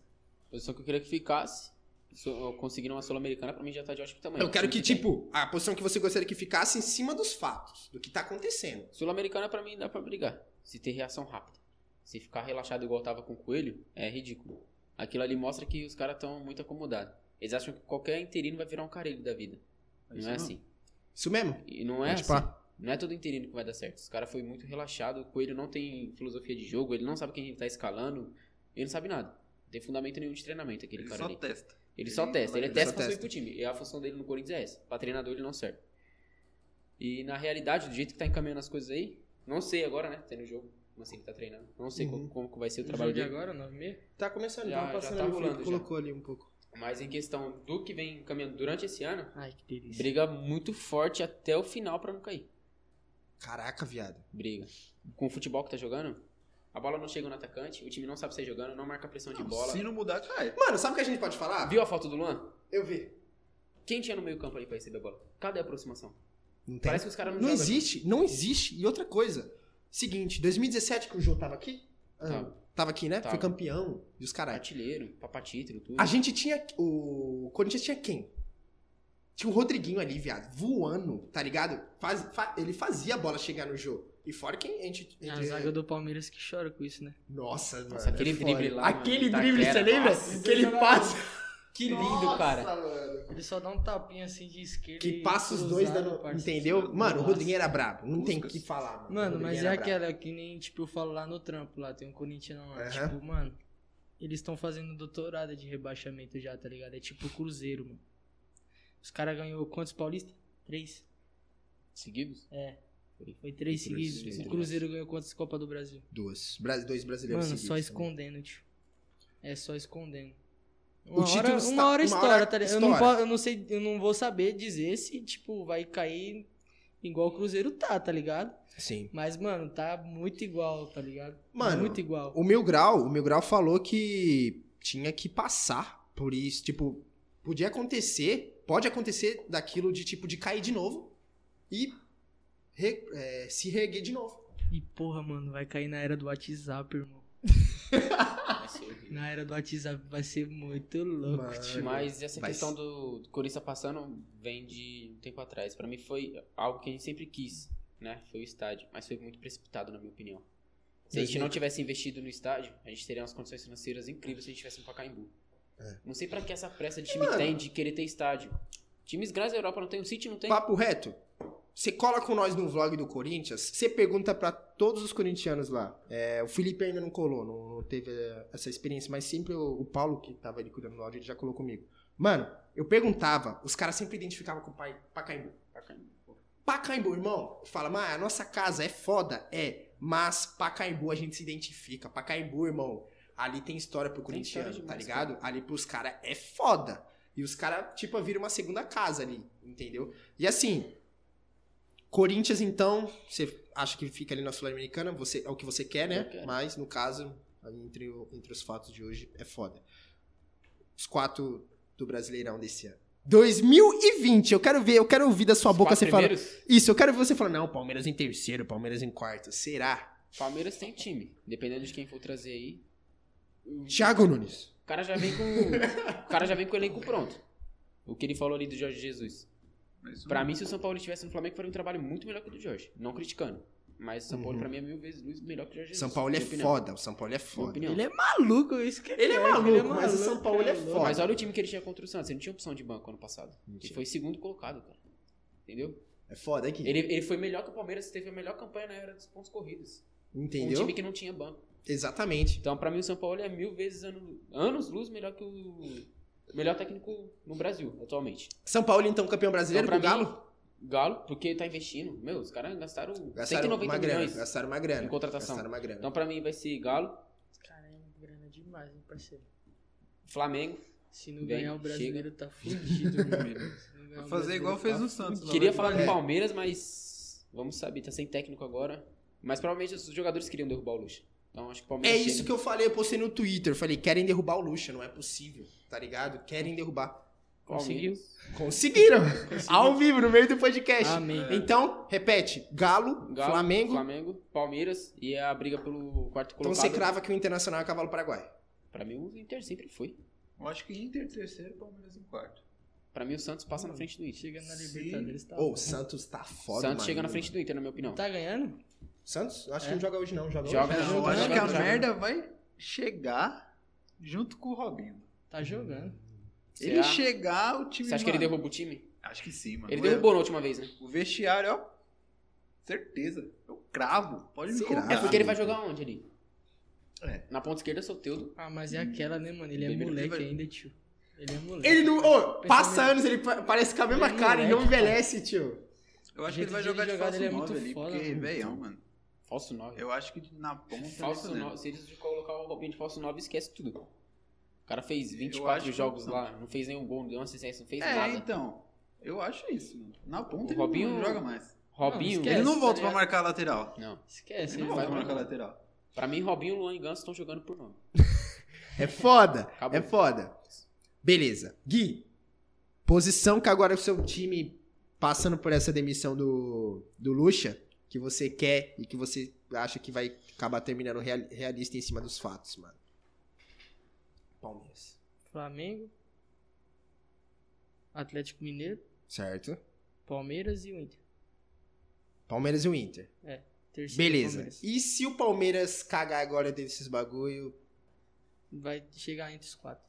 [SPEAKER 4] Posição que eu queria que ficasse. So- Conseguindo uma Sul-Americana, pra mim já tá de ótimo tamanho.
[SPEAKER 1] Eu quero que
[SPEAKER 4] Muito bem.
[SPEAKER 1] tipo a posição que você gostaria que ficasse em cima dos fatos, do que tá acontecendo.
[SPEAKER 4] Sul-Americana, pra mim, dá pra brigar. se ter reação rápida. Se ficar relaxado igual tava com o Coelho, é ridículo. Aquilo ali mostra que os caras estão muito acomodados. Eles acham que qualquer interino vai virar um carelho da vida.
[SPEAKER 2] Isso
[SPEAKER 4] Não é
[SPEAKER 2] não.
[SPEAKER 4] assim.
[SPEAKER 1] Isso mesmo?
[SPEAKER 4] E não é
[SPEAKER 1] Pode
[SPEAKER 4] assim.
[SPEAKER 1] pá.
[SPEAKER 4] Não é todo interino que vai dar certo. Os cara foi muito relaxado. O Coelho não tem filosofia de jogo, ele não sabe quem ele tá escalando, ele não sabe nada. Não tem fundamento nenhum de treinamento aquele
[SPEAKER 2] Ele
[SPEAKER 4] cara
[SPEAKER 2] só
[SPEAKER 4] ali.
[SPEAKER 2] testa.
[SPEAKER 4] Ele só testa, ele é
[SPEAKER 2] Só
[SPEAKER 4] testa pra
[SPEAKER 1] testa.
[SPEAKER 4] subir pro time. E a função dele no Corinthians é essa. Pra treinador ele não serve. E na realidade, do jeito que tá encaminhando as coisas aí, não sei agora, né? Tendo o jogo, como assim ele tá treinando. Não sei
[SPEAKER 1] Uhum.
[SPEAKER 4] como, como que vai ser o
[SPEAKER 3] O jogo
[SPEAKER 4] trabalho
[SPEAKER 3] de
[SPEAKER 4] dele.
[SPEAKER 3] agora, 9 e meia?
[SPEAKER 1] Tá começando,
[SPEAKER 4] Já-
[SPEAKER 1] tava
[SPEAKER 4] já
[SPEAKER 1] passando
[SPEAKER 4] tá
[SPEAKER 1] ali, o Felipe
[SPEAKER 4] rolando, já.
[SPEAKER 1] colocou ali um pouco.
[SPEAKER 4] Mas em questão do que vem caminhando durante esse ano,
[SPEAKER 3] Ai, que delícia.
[SPEAKER 4] briga muito forte até o final pra não cair.
[SPEAKER 1] Caraca, viado.
[SPEAKER 4] briga. Com o futebol que tá jogando, a bola não chega no atacante, o time não sabe sair jogando, não marca pressão de bola.
[SPEAKER 2] Se não mudar, cai.
[SPEAKER 1] Mano, sabe o que a gente pode falar?
[SPEAKER 4] Viu a foto do Luan?
[SPEAKER 1] Eu vi.
[SPEAKER 4] Quem tinha no meio campo ali pra receber a bola? Cadê a aproximação?
[SPEAKER 1] Não tem.
[SPEAKER 4] Parece que os caras não,
[SPEAKER 1] Não
[SPEAKER 4] jogam.
[SPEAKER 1] existe, não existe. E outra coisa, seguinte, 2017 que o Jô tava aqui, ah,
[SPEAKER 4] Tava.
[SPEAKER 1] tava aqui, né?
[SPEAKER 4] Tava.
[SPEAKER 1] Foi campeão e os caras.
[SPEAKER 4] Artilheiro, papatítulo, tudo.
[SPEAKER 1] A gente tinha, o Corinthians tinha quem? Tinha o Rodriguinho ali, viado, voando, tá ligado? Faz- fa- ele fazia a bola chegar no jogo. E fora quem a gente...
[SPEAKER 3] É A zaga do Palmeiras que chora com isso, né?
[SPEAKER 1] Nossa, mano.
[SPEAKER 4] Ah, Nossa, aquele
[SPEAKER 1] é
[SPEAKER 4] drible
[SPEAKER 1] foda.
[SPEAKER 4] lá, mano,
[SPEAKER 1] Aquele
[SPEAKER 4] Itaquera,
[SPEAKER 1] drible, você lembra?
[SPEAKER 4] nossa,
[SPEAKER 1] que ele passa.
[SPEAKER 4] Que lindo, cara.
[SPEAKER 3] Ele só dá um tapinha assim de esquerda.
[SPEAKER 1] Que
[SPEAKER 3] e
[SPEAKER 1] passa os dois
[SPEAKER 3] cruzado,
[SPEAKER 1] dando.
[SPEAKER 3] parceiro.
[SPEAKER 1] Entendeu? Mano, o
[SPEAKER 3] Golaço.
[SPEAKER 1] Rodriguinho era brabo. Não tem o
[SPEAKER 2] Buscas.
[SPEAKER 1] que falar, mano.
[SPEAKER 3] Mano,
[SPEAKER 1] O
[SPEAKER 3] mas
[SPEAKER 1] Rodriguinho
[SPEAKER 3] é
[SPEAKER 1] era brabo.
[SPEAKER 3] aquela que nem, tipo, eu falo lá no trampo, lá tem um corintiano lá.
[SPEAKER 1] Aham.
[SPEAKER 3] Tipo, mano, eles estão fazendo doutorado de rebaixamento já, tá ligado? É tipo o Cruzeiro, mano. Os caras ganhou quantos paulistas? Três.
[SPEAKER 4] Seguidos?
[SPEAKER 3] Foi três
[SPEAKER 1] Cruzeiro.
[SPEAKER 3] seguidos. O Cruzeiro ganhou quantas Copa do Brasil?
[SPEAKER 1] Duas. Bra- Dois brasileiros.
[SPEAKER 3] Mano, só
[SPEAKER 1] seguidos, né?
[SPEAKER 3] escondendo, tio. É só escondendo.
[SPEAKER 1] O
[SPEAKER 3] Uma
[SPEAKER 1] título
[SPEAKER 3] hora,
[SPEAKER 1] está-
[SPEAKER 3] uma hora
[SPEAKER 1] uma hora
[SPEAKER 3] história, tá ligado? Eu não,
[SPEAKER 1] estoura.
[SPEAKER 3] po- eu não sei, eu não vou saber dizer se, tipo, vai cair igual o Cruzeiro tá, tá ligado?
[SPEAKER 1] Sim.
[SPEAKER 3] Mas, mano, tá muito igual, tá ligado?
[SPEAKER 1] Mano,
[SPEAKER 3] Muito igual.
[SPEAKER 1] O Mil Grau, o Mil Grau falou que tinha que passar por isso. Tipo, podia acontecer, pode acontecer daquilo de tipo de cair de novo e re- é, se reerguer de novo.
[SPEAKER 3] E porra, mano, vai cair na era do WhatsApp, irmão.
[SPEAKER 4] Vai ser horrível.
[SPEAKER 3] Na era do WhatsApp vai ser muito louco,
[SPEAKER 1] Mano.
[SPEAKER 3] tio.
[SPEAKER 4] Mas essa
[SPEAKER 1] Mas-
[SPEAKER 4] questão do, do Corinthians passando vem de um tempo atrás. Pra mim foi algo que a gente sempre quis, né? Foi o estádio. Mas foi muito precipitado, na minha opinião. Se a gente não tivesse investido no estádio, a gente teria umas condições financeiras incríveis se a gente tivesse um Pacaembu. Não sei pra que essa pressa de time
[SPEAKER 1] É. mano-
[SPEAKER 4] tem de querer ter estádio. Times grandes da Europa não tem, o City não tem.
[SPEAKER 1] Papo reto. Você cola com nós no vlog do Corinthians, você pergunta pra todos os corintianos lá. É, o Felipe ainda não colou, não, não teve é, essa experiência, mas sempre o, o Paulo, que tava ali cuidando do áudio, ele já colou comigo. Mano, eu perguntava, os caras sempre identificavam com o pai Pacaembu.
[SPEAKER 4] Pacaembu, pô.
[SPEAKER 1] Pacaembu, irmão, fala, mas a nossa casa é foda, é, mas Pacaembu a gente se identifica. Pacaembu, irmão, ali tem história pro
[SPEAKER 4] Tem história
[SPEAKER 1] corintiano, tá
[SPEAKER 4] demais,
[SPEAKER 1] ligado? Ali pros caras é foda. E os caras, tipo, viram uma segunda casa ali, entendeu? E assim, Corinthians, então, você acha que fica ali na Sul-Americana, você, é o que você quer, né?
[SPEAKER 4] Eu quero.
[SPEAKER 1] Mas, no caso, entre, o- entre os fatos de hoje, é foda. Os quatro do Brasileirão desse ano. 2020, eu quero ver, eu quero ouvir da sua boca
[SPEAKER 4] Quatro
[SPEAKER 1] você falar.
[SPEAKER 4] primeiros,
[SPEAKER 1] Isso, eu quero ver você falar, não, Palmeiras em terceiro, Palmeiras em quarto. Será?
[SPEAKER 4] Palmeiras tem time. Dependendo de quem for trazer aí.
[SPEAKER 1] Thiago Nunes.
[SPEAKER 4] O cara já vem com. o cara já vem com o elenco pronto. O que ele falou ali do Jorge Jesus.
[SPEAKER 2] Mas
[SPEAKER 4] Pra mim, se o São Paulo estivesse no Flamengo, faria um trabalho muito melhor que o do Jorge. Não criticando. Mas o São Paulo,
[SPEAKER 1] Uhum.
[SPEAKER 4] pra mim, é mil vezes luz melhor que o Jorge Jesus.
[SPEAKER 1] São Paulo é
[SPEAKER 4] minha opinião.
[SPEAKER 1] foda, o São Paulo é
[SPEAKER 4] Minha
[SPEAKER 1] foda.
[SPEAKER 4] opinião.
[SPEAKER 3] Ele é maluco, isso que
[SPEAKER 1] Ele é maluco, mas o
[SPEAKER 3] maluco,
[SPEAKER 1] São Paulo, ele é
[SPEAKER 3] louco.
[SPEAKER 1] foda.
[SPEAKER 4] Mas olha o time que ele tinha contra o Santos. Ele não tinha opção de banco ano passado. Ele foi segundo colocado, cara. Entendeu?
[SPEAKER 1] É foda aqui.
[SPEAKER 4] Ele, ele foi melhor que o Palmeiras, teve a melhor campanha na era dos pontos corridos. Um
[SPEAKER 1] é Entendeu?
[SPEAKER 4] time que não tinha banco.
[SPEAKER 1] Exatamente.
[SPEAKER 4] Então, pra mim, o São Paulo é mil vezes ano- anos luz melhor que o melhor técnico no Brasil, atualmente.
[SPEAKER 1] São Paulo, então, campeão brasileiro
[SPEAKER 4] Então,
[SPEAKER 1] pro
[SPEAKER 4] pra mim,
[SPEAKER 1] Galo?
[SPEAKER 4] Galo, porque tá investindo. Meu, os caras gastaram,
[SPEAKER 1] Gastaram
[SPEAKER 4] 190
[SPEAKER 1] uma grana,
[SPEAKER 4] milhões.
[SPEAKER 1] gastaram uma grana.
[SPEAKER 4] em contratação.
[SPEAKER 1] Gastaram uma grana.
[SPEAKER 4] Então, pra mim, vai ser Galo,
[SPEAKER 3] Caramba, grana demais, hein, parceiro.
[SPEAKER 4] Flamengo.
[SPEAKER 3] Se não
[SPEAKER 4] Vem,
[SPEAKER 3] ganhar o
[SPEAKER 4] chega.
[SPEAKER 3] brasileiro, tá fudido, meu amigo. Se não ganhar
[SPEAKER 2] Vou
[SPEAKER 3] o
[SPEAKER 2] fazer igual
[SPEAKER 3] brasileiro,
[SPEAKER 2] fez
[SPEAKER 3] tá
[SPEAKER 2] no Santos. lá,
[SPEAKER 4] Queria
[SPEAKER 2] vai
[SPEAKER 4] falar do
[SPEAKER 1] É.
[SPEAKER 4] Palmeiras, mas vamos saber, tá sem técnico agora. Mas provavelmente os jogadores queriam derrubar o Lucha. Então acho que o
[SPEAKER 1] É
[SPEAKER 4] Palmeiras.
[SPEAKER 1] isso que eu falei, eu postei no Twitter. eu Falei, querem derrubar o Lucha, não é possível, tá ligado? Querem derrubar.
[SPEAKER 4] conseguiu.
[SPEAKER 1] Conseguiram! Ao vivo, no meio do podcast.
[SPEAKER 3] Amém.
[SPEAKER 1] Então, repete: Galo,
[SPEAKER 4] Ah, Galo,
[SPEAKER 1] Flamengo.
[SPEAKER 4] Flamengo, Palmeiras e é a briga pelo quarto
[SPEAKER 1] Então
[SPEAKER 4] colocado.
[SPEAKER 1] você crava que o Internacional é cavalo paraguai.
[SPEAKER 4] Pra mim o Inter sempre foi.
[SPEAKER 2] Eu acho que Inter terceiro, Palmeiras em quarto.
[SPEAKER 4] Pra mim, o Santos passa na frente do Inter.
[SPEAKER 3] Chegando na Libertadores, tá.
[SPEAKER 1] Ô, o Santos tá foda,
[SPEAKER 4] Santos
[SPEAKER 1] mano.
[SPEAKER 4] chega na frente do Inter, na minha opinião.
[SPEAKER 3] Tá ganhando?
[SPEAKER 1] Santos? Eu Acho
[SPEAKER 3] É.
[SPEAKER 1] que não joga hoje, não. Joga,
[SPEAKER 4] Joga,
[SPEAKER 1] hoje?
[SPEAKER 4] joga.
[SPEAKER 2] Eu
[SPEAKER 4] Não,
[SPEAKER 2] acho
[SPEAKER 4] joga,
[SPEAKER 2] que a
[SPEAKER 4] joga.
[SPEAKER 2] merda vai chegar junto com o Robinho.
[SPEAKER 3] Tá jogando.
[SPEAKER 2] Ele
[SPEAKER 4] Será?
[SPEAKER 2] chegar, o time.
[SPEAKER 4] Você acha que ele
[SPEAKER 2] mano,
[SPEAKER 4] derrubou o time?
[SPEAKER 2] Acho que sim, mano.
[SPEAKER 4] Ele
[SPEAKER 2] Eu-
[SPEAKER 4] derrubou na última vez, né?
[SPEAKER 2] O vestiário, ó. Certeza. Eu cravo. Pode me
[SPEAKER 1] Será?
[SPEAKER 2] colocar.
[SPEAKER 4] É porque ele vai jogar onde ali?
[SPEAKER 2] É.
[SPEAKER 4] Na ponta esquerda, Soteudo.
[SPEAKER 3] Ah, mas
[SPEAKER 2] Hum.
[SPEAKER 3] é aquela, né, mano? Ele é
[SPEAKER 4] Bem,
[SPEAKER 3] moleque
[SPEAKER 2] ele vai-
[SPEAKER 3] ainda, tio. Ele é moleque.
[SPEAKER 1] Ele não. Ô, passa
[SPEAKER 3] Pensamento-
[SPEAKER 1] anos, ele pa- parece com a mesma
[SPEAKER 3] Ele é
[SPEAKER 1] cara, ele não
[SPEAKER 3] moleque,
[SPEAKER 1] envelhece, tio.
[SPEAKER 2] Eu acho
[SPEAKER 3] O
[SPEAKER 2] que ele vai
[SPEAKER 3] jeito
[SPEAKER 2] jogar
[SPEAKER 3] dele
[SPEAKER 2] de
[SPEAKER 3] jogar,
[SPEAKER 2] falso
[SPEAKER 3] ele é
[SPEAKER 2] 9
[SPEAKER 3] muito
[SPEAKER 2] ali,
[SPEAKER 3] foda,
[SPEAKER 4] né?
[SPEAKER 2] porque,
[SPEAKER 3] mano.
[SPEAKER 2] velhão, mano.
[SPEAKER 4] Falso 9.
[SPEAKER 2] Eu acho que na ponta. ele tá
[SPEAKER 4] Falso
[SPEAKER 2] vai fazer.
[SPEAKER 4] 9. Se eles colocar o Robinho de falso 9, esquece tudo. O cara fez
[SPEAKER 2] acho
[SPEAKER 4] 24
[SPEAKER 2] que
[SPEAKER 4] jogos
[SPEAKER 2] não.
[SPEAKER 4] lá, não fez nenhum gol, não deu uma assistência, não fez
[SPEAKER 2] É,
[SPEAKER 4] nada.
[SPEAKER 2] então. Eu acho isso, mano. Na ponta
[SPEAKER 4] O
[SPEAKER 2] ele
[SPEAKER 4] Robinho- é
[SPEAKER 2] não joga mais.
[SPEAKER 4] Robinho.
[SPEAKER 3] esquece.
[SPEAKER 2] Ele
[SPEAKER 4] ele-
[SPEAKER 2] não
[SPEAKER 3] tá
[SPEAKER 2] volta pra
[SPEAKER 3] ligado?
[SPEAKER 2] marcar a lateral.
[SPEAKER 4] Não.
[SPEAKER 3] Esquece,
[SPEAKER 2] Ele
[SPEAKER 3] ele
[SPEAKER 2] não
[SPEAKER 3] vai
[SPEAKER 2] volta pra
[SPEAKER 3] marcar.
[SPEAKER 2] marcar a lateral.
[SPEAKER 4] Pra mim, Robinho, Luan e Ganso estão jogando por nome.
[SPEAKER 1] É foda.
[SPEAKER 4] Acabou.
[SPEAKER 1] É foda. Beleza. Gui, posição que agora o seu time, passando por essa demissão do, do Lucha, que você quer e que você acha que vai acabar terminando real- realista em cima dos fatos, mano. Palmeiras.
[SPEAKER 3] Flamengo, Atlético Mineiro,
[SPEAKER 1] Certo?
[SPEAKER 3] Palmeiras e o Inter.
[SPEAKER 1] Palmeiras e o Inter.
[SPEAKER 3] Terceiro
[SPEAKER 1] Beleza.
[SPEAKER 3] Palmeiras.
[SPEAKER 1] E se o Palmeiras cagar agora desses bagulho,
[SPEAKER 3] Vai chegar entre os quatro.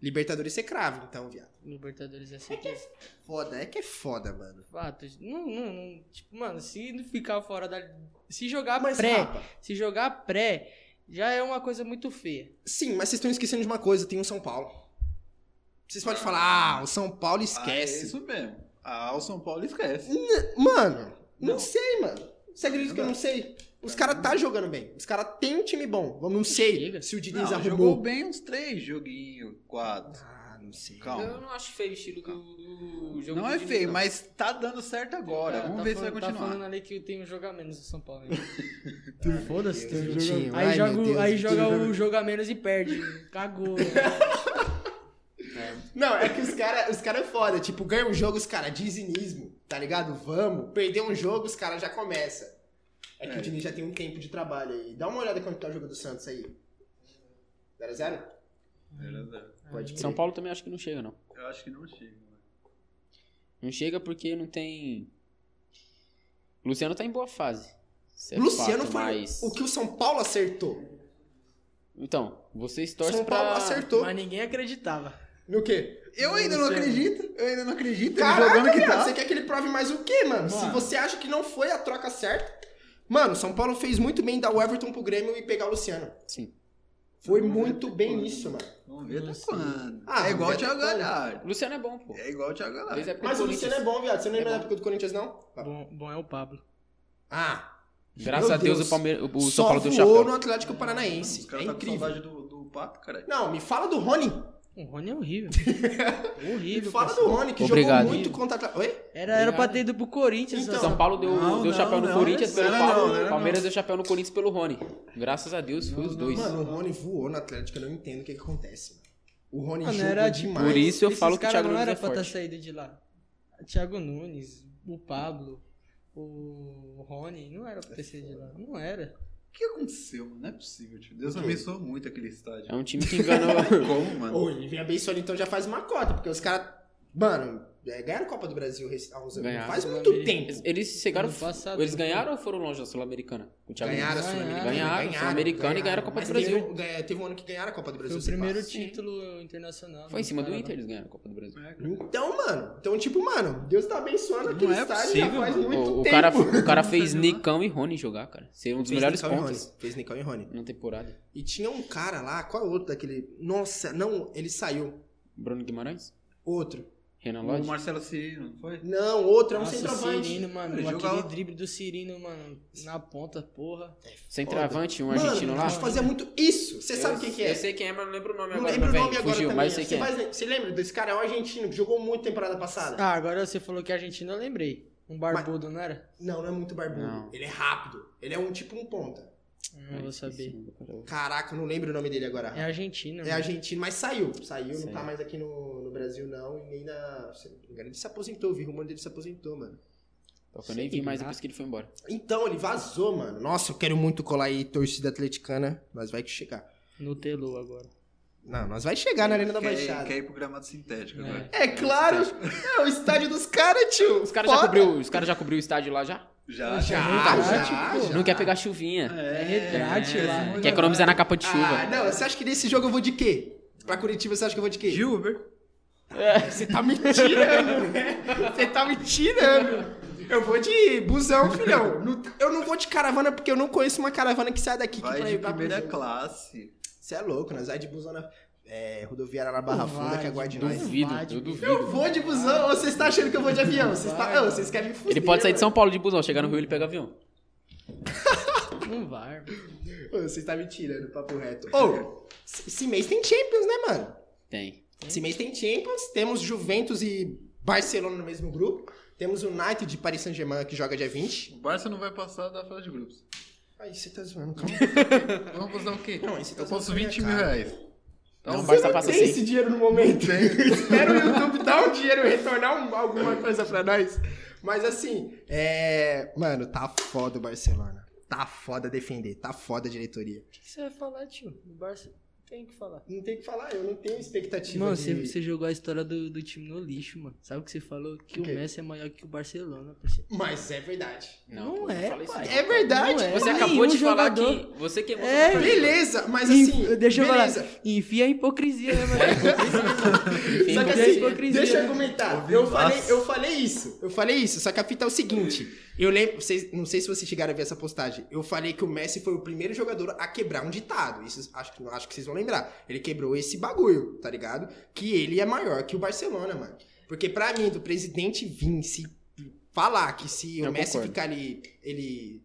[SPEAKER 1] Libertadores você crava, então, viado.
[SPEAKER 3] Libertadores é
[SPEAKER 2] assim.
[SPEAKER 3] certeza.
[SPEAKER 1] Foda, é que é foda, mano.
[SPEAKER 3] Fato. Não, não, não. Tipo, mano, se ficar fora da. Se jogar
[SPEAKER 1] Ah, Mas,
[SPEAKER 3] pré.
[SPEAKER 1] Rafa,
[SPEAKER 3] Se jogar pré, já é uma coisa muito feia.
[SPEAKER 1] Sim, mas vocês estão esquecendo de uma coisa, tem o São Paulo. Vocês podem falar, ah, o São Paulo
[SPEAKER 2] Ah, é
[SPEAKER 1] esquece.
[SPEAKER 2] isso mesmo. Ah, o São Paulo esquece.
[SPEAKER 1] Mano, não,
[SPEAKER 2] Não.
[SPEAKER 1] sei, mano. Você acredita que eu não sei? Os caras tá jogando bem. Os caras têm um time bom. Eu não sei
[SPEAKER 3] Chega.
[SPEAKER 1] se o Diniz
[SPEAKER 2] Não, jogou
[SPEAKER 1] arrumou.
[SPEAKER 2] bem uns três joguinhos, quatro.
[SPEAKER 1] Ah, não sei.
[SPEAKER 2] Calma.
[SPEAKER 4] Eu não acho feio o estilo do, do jogo
[SPEAKER 2] Não
[SPEAKER 4] do
[SPEAKER 2] é
[SPEAKER 4] Diniz,
[SPEAKER 2] feio,
[SPEAKER 4] não.
[SPEAKER 2] mas tá dando certo agora.
[SPEAKER 3] Tá-
[SPEAKER 2] Vamos
[SPEAKER 3] tá
[SPEAKER 2] ver se
[SPEAKER 3] falando-
[SPEAKER 2] vai
[SPEAKER 3] Tá
[SPEAKER 2] continuar.
[SPEAKER 3] falando ali que tem um jogar menos do São Paulo. né?
[SPEAKER 1] Foda-se, tem um
[SPEAKER 3] Aí joga, o- aí joga o jogar menos e perde. Cagou. né?
[SPEAKER 1] Não, é que os caras os cara é foda. Tipo, ganha um jogo, os caras dizinismo, tá ligado? Vamos. Perder um jogo, os caras já começa. É que
[SPEAKER 2] É.
[SPEAKER 1] o Diniz já tem um tempo de trabalho aí. Dá uma olhada quanto tá o jogo do Santos aí. 0x0? Pode
[SPEAKER 4] São Paulo também acho que não chega, não.
[SPEAKER 2] É Eu acho que não chega. mano.
[SPEAKER 4] Não chega porque não tem. Luciano tá em boa fase. Isso é
[SPEAKER 1] Luciano
[SPEAKER 4] fato,
[SPEAKER 1] foi
[SPEAKER 4] mas...
[SPEAKER 1] o que o São Paulo acertou.
[SPEAKER 4] Então, vocês torcem
[SPEAKER 1] São Paulo
[SPEAKER 4] pra...
[SPEAKER 1] acertou.
[SPEAKER 3] Mas ninguém acreditava.
[SPEAKER 1] No quê?
[SPEAKER 2] Eu ainda não acredito. Eu ainda não acredito. ele
[SPEAKER 1] Caraca,
[SPEAKER 2] jogando que
[SPEAKER 1] viado,
[SPEAKER 2] tá.
[SPEAKER 1] você quer que ele prove mais o quê, mano? Se
[SPEAKER 2] Mano.
[SPEAKER 1] você acha que não foi a troca certa... Mano, São Paulo fez muito bem dar o Everton pro Grêmio e pegar o Luciano.
[SPEAKER 4] Sim.
[SPEAKER 1] Foi
[SPEAKER 2] Vamos ver
[SPEAKER 1] muito
[SPEAKER 2] até
[SPEAKER 1] bem
[SPEAKER 2] quando.
[SPEAKER 1] nisso, mano.
[SPEAKER 2] Vamos ver até
[SPEAKER 3] Nossa.
[SPEAKER 2] quando.
[SPEAKER 1] Ah,
[SPEAKER 2] é igual o
[SPEAKER 1] vamos ver até
[SPEAKER 2] Thiago
[SPEAKER 1] quando.
[SPEAKER 2] Galhardo.
[SPEAKER 4] Luciano é bom, pô.
[SPEAKER 2] É igual o Thiago
[SPEAKER 4] Desde a
[SPEAKER 2] Galhardo.
[SPEAKER 4] época
[SPEAKER 1] Mas
[SPEAKER 4] do
[SPEAKER 1] o Luciano é
[SPEAKER 4] Corinthians.
[SPEAKER 1] bom, viado. Você não lembra
[SPEAKER 4] É
[SPEAKER 1] da
[SPEAKER 4] bom.
[SPEAKER 1] época do Corinthians, não?
[SPEAKER 3] Bom, bom é o Pablo.
[SPEAKER 1] Ah,
[SPEAKER 4] Graças
[SPEAKER 1] Meu
[SPEAKER 4] a Deus,
[SPEAKER 1] Deus.
[SPEAKER 4] o, Palmeiras, o São
[SPEAKER 1] só
[SPEAKER 4] Paulo deu um
[SPEAKER 1] voou
[SPEAKER 4] chapéu.
[SPEAKER 1] no Atlético Paranaense.
[SPEAKER 2] Os caras
[SPEAKER 1] é
[SPEAKER 2] tá com
[SPEAKER 1] incrível.
[SPEAKER 2] saudade do, do Pato, cara.
[SPEAKER 1] Não, me fala do Rony.
[SPEAKER 3] O Rony é horrível.
[SPEAKER 1] Me
[SPEAKER 3] horrível.
[SPEAKER 1] fala do
[SPEAKER 3] parceiro.
[SPEAKER 1] Rony, que
[SPEAKER 4] Obrigado.
[SPEAKER 1] jogou muito contra... Atl- Oi?
[SPEAKER 3] Era, era pra ter ido pro Corinthians.
[SPEAKER 1] Então,
[SPEAKER 4] São Paulo deu,
[SPEAKER 2] Não,
[SPEAKER 4] deu
[SPEAKER 2] não,
[SPEAKER 4] chapéu no
[SPEAKER 2] não,
[SPEAKER 4] Corinthians
[SPEAKER 2] não,
[SPEAKER 4] pelo
[SPEAKER 2] não,
[SPEAKER 4] Paulo.
[SPEAKER 2] não, não.
[SPEAKER 4] Palmeiras deu chapéu no Corinthians pelo Rony. Graças a Deus, foi os dois.
[SPEAKER 1] Mano, o Rony voou no Atlético, eu não entendo o que, que acontece. mano. O Rony
[SPEAKER 3] Mano,
[SPEAKER 1] jogou
[SPEAKER 3] era
[SPEAKER 1] é
[SPEAKER 3] tipo
[SPEAKER 1] demais.
[SPEAKER 4] Por isso eu
[SPEAKER 3] Esses
[SPEAKER 4] falo que o
[SPEAKER 3] caras
[SPEAKER 4] Thiago
[SPEAKER 3] não
[SPEAKER 4] Nunes
[SPEAKER 3] era
[SPEAKER 4] é
[SPEAKER 3] pra estar
[SPEAKER 4] forte.
[SPEAKER 3] saído de lá. Thiago Nunes, o Pablo, o Rony, não era pra ter saído de lá. Não era.
[SPEAKER 2] O que aconteceu, mano? Não é possível, tio. Deus
[SPEAKER 1] O quê?
[SPEAKER 2] abençoou muito aquele estádio.
[SPEAKER 4] É um time que enganou...
[SPEAKER 2] Como, mano?
[SPEAKER 1] Ô, ele vem abençoando, então já faz uma cota, porque os caras. Mano, é, ganharam a Copa do Brasil rec- há uns anos.
[SPEAKER 4] Ganharam. né?
[SPEAKER 1] Faz muito
[SPEAKER 3] Eles-
[SPEAKER 1] tempo.
[SPEAKER 4] Eles- Eles chegaram...
[SPEAKER 3] Ano passado,
[SPEAKER 4] Eles
[SPEAKER 3] né?
[SPEAKER 4] ganharam ou foram longe da Sul-Americana? com o Thiago
[SPEAKER 1] Ganharam a
[SPEAKER 4] Nunes?
[SPEAKER 1] Sul-Americana.
[SPEAKER 4] Ganharam, Sul-Americana e ganharam a Copa
[SPEAKER 1] Mas
[SPEAKER 4] do Brasil.
[SPEAKER 1] Teve, um- ganha- teve um ano que ganharam a Copa do
[SPEAKER 3] Foi
[SPEAKER 1] Brasil.
[SPEAKER 3] o
[SPEAKER 1] se
[SPEAKER 3] primeiro
[SPEAKER 1] passa.
[SPEAKER 3] título internacional.
[SPEAKER 4] Foi em
[SPEAKER 3] dos
[SPEAKER 4] cima do
[SPEAKER 3] caras lá.
[SPEAKER 4] Inter, eles ganharam a Copa do Brasil.
[SPEAKER 2] É, cara.
[SPEAKER 1] Então, mano. Então, tipo, mano, Deus tá abençoando
[SPEAKER 2] Não
[SPEAKER 1] aquele
[SPEAKER 2] é
[SPEAKER 1] estádio já
[SPEAKER 2] possível,
[SPEAKER 1] faz
[SPEAKER 2] mano.
[SPEAKER 1] muito
[SPEAKER 4] O, o
[SPEAKER 1] tempo.
[SPEAKER 4] cara, o cara fez Nicão e Rony jogar, cara. Ser um dos
[SPEAKER 1] Fez
[SPEAKER 4] melhores
[SPEAKER 1] Nicão e
[SPEAKER 4] pontos
[SPEAKER 1] Rony. Fez Nicão e Rony.
[SPEAKER 4] na temporada.
[SPEAKER 1] E tinha um cara lá, qual é o outro daquele. Nossa, não, ele saiu.
[SPEAKER 4] Bruno Guimarães?
[SPEAKER 1] Outro.
[SPEAKER 4] Renan
[SPEAKER 2] O
[SPEAKER 4] Lodge?
[SPEAKER 2] Marcelo Cirino, não foi?
[SPEAKER 1] Não, outro, é um
[SPEAKER 3] Nossa, o
[SPEAKER 1] centroavante.
[SPEAKER 3] Cirino, mano.
[SPEAKER 2] Ele
[SPEAKER 3] aquele
[SPEAKER 2] jogava-
[SPEAKER 3] drible do Cirino, mano. Na ponta, porra.
[SPEAKER 4] Centroavante, um
[SPEAKER 1] mano,
[SPEAKER 4] argentino lá?
[SPEAKER 1] A gente fazia muito isso. Você sabe o que, que é?
[SPEAKER 4] Eu sei quem é, mas não lembro o nome
[SPEAKER 1] Não
[SPEAKER 4] agora.
[SPEAKER 1] lembro o
[SPEAKER 4] meu
[SPEAKER 1] nome
[SPEAKER 4] velho.
[SPEAKER 1] agora
[SPEAKER 4] Fugiu,
[SPEAKER 1] também.
[SPEAKER 4] mas eu sei
[SPEAKER 1] você,
[SPEAKER 4] quem é.
[SPEAKER 1] faz- você lembra desse cara? É um argentino que jogou muito temporada passada.
[SPEAKER 3] Ah, agora você falou que a Argentina, eu lembrei. Um barbudo, não era?
[SPEAKER 1] Não, não é muito barbudo.
[SPEAKER 4] Não.
[SPEAKER 1] Ele é rápido. Ele é um tipo um ponta.
[SPEAKER 3] Não vou saber.
[SPEAKER 4] é
[SPEAKER 1] Caraca, eu não lembro o nome dele agora.
[SPEAKER 3] É Argentina.
[SPEAKER 1] É
[SPEAKER 4] Uhum.
[SPEAKER 3] mano.
[SPEAKER 1] argentino, mas saiu. Saiu, não tá
[SPEAKER 4] Saiu.
[SPEAKER 1] mais aqui no, no Brasil, não. E nem na. Se não me engano, ele se aposentou. Eu vi rumor dele se aposentou, mano.
[SPEAKER 4] Eu nem
[SPEAKER 3] Sei
[SPEAKER 4] vi mais
[SPEAKER 3] lá.
[SPEAKER 4] depois que ele foi embora.
[SPEAKER 1] Então, ele vazou, mano. Nossa, eu quero muito colar aí torcida atleticana, mas vai que chegar.
[SPEAKER 3] No Telô agora.
[SPEAKER 1] Não, nós vai chegar na Arena da
[SPEAKER 2] quer,
[SPEAKER 1] Baixada.
[SPEAKER 2] Quer ir pro gramado sintético
[SPEAKER 3] É.
[SPEAKER 2] agora.
[SPEAKER 1] É claro, é o estádio dos caras, tio.
[SPEAKER 4] Os caras já
[SPEAKER 1] Foda.
[SPEAKER 4] cobriu, os caras já cobriu o estádio lá já? tipo,
[SPEAKER 2] Já,
[SPEAKER 1] Já, já, já.
[SPEAKER 4] Não quer pegar chuvinha.
[SPEAKER 2] É,
[SPEAKER 3] retrátil
[SPEAKER 2] é,
[SPEAKER 3] lá.
[SPEAKER 2] é.
[SPEAKER 4] Quer economizar na capa de
[SPEAKER 1] Ah,
[SPEAKER 4] chuva.
[SPEAKER 1] não, você acha que nesse jogo eu vou de quê? Pra Curitiba, você acha que eu vou de quê?
[SPEAKER 2] De Uber.
[SPEAKER 1] Você tá me tirando, né? Você tá me tirando. Eu vou de busão, filhão. Não- Eu não vou de caravana porque eu não conheço uma caravana que sai daqui que
[SPEAKER 2] Vai de
[SPEAKER 1] pra
[SPEAKER 2] primeira
[SPEAKER 1] pro jogo.
[SPEAKER 2] classe.
[SPEAKER 1] Você é louco, nós vai de busão na é, rodoviária na Barra
[SPEAKER 5] Não
[SPEAKER 1] Funda
[SPEAKER 5] vai,
[SPEAKER 1] que é aguarde
[SPEAKER 5] não
[SPEAKER 1] nós.
[SPEAKER 4] Duvido,
[SPEAKER 5] vai,
[SPEAKER 4] eu
[SPEAKER 5] tipo,
[SPEAKER 4] duvido.
[SPEAKER 1] Eu vou de busão, ou vocês estão achando que eu vou de avião? Vocês tá... Ô, vocês querem me fuder,
[SPEAKER 4] Ele pode sair de São Paulo de busão, chegar no Rio ele pega avião.
[SPEAKER 3] Não vai, mano.
[SPEAKER 1] mano. Ô, Vocês tá me tirando, papo reto. Ô, c- esse mês tem Champions, né, mano?
[SPEAKER 4] Tem.
[SPEAKER 1] Esse mês tem Champions, temos Juventus e Barcelona no mesmo grupo. Temos o United de Paris Saint-Germain que joga dia 20.
[SPEAKER 2] O Barça não vai passar da fase de grupos.
[SPEAKER 1] Aí você tá zoando, calma.
[SPEAKER 2] Vamos usar o quê?
[SPEAKER 1] Não, esse tá
[SPEAKER 2] Eu posso
[SPEAKER 1] usando a
[SPEAKER 2] 20
[SPEAKER 1] minha
[SPEAKER 2] mil
[SPEAKER 1] cara.
[SPEAKER 2] reais.
[SPEAKER 4] Não, assim. o
[SPEAKER 1] Você
[SPEAKER 4] Barça
[SPEAKER 1] não
[SPEAKER 4] passa
[SPEAKER 1] tem
[SPEAKER 4] sem.
[SPEAKER 1] esse dinheiro no momento. Espera o YouTube dar um dinheiro e retornar um- alguma coisa pra nós. Mas assim, é... Mano, tá foda o Barcelona. Tá foda defender, tá foda a diretoria.
[SPEAKER 5] O que você vai falar, tio? O Barça tem que falar.
[SPEAKER 1] Não tem o que falar, eu não tenho expectativa
[SPEAKER 3] Mano,
[SPEAKER 1] de...
[SPEAKER 3] você, você jogou a história do, do time no lixo, mano. Sabe o que você falou? Que
[SPEAKER 1] O quê?
[SPEAKER 3] o Messi é maior que o Barcelona, parceiro.
[SPEAKER 1] Mas é verdade.
[SPEAKER 4] Não,
[SPEAKER 3] Não
[SPEAKER 4] pô,
[SPEAKER 3] é,
[SPEAKER 4] fala isso
[SPEAKER 3] pai.
[SPEAKER 4] não,
[SPEAKER 1] É
[SPEAKER 4] cara.
[SPEAKER 1] verdade.
[SPEAKER 3] Não é.
[SPEAKER 4] Você
[SPEAKER 3] Nenhum
[SPEAKER 4] acabou de falar
[SPEAKER 3] jogador.
[SPEAKER 4] que você queimou
[SPEAKER 3] É,
[SPEAKER 4] sua camisa.
[SPEAKER 1] Beleza, mas
[SPEAKER 3] Enf-
[SPEAKER 1] assim...
[SPEAKER 3] deixa eu
[SPEAKER 1] beleza.
[SPEAKER 3] falar. Enfia a hipocrisia, né,
[SPEAKER 4] É,
[SPEAKER 3] mano?
[SPEAKER 4] Enfim,
[SPEAKER 1] Só que
[SPEAKER 3] hipocrisia,
[SPEAKER 1] assim,
[SPEAKER 3] hipocrisia.
[SPEAKER 1] deixa eu argumentar. Eu
[SPEAKER 2] Nossa.
[SPEAKER 1] falei, eu falei isso. Eu falei isso. Só que a fita é o seguinte. Eu lembro. Vocês, não sei se vocês chegaram a ver essa postagem. Eu falei que o Messi foi o primeiro jogador a quebrar um ditado. Isso acho, que- acho que vocês vão lembrar. Ele quebrou esse bagulho, tá ligado? Que ele é maior que o Barcelona, mano. Porque pra mim, do presidente vir se falar que se o
[SPEAKER 4] Eu
[SPEAKER 1] Messi
[SPEAKER 4] concordo.
[SPEAKER 1] ficar ali, ele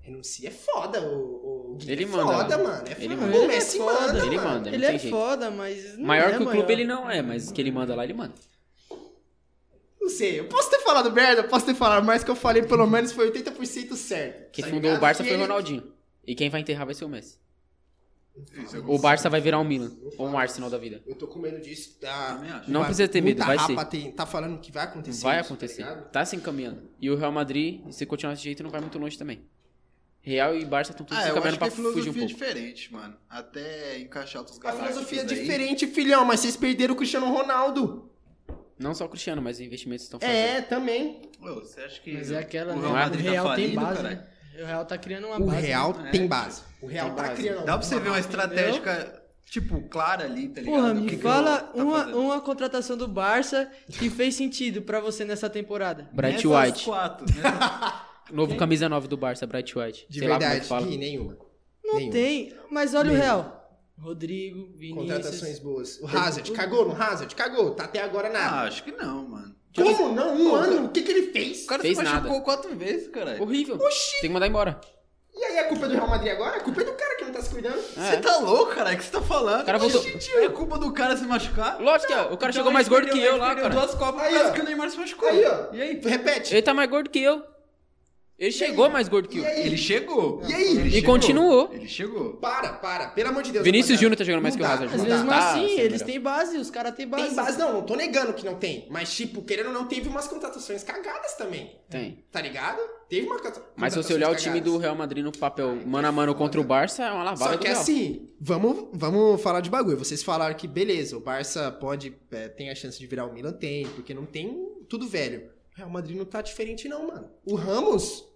[SPEAKER 1] renuncia, é foda, o. o Gui,
[SPEAKER 4] Ele
[SPEAKER 1] é
[SPEAKER 4] manda,
[SPEAKER 1] foda,
[SPEAKER 4] mano.
[SPEAKER 1] mano. É
[SPEAKER 4] Ele
[SPEAKER 1] foda.
[SPEAKER 4] manda.
[SPEAKER 1] O Messi
[SPEAKER 5] Ele é foda.
[SPEAKER 1] manda.
[SPEAKER 4] Ele
[SPEAKER 1] mano.
[SPEAKER 4] manda, não
[SPEAKER 5] Ele é
[SPEAKER 4] tem jeito.
[SPEAKER 5] foda, mas. não
[SPEAKER 4] Maior
[SPEAKER 5] é
[SPEAKER 4] que o clube
[SPEAKER 5] maior.
[SPEAKER 4] ele não é, mas que ele manda lá, ele manda.
[SPEAKER 1] Não sei, eu posso ter falado merda, eu posso ter falado, mas que eu falei pelo menos foi 80% certo.
[SPEAKER 4] Uhum. Quem
[SPEAKER 1] tá
[SPEAKER 4] fundou
[SPEAKER 1] ligado?
[SPEAKER 4] o Barça
[SPEAKER 1] E
[SPEAKER 4] foi o
[SPEAKER 1] ele-
[SPEAKER 4] Ronaldinho. E quem vai enterrar vai ser o Messi.
[SPEAKER 2] Isso, eu
[SPEAKER 4] O Barça vai virar um Milan.
[SPEAKER 1] Não fala
[SPEAKER 4] Ou um Arsenal da vida.
[SPEAKER 1] Eu tô com medo disso. Tá,
[SPEAKER 2] Também acho.
[SPEAKER 4] Não
[SPEAKER 1] Vai-
[SPEAKER 4] precisa ter medo,
[SPEAKER 1] muita
[SPEAKER 4] vai ser.
[SPEAKER 1] rapa tem- tá falando que vai acontecer.
[SPEAKER 4] Vai
[SPEAKER 1] isso,
[SPEAKER 4] acontecer.
[SPEAKER 1] Tá ligado?
[SPEAKER 4] Tá se encaminhando. E o Real Madrid, se continuar desse jeito, não vai muito longe também. Real e Barça estão todos
[SPEAKER 2] Ah,
[SPEAKER 4] se
[SPEAKER 2] eu acho
[SPEAKER 4] encaminhando
[SPEAKER 2] que
[SPEAKER 4] pra
[SPEAKER 2] é
[SPEAKER 4] fugir um
[SPEAKER 2] filosofia
[SPEAKER 4] pouco.
[SPEAKER 2] diferente, mano. Até encaixar outros
[SPEAKER 1] a
[SPEAKER 2] galácticos
[SPEAKER 1] filosofia é
[SPEAKER 2] aí.
[SPEAKER 1] diferente, filhão, mas vocês perderam o Cristiano Ronaldo.
[SPEAKER 4] Não só o Cristiano, mas os investimentos estão fazendo.
[SPEAKER 1] É, também.
[SPEAKER 2] Ô, você acha que
[SPEAKER 3] Mas é aquela,
[SPEAKER 2] o
[SPEAKER 3] né?
[SPEAKER 2] Real Madrid
[SPEAKER 3] o Real
[SPEAKER 2] tá
[SPEAKER 3] tem
[SPEAKER 2] falindo,
[SPEAKER 3] base,
[SPEAKER 2] caralho?
[SPEAKER 3] né? O Real tá criando uma
[SPEAKER 1] O
[SPEAKER 3] base.
[SPEAKER 1] Real
[SPEAKER 2] né?
[SPEAKER 1] tem base. O Real
[SPEAKER 4] Tem
[SPEAKER 1] tá
[SPEAKER 4] base.
[SPEAKER 1] criando.
[SPEAKER 2] Dá pra você ver uma estratégia tipo, clara ali, tá ligado?
[SPEAKER 5] Porra,
[SPEAKER 2] Do
[SPEAKER 5] me
[SPEAKER 2] que que
[SPEAKER 5] fala
[SPEAKER 2] tá
[SPEAKER 5] uma,
[SPEAKER 3] um-
[SPEAKER 2] fazendo.
[SPEAKER 5] uma contratação do Barça que fez sentido pra você nessa temporada.
[SPEAKER 4] Bright
[SPEAKER 2] Nessas
[SPEAKER 4] White.
[SPEAKER 2] quatro, né?
[SPEAKER 4] Novo camisa 9 do Barça, Bright White.
[SPEAKER 1] De
[SPEAKER 4] Sei lá como é
[SPEAKER 1] verdade,
[SPEAKER 4] que fala.
[SPEAKER 1] Gui, nenhuma.
[SPEAKER 5] Não
[SPEAKER 1] Nenhuma.
[SPEAKER 5] tem, mas olha
[SPEAKER 1] Nenhum.
[SPEAKER 5] o Real. Rodrigo,
[SPEAKER 1] Contratações
[SPEAKER 5] Vinícius.
[SPEAKER 1] boas. O Hazard, cagou no Hazard? Cagou. Tá até agora
[SPEAKER 2] ah,
[SPEAKER 1] nada.
[SPEAKER 2] acho que não, mano.
[SPEAKER 1] Como não? Um
[SPEAKER 2] Pô,
[SPEAKER 1] ano? O que que ele fez?
[SPEAKER 2] O cara
[SPEAKER 4] Fez
[SPEAKER 2] se machucou
[SPEAKER 4] nada.
[SPEAKER 2] quatro vezes, caralho.
[SPEAKER 4] Horrível. Tem que mandar embora.
[SPEAKER 1] E aí, a culpa é do Real Madrid agora? A culpa é do cara que não tá se cuidando.
[SPEAKER 4] É.
[SPEAKER 2] Você tá louco, caralho? O que você tá falando?
[SPEAKER 4] O cara voltou-
[SPEAKER 2] É culpa do cara se
[SPEAKER 1] tá-
[SPEAKER 2] machucar?
[SPEAKER 4] Lógico que é. O cara chegou mais gordo que eu lá, cara.
[SPEAKER 2] duas copas
[SPEAKER 1] Então Aí,
[SPEAKER 2] por causa
[SPEAKER 1] ó.
[SPEAKER 2] que o Neymar se machucou.
[SPEAKER 1] Aí, ó.
[SPEAKER 2] E aí?
[SPEAKER 1] Repete.
[SPEAKER 4] Ele tá mais gordo que eu. Ele chegou mais gordo que eu.
[SPEAKER 1] E aí?
[SPEAKER 2] Ele chegou.
[SPEAKER 1] E aí?
[SPEAKER 2] Ele
[SPEAKER 4] E
[SPEAKER 2] chegou.
[SPEAKER 4] continuou.
[SPEAKER 2] Ele chegou.
[SPEAKER 1] Para, para. Pelo amor de Deus.
[SPEAKER 4] Vinícius
[SPEAKER 1] rapaziada.
[SPEAKER 4] Júnior tá jogando mais
[SPEAKER 1] Não
[SPEAKER 4] que o
[SPEAKER 1] dá,
[SPEAKER 4] Hazard.
[SPEAKER 1] mas
[SPEAKER 5] Mas
[SPEAKER 4] mano.
[SPEAKER 5] mesmo
[SPEAKER 4] Tá
[SPEAKER 5] assim,
[SPEAKER 4] sendo
[SPEAKER 5] eles
[SPEAKER 4] melhor.
[SPEAKER 5] têm base, os caras têm base.
[SPEAKER 1] Tem base, não, não tô negando que não tem. Mas, tipo, querendo ou não, teve umas contratações cagadas também.
[SPEAKER 4] Tem.
[SPEAKER 1] Tá ligado? Teve uma cata-
[SPEAKER 4] Mas se você
[SPEAKER 1] contratações
[SPEAKER 4] olhar o time
[SPEAKER 1] cagadas.
[SPEAKER 4] do Real Madrid no papel mano a mano contra o Barça, é uma lavada
[SPEAKER 1] Só que
[SPEAKER 4] do Real.
[SPEAKER 1] assim, vamos, vamos falar de bagulho. Vocês falaram que, beleza, o Barça pode. é, tem a chance de virar o Milan? Tem, porque não tem tudo velho. O Real Madrid não tá diferente, não, mano. O Ramos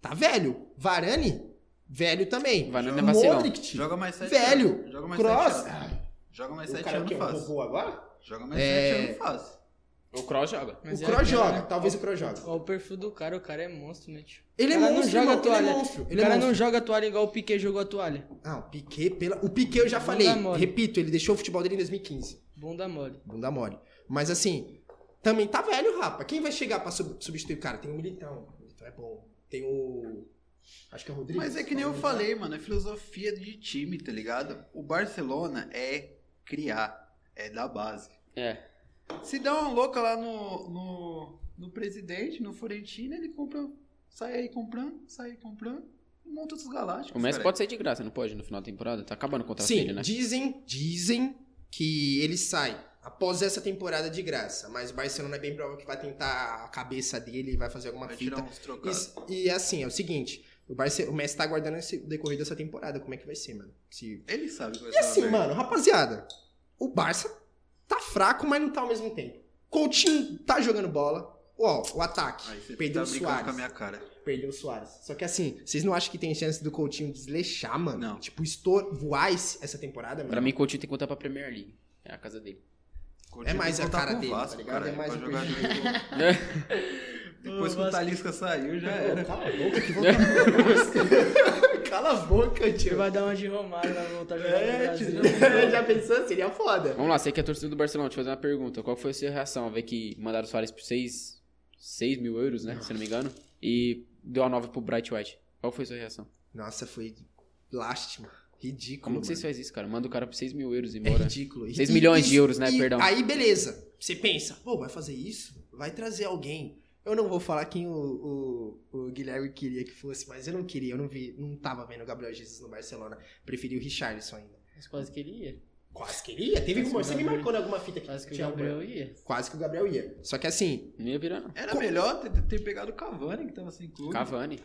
[SPEAKER 1] tá velho. Varane, velho também.
[SPEAKER 4] Varane é vacilão.
[SPEAKER 1] Modric,
[SPEAKER 2] Joga mais sete
[SPEAKER 1] Velho,
[SPEAKER 2] anos. Joga mais
[SPEAKER 1] Cross.
[SPEAKER 2] sete anos. Joga mais
[SPEAKER 1] O
[SPEAKER 2] sete
[SPEAKER 1] cara
[SPEAKER 2] anos
[SPEAKER 1] que é
[SPEAKER 2] fácil.
[SPEAKER 1] roubou agora?
[SPEAKER 2] Joga mais
[SPEAKER 1] É.
[SPEAKER 2] sete anos fácil.
[SPEAKER 4] O Kroos joga.
[SPEAKER 5] Mas
[SPEAKER 1] o
[SPEAKER 5] é
[SPEAKER 1] Kroos
[SPEAKER 5] aquela,
[SPEAKER 1] joga,
[SPEAKER 5] né?
[SPEAKER 1] talvez o Kroos joga.
[SPEAKER 5] Olha o perfil do cara, o cara é monstro, né, tio?
[SPEAKER 1] Ele é
[SPEAKER 5] O cara não
[SPEAKER 1] monstro,
[SPEAKER 5] joga
[SPEAKER 1] irmão, ele é
[SPEAKER 5] toalha.
[SPEAKER 1] monstro.
[SPEAKER 5] O
[SPEAKER 1] Ele é
[SPEAKER 5] cara
[SPEAKER 1] monstro.
[SPEAKER 5] não joga a toalha igual o Piquet jogou a toalha.
[SPEAKER 1] Não, o Piquet, pela... o Piquet eu já
[SPEAKER 5] Bunda
[SPEAKER 1] falei.
[SPEAKER 5] mole.
[SPEAKER 1] Repito, ele deixou o futebol dele em 2015.
[SPEAKER 5] Bunda mole.
[SPEAKER 1] Bunda mole. Mas assim, também tá velho, rapa. Quem vai chegar pra sub- substituir o cara? Tem o Militão. O Militão é bom. Tem o. Acho que é o Rodrigo.
[SPEAKER 2] Mas é que nem eu falei, mano, é filosofia de time, tá ligado? O Barcelona é criar, é da base.
[SPEAKER 4] É.
[SPEAKER 2] Se dá uma louca lá no, no, no presidente, no Florentino, ele compra, sai aí comprando, sai aí comprando, e monta os galácticos.
[SPEAKER 4] O Messi
[SPEAKER 2] cara.
[SPEAKER 4] pode sair de graça, não pode, no final da temporada. Tá acabando o contrato
[SPEAKER 1] é. Sim,
[SPEAKER 4] dele, né?
[SPEAKER 1] dizem, dizem que ele sai após essa temporada de graça. Mas o Barcelona é bem provável que vai um tentar a cabeça dele e vai fazer alguma
[SPEAKER 2] Vai
[SPEAKER 1] fita.
[SPEAKER 2] tirar uns trocados.
[SPEAKER 1] E, e assim, é o seguinte: O, Barce... o Messi tá aguardando esse... o decorrer dessa temporada, como é que vai ser, mano. Se
[SPEAKER 2] Ele sabe que vai
[SPEAKER 1] E assim,
[SPEAKER 2] aberto.
[SPEAKER 1] mano, rapaziada, o Barça tá fraco, mas não tá ao mesmo tempo. Coutinho tá jogando bola. Ó, o ataque.
[SPEAKER 2] Aí você
[SPEAKER 1] perdeu
[SPEAKER 2] tá
[SPEAKER 1] o
[SPEAKER 2] brincando
[SPEAKER 1] Suárez. É
[SPEAKER 2] com a minha cara.
[SPEAKER 1] Perdeu o Suárez. Só que assim, vocês não acham que tem chance do Coutinho desleixar, mano?
[SPEAKER 2] Não.
[SPEAKER 1] Tipo, estor... voar esse- essa temporada, mano?
[SPEAKER 4] Pra mim, Coutinho tem que contar pra Premier League. É a casa dele.
[SPEAKER 1] É mais a
[SPEAKER 2] Coutinho
[SPEAKER 1] cara
[SPEAKER 2] tá com o
[SPEAKER 1] dele,
[SPEAKER 2] Vasco,
[SPEAKER 1] tá ligado?
[SPEAKER 2] cara,
[SPEAKER 1] É mais
[SPEAKER 2] pra
[SPEAKER 1] o
[SPEAKER 2] jogar
[SPEAKER 1] perfil.
[SPEAKER 2] junto. Depois
[SPEAKER 3] Ô,
[SPEAKER 2] que o
[SPEAKER 3] Vasco.
[SPEAKER 2] Talisca saiu, já
[SPEAKER 1] Ô,
[SPEAKER 2] era.
[SPEAKER 1] Cala a boca, que vontade. Cala a boca,
[SPEAKER 3] Ele
[SPEAKER 1] tio.
[SPEAKER 3] vai dar uma de Romário, vai voltar a jogar no
[SPEAKER 1] É,
[SPEAKER 3] Brasil.
[SPEAKER 1] tio. Já pensou? Seria foda.
[SPEAKER 4] Vamos lá, sei que é torcida do Barcelona. Deixa eu fazer uma pergunta. Qual foi a sua reação ao ver que mandaram o Soares por 6, mil euros, né? Se eu não me engano. E deu a 9 pro Bright White. Qual foi a sua reação?
[SPEAKER 1] Nossa, foi lástima. Ridículo,
[SPEAKER 4] Como que vocês
[SPEAKER 1] mano.
[SPEAKER 4] fazem isso, cara? Manda o cara por 6 mil euros
[SPEAKER 1] É
[SPEAKER 4] e embora.
[SPEAKER 1] ridículo. E-
[SPEAKER 4] Seis
[SPEAKER 1] e-
[SPEAKER 4] milhões
[SPEAKER 1] e-
[SPEAKER 4] de euros, né?
[SPEAKER 1] e
[SPEAKER 4] Perdão.
[SPEAKER 1] Aí, beleza. Você pensa, pô, vai fazer isso? Vai trazer alguém. Eu não vou falar quem o, o- o Guilherme queria que fosse, mas eu não queria, eu não vi, não tava vendo o Gabriel Jesus no Barcelona. Preferi o Richarlison ainda.
[SPEAKER 3] Mas quase que ele ia.
[SPEAKER 1] Quase que ele ia. Teve
[SPEAKER 3] Quase
[SPEAKER 1] rumor.
[SPEAKER 3] que o
[SPEAKER 1] Você me
[SPEAKER 3] Gabriel-
[SPEAKER 1] marcou em alguma fita aqui.
[SPEAKER 3] Quase que o
[SPEAKER 1] tinha rumor.
[SPEAKER 3] Gabriel ia.
[SPEAKER 1] Quase que o Gabriel ia. Só que assim,
[SPEAKER 4] Não ia virar, não.
[SPEAKER 2] Era melhor ter, ter pegado o Cavani, que tava sem clube.
[SPEAKER 4] Cavani.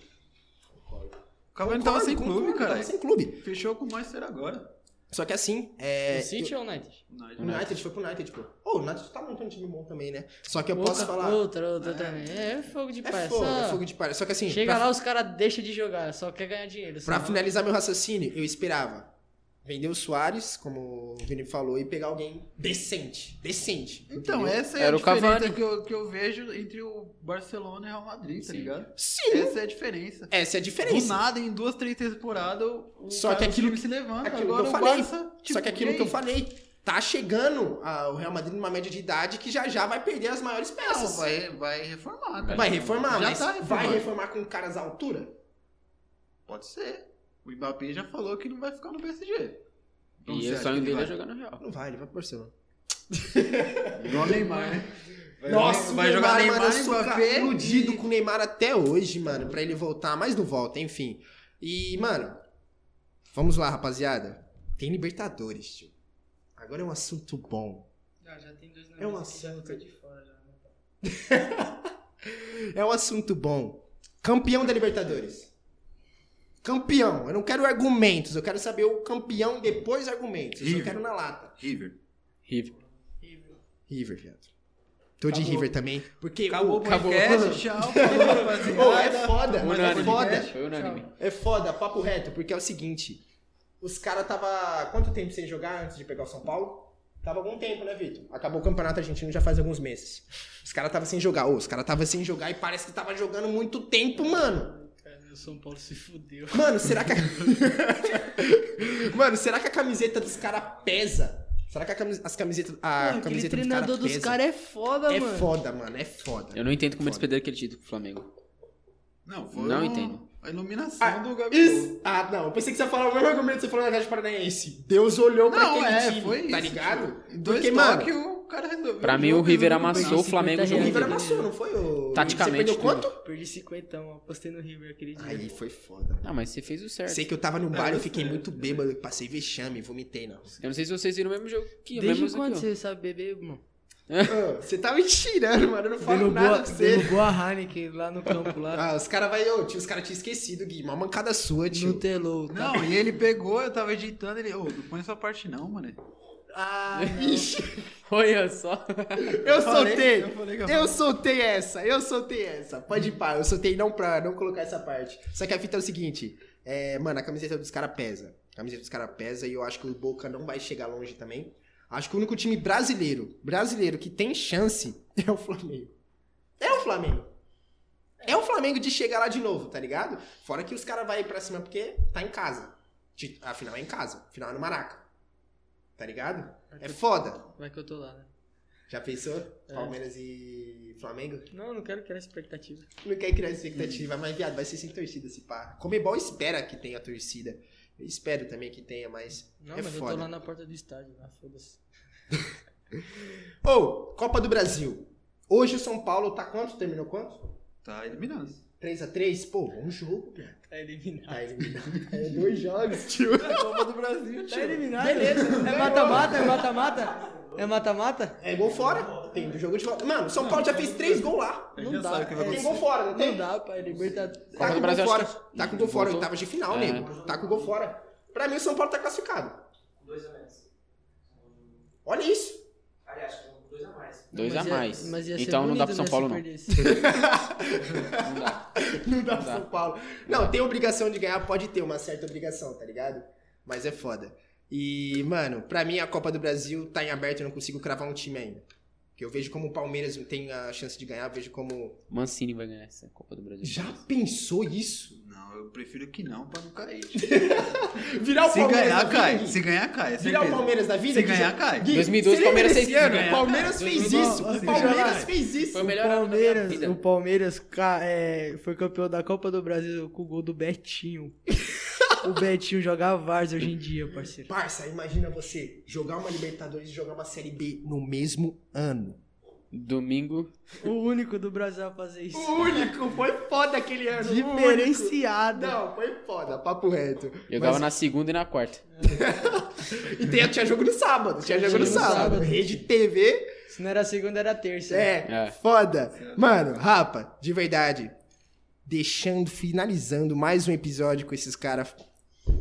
[SPEAKER 2] O Cavani tava sem
[SPEAKER 1] concordo,
[SPEAKER 2] clube,
[SPEAKER 1] tava
[SPEAKER 2] caralho.
[SPEAKER 1] sem clube.
[SPEAKER 2] Fechou com o Manchester agora.
[SPEAKER 1] Só que assim, é.
[SPEAKER 3] o City ou o United?
[SPEAKER 2] Não,
[SPEAKER 1] O United foi pro United, pô. Ô, o United tá montando um time bom também, né? Só que eu posso
[SPEAKER 3] outra,
[SPEAKER 1] falar.
[SPEAKER 3] Outra, outra
[SPEAKER 2] É.
[SPEAKER 3] também. É fogo de
[SPEAKER 1] é
[SPEAKER 3] paz.
[SPEAKER 1] fogo,
[SPEAKER 3] só-
[SPEAKER 1] é fogo de palha. Só que assim,
[SPEAKER 3] Chega
[SPEAKER 1] pra
[SPEAKER 3] lá, assim. os caras deixam de jogar, só quer ganhar dinheiro.
[SPEAKER 1] Pra
[SPEAKER 3] senão-
[SPEAKER 1] finalizar meu raciocínio, eu esperava vender o Soares, como o Vini falou, e pegar alguém decente. Decente.
[SPEAKER 2] Então, essa é
[SPEAKER 4] Era
[SPEAKER 2] a
[SPEAKER 4] o Cavani.
[SPEAKER 2] diferença que eu, que eu vejo entre o Barcelona e o Real Madrid, tá
[SPEAKER 4] Sim.
[SPEAKER 2] ligado?
[SPEAKER 1] Sim!
[SPEAKER 2] Essa é a diferença.
[SPEAKER 1] Essa é a
[SPEAKER 2] Do
[SPEAKER 1] diferença.
[SPEAKER 2] nada, em duas, três temporadas, o, o
[SPEAKER 1] Só
[SPEAKER 2] cara-
[SPEAKER 1] que
[SPEAKER 2] o
[SPEAKER 1] aquilo-
[SPEAKER 2] time se levanta.
[SPEAKER 1] aquilo que
[SPEAKER 2] agora
[SPEAKER 1] eu
[SPEAKER 2] o
[SPEAKER 1] falei.
[SPEAKER 2] Barça, tipo,
[SPEAKER 1] Só que aquilo
[SPEAKER 2] e
[SPEAKER 1] que eu
[SPEAKER 2] aí?
[SPEAKER 1] falei, tá chegando a- o Real Madrid numa média de idade que já já vai perder as maiores
[SPEAKER 2] Não,
[SPEAKER 1] peças. vai,
[SPEAKER 2] vai, vai reformar, cara.
[SPEAKER 1] reformar,
[SPEAKER 2] Já
[SPEAKER 1] mas
[SPEAKER 2] tá
[SPEAKER 1] vai
[SPEAKER 2] reformando.
[SPEAKER 1] reformar com caras à altura?
[SPEAKER 2] Pode ser. O Mbappé já falou que não vai ficar no PSG. Então,
[SPEAKER 4] E
[SPEAKER 2] você
[SPEAKER 4] o
[SPEAKER 2] acha
[SPEAKER 4] sonho
[SPEAKER 2] que ele
[SPEAKER 4] dele
[SPEAKER 2] vai?
[SPEAKER 4] é jogar no Real.
[SPEAKER 1] Não vai, ele vai pro Barcelona.
[SPEAKER 2] Igual o Neymar, né? Vai-
[SPEAKER 1] Nossa,
[SPEAKER 2] vai
[SPEAKER 1] o
[SPEAKER 2] jogar
[SPEAKER 1] Neymar,
[SPEAKER 2] Neymar,
[SPEAKER 1] mano, eu sou
[SPEAKER 2] Mbappé.
[SPEAKER 1] iludido com o Neymar até hoje, mano, pra ele voltar, mas não volta, enfim. E, mano, vamos lá, rapaziada. Tem Libertadores, tio. Agora é um assunto bom.
[SPEAKER 3] Ah, já tem dois
[SPEAKER 1] É um
[SPEAKER 3] negócios que já
[SPEAKER 1] assunto.
[SPEAKER 3] ficou de fora já, né?
[SPEAKER 1] É um assunto bom. Campeão da Libertadores. Campeão. Eu não quero argumentos, eu quero saber o campeão depois argumentos. Eu só
[SPEAKER 2] River.
[SPEAKER 1] quero na lata.
[SPEAKER 2] River.
[SPEAKER 4] River.
[SPEAKER 1] River, viado. Tô de River também. Porque
[SPEAKER 2] Acabou o
[SPEAKER 1] Acabou.
[SPEAKER 2] podcast, tchau. falou, rapaziada.
[SPEAKER 1] Ô, é foda, mas é
[SPEAKER 4] Unânime.
[SPEAKER 1] foda.
[SPEAKER 4] Foi unânime.
[SPEAKER 1] É foda, papo reto, porque é o seguinte. Os caras tava quanto tempo sem jogar antes de pegar o São Paulo? Tava algum tempo, né, Vitor? Acabou o campeonato argentino já faz alguns meses. Os caras tava sem jogar. Ô, os caras tava sem jogar e parece que tava jogando muito tempo, mano.
[SPEAKER 3] Cara, o São Paulo se fudeu.
[SPEAKER 1] Mano, será que a... Mano, será que a camiseta dos caras pesa? Será que a camis- as camisetas a
[SPEAKER 3] Mano, aquele
[SPEAKER 1] camiseta dos
[SPEAKER 3] treinador
[SPEAKER 1] caras
[SPEAKER 3] dos
[SPEAKER 1] pesa?
[SPEAKER 3] caras é foda,
[SPEAKER 1] é
[SPEAKER 3] mano.
[SPEAKER 1] foda, mano, é foda.
[SPEAKER 4] Eu não entendo como eles
[SPEAKER 1] Foda.
[SPEAKER 4] perderam aquele título pro Flamengo.
[SPEAKER 2] Não, foi
[SPEAKER 4] Não
[SPEAKER 2] um-
[SPEAKER 4] entendo.
[SPEAKER 2] A iluminação
[SPEAKER 1] Ah,
[SPEAKER 2] do Gabigol.
[SPEAKER 1] Isso. Ah, não. Eu pensei que você ia falar o mesmo argumento que você falou na Rádio Paranaense. Deus olhou pra
[SPEAKER 2] Não,
[SPEAKER 1] aquele
[SPEAKER 2] é,
[SPEAKER 1] time,
[SPEAKER 2] foi isso.
[SPEAKER 1] tá ligado?
[SPEAKER 2] Em dois
[SPEAKER 1] Porque,
[SPEAKER 2] toques,
[SPEAKER 1] mano,
[SPEAKER 2] o cara resolveu.
[SPEAKER 4] Pra
[SPEAKER 2] o
[SPEAKER 4] mim, o
[SPEAKER 2] jogo,
[SPEAKER 4] River
[SPEAKER 2] resolveu bem.
[SPEAKER 4] amassou o
[SPEAKER 3] 50
[SPEAKER 4] Flamengo o
[SPEAKER 1] o
[SPEAKER 4] jogo
[SPEAKER 3] reais.
[SPEAKER 1] River
[SPEAKER 4] inteiro.
[SPEAKER 1] amassou, não foi? O...
[SPEAKER 4] Taticamente,
[SPEAKER 1] Você perdeu quanto?
[SPEAKER 3] Perdi 50, apostei no River aquele dia.
[SPEAKER 1] Aí foi foda.
[SPEAKER 4] Ah, mas você fez o certo.
[SPEAKER 1] Sei que eu tava no bar, eu
[SPEAKER 2] isso
[SPEAKER 1] fiquei
[SPEAKER 2] mesmo.
[SPEAKER 1] muito bêbado, passei vexame, vomitei, não.
[SPEAKER 4] Eu não sei se vocês viram o mesmo jogo que eu.
[SPEAKER 3] Desde
[SPEAKER 4] mesmo
[SPEAKER 3] quando
[SPEAKER 4] aqui, ó.
[SPEAKER 3] você sabe beber, irmão?
[SPEAKER 1] Ô, Você tá me tirando, mano. Eu não falo nada pra você.
[SPEAKER 3] derrubou a Heineken lá no campo, lá
[SPEAKER 1] Ah, os caras vai. Ô, tio, os caras tinham esquecido, Gui. Uma mancada sua,
[SPEAKER 3] no
[SPEAKER 1] tio.
[SPEAKER 3] telou. tá?
[SPEAKER 2] Não, e ele pegou, eu tava editando, ele, ô, não põe essa parte não, mano.
[SPEAKER 3] Ah,
[SPEAKER 1] Ixi,
[SPEAKER 4] Olha só.
[SPEAKER 1] eu soltei.
[SPEAKER 2] Eu falei que
[SPEAKER 1] Eu soltei essa, eu soltei essa. Pode ir pá, eu soltei não pra não colocar essa parte. Só que a fita é o seguinte: é, mano, a camiseta dos caras pesa. A camiseta dos caras pesa e eu acho que o Boca não vai chegar longe também. Acho que o único time brasileiro, brasileiro que tem chance é o Flamengo. É o Flamengo. É o Flamengo de chegar lá de novo, tá ligado? Fora que os caras vão ir pra cima porque tá em casa. Ti- A final é em casa, a final é no Maraca. Tá ligado? É foda.
[SPEAKER 3] vai que eu tô lá, né?
[SPEAKER 1] Já pensou?
[SPEAKER 3] É.
[SPEAKER 1] Palmeiras e Flamengo?
[SPEAKER 3] Não, não quero criar expectativa.
[SPEAKER 1] Não quer criar expectativa, mas viado, vai ser sem torcida esse pá. Comebol espera que tenha torcida. Eu espero também que tenha, mas.
[SPEAKER 3] Não,
[SPEAKER 1] é
[SPEAKER 3] mas
[SPEAKER 1] foda.
[SPEAKER 3] eu tô lá na porta do estádio, lá, foda-se.
[SPEAKER 1] Ou, Copa do Brasil. Hoje o São Paulo tá quanto? Terminou quanto?
[SPEAKER 2] Tá eliminando.
[SPEAKER 1] 3x3? Pô, bom jogo, cara.
[SPEAKER 3] Tá eliminado.
[SPEAKER 1] Tá eliminado. É dois jogos, tio.
[SPEAKER 2] Copa do Brasil,
[SPEAKER 3] Tá eliminado? Beleza. É mata-mata, é mata-mata? É mata-mata?
[SPEAKER 1] É gol fora.
[SPEAKER 6] Tem, do jogo de volta. Mano, o São Paulo já fez três gols lá.
[SPEAKER 2] Ele
[SPEAKER 3] Não
[SPEAKER 2] já
[SPEAKER 3] dá,
[SPEAKER 2] sabe o que vai
[SPEAKER 3] é,
[SPEAKER 6] Tem
[SPEAKER 2] acontecer.
[SPEAKER 6] gol fora, não
[SPEAKER 3] Não
[SPEAKER 6] tem?
[SPEAKER 3] dá, pai. Libertadores.
[SPEAKER 1] Tá
[SPEAKER 4] Copa
[SPEAKER 1] com
[SPEAKER 4] do
[SPEAKER 1] o gol
[SPEAKER 4] Brasil,
[SPEAKER 1] fora.
[SPEAKER 4] acho que-
[SPEAKER 1] Tá com o gol fora,
[SPEAKER 4] Voltou.
[SPEAKER 1] oitava de final,
[SPEAKER 4] É.
[SPEAKER 1] nego. Tá com o gol fora.
[SPEAKER 6] Pra mim, o São Paulo tá classificado. Olha isso.
[SPEAKER 4] Dois
[SPEAKER 7] Mas
[SPEAKER 4] a
[SPEAKER 3] é-
[SPEAKER 7] ia-
[SPEAKER 4] mais.
[SPEAKER 7] mas ia ser
[SPEAKER 4] então não dá pro
[SPEAKER 7] bonito,
[SPEAKER 4] São
[SPEAKER 7] né,
[SPEAKER 4] Paulo,
[SPEAKER 7] se
[SPEAKER 4] não.
[SPEAKER 7] perdesse.
[SPEAKER 4] Não dá.
[SPEAKER 6] Não dá
[SPEAKER 4] Não
[SPEAKER 6] pro
[SPEAKER 4] dá.
[SPEAKER 6] São Paulo.
[SPEAKER 1] Não, tem obrigação de ganhar, pode ter uma certa obrigação, tá ligado? Mas é foda. E, mano, pra mim a Copa do Brasil tá em aberto, eu não consigo cravar um time ainda. Porque eu vejo como o Palmeiras tem a chance de ganhar, eu vejo como.
[SPEAKER 4] Mancini vai ganhar essa Copa do Brasil.
[SPEAKER 1] Já pensou isso?
[SPEAKER 2] Não, eu prefiro que não pra não cair.
[SPEAKER 1] Virar o
[SPEAKER 2] Se
[SPEAKER 1] Palmeiras da
[SPEAKER 2] ganhar,
[SPEAKER 1] vida,
[SPEAKER 2] cai.
[SPEAKER 1] Gui.
[SPEAKER 2] Se ganhar, cai. é
[SPEAKER 1] Virar o
[SPEAKER 2] certeza.
[SPEAKER 1] Palmeiras da vida?
[SPEAKER 2] Se
[SPEAKER 1] Gui,
[SPEAKER 2] ganhar,
[SPEAKER 1] já-
[SPEAKER 2] cai.
[SPEAKER 1] Gui,
[SPEAKER 4] 2012
[SPEAKER 1] você lembra
[SPEAKER 4] Palmeiras
[SPEAKER 1] desse
[SPEAKER 4] fez isso, né?
[SPEAKER 1] ano? Palmeiras fez
[SPEAKER 2] 2012,
[SPEAKER 4] ganhar.
[SPEAKER 1] isso.
[SPEAKER 2] assim,
[SPEAKER 1] Palmeiras
[SPEAKER 2] ganhar.
[SPEAKER 1] fez isso.
[SPEAKER 4] Foi o melhor ano da minha
[SPEAKER 3] Palmeiras,
[SPEAKER 4] vida.
[SPEAKER 3] o Palmeiras ca- é, foi campeão da Copa do Brasil com o gol do Betinho. o Betinho joga VARS hoje em dia, parceiro.
[SPEAKER 1] Parça, imagina você jogar uma Libertadores e jogar uma Série B no mesmo ano.
[SPEAKER 4] Domingo.
[SPEAKER 3] O único do Brasil a fazer isso.
[SPEAKER 1] O único, foi foda aquele ano. o único.
[SPEAKER 3] Diferenciado.
[SPEAKER 1] Não, foi foda, papo reto.
[SPEAKER 4] Jogava
[SPEAKER 1] Mas-
[SPEAKER 4] na segunda e na quarta.
[SPEAKER 1] E tem- tinha jogo no sábado, tinha jogo no
[SPEAKER 3] Tinha no
[SPEAKER 1] sábado.
[SPEAKER 3] sábado.
[SPEAKER 1] Rede TV,
[SPEAKER 3] Se não era segunda, era terça.
[SPEAKER 1] É,
[SPEAKER 4] É.
[SPEAKER 1] foda. Mano, rapa, de verdade. Deixando, finalizando mais um episódio com esses caras.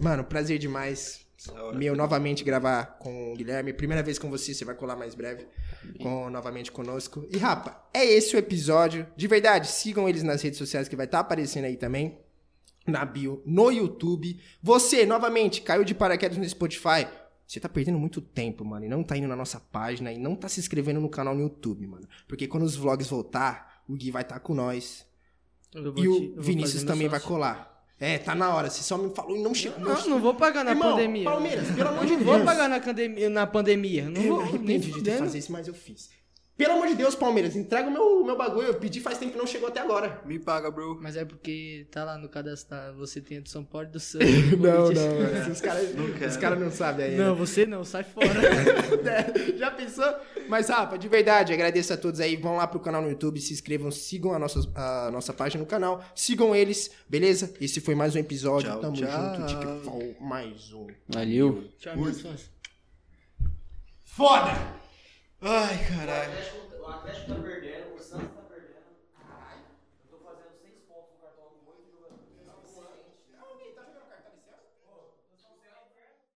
[SPEAKER 1] Mano, prazer demais.
[SPEAKER 2] Da hora.
[SPEAKER 1] Meu, novamente gravar com o Guilherme. Primeira vez com você, você vai colar mais breve. Com, novamente conosco. E, rapa, é esse o episódio. De verdade, sigam eles nas redes sociais que vai estar aparecendo aí também. Na bio, no YouTube. Você, novamente, caiu de paraquedas no Spotify. Você tá perdendo muito tempo, mano, e não tá indo na nossa página e não tá se inscrevendo no canal no YouTube, mano. Porque quando os vlogs voltar, o Gui vai estar com nós.
[SPEAKER 3] Eu vou
[SPEAKER 1] E
[SPEAKER 3] te- eu
[SPEAKER 1] o
[SPEAKER 3] vou
[SPEAKER 1] Vinícius
[SPEAKER 3] fazer
[SPEAKER 1] também
[SPEAKER 3] meu
[SPEAKER 1] vai
[SPEAKER 3] sócio.
[SPEAKER 1] colar. É, tá na hora. Você só me falou e não chegou.
[SPEAKER 3] Não, não vou pagar na
[SPEAKER 1] Irmão,
[SPEAKER 3] pandemia.
[SPEAKER 1] Palmeiras, pelo amor de
[SPEAKER 3] Não
[SPEAKER 1] Deus.
[SPEAKER 3] vou pagar na, candemia- na pandemia. Não
[SPEAKER 1] Eu
[SPEAKER 3] vou.
[SPEAKER 1] me
[SPEAKER 3] nem
[SPEAKER 1] arrependi de ter
[SPEAKER 3] fudendo.
[SPEAKER 1] fazer isso, mas eu fiz. Pelo amor de Deus, Palmeiras, entrega o meu, meu bagulho. Eu pedi faz tempo que não chegou até agora.
[SPEAKER 2] Me paga, bro.
[SPEAKER 3] Mas é porque tá lá no cadastro, você tem a do São Paulo e do
[SPEAKER 1] Não,
[SPEAKER 3] Santos. é.
[SPEAKER 1] não. Os caras
[SPEAKER 2] Não
[SPEAKER 1] os
[SPEAKER 2] quero.
[SPEAKER 1] caras não sabem ainda.
[SPEAKER 3] Não, você não, sai fora.
[SPEAKER 1] Já pensou? Mas, Rafa, de verdade, agradeço a todos aí. Vão lá pro canal no YouTube, se inscrevam, sigam a nossa, a nossa página no canal, sigam eles, beleza? Esse foi mais um episódio.
[SPEAKER 2] Tchau,
[SPEAKER 1] Tamo
[SPEAKER 2] tchau.
[SPEAKER 1] junto, tique Fou, mais um.
[SPEAKER 4] Valeu.
[SPEAKER 3] Tchau, meus fãs.
[SPEAKER 1] Foda!
[SPEAKER 2] Ai, caralho.
[SPEAKER 8] O Atlético tá perdendo, o Santos tá perdendo. Caralho, eu tô fazendo seis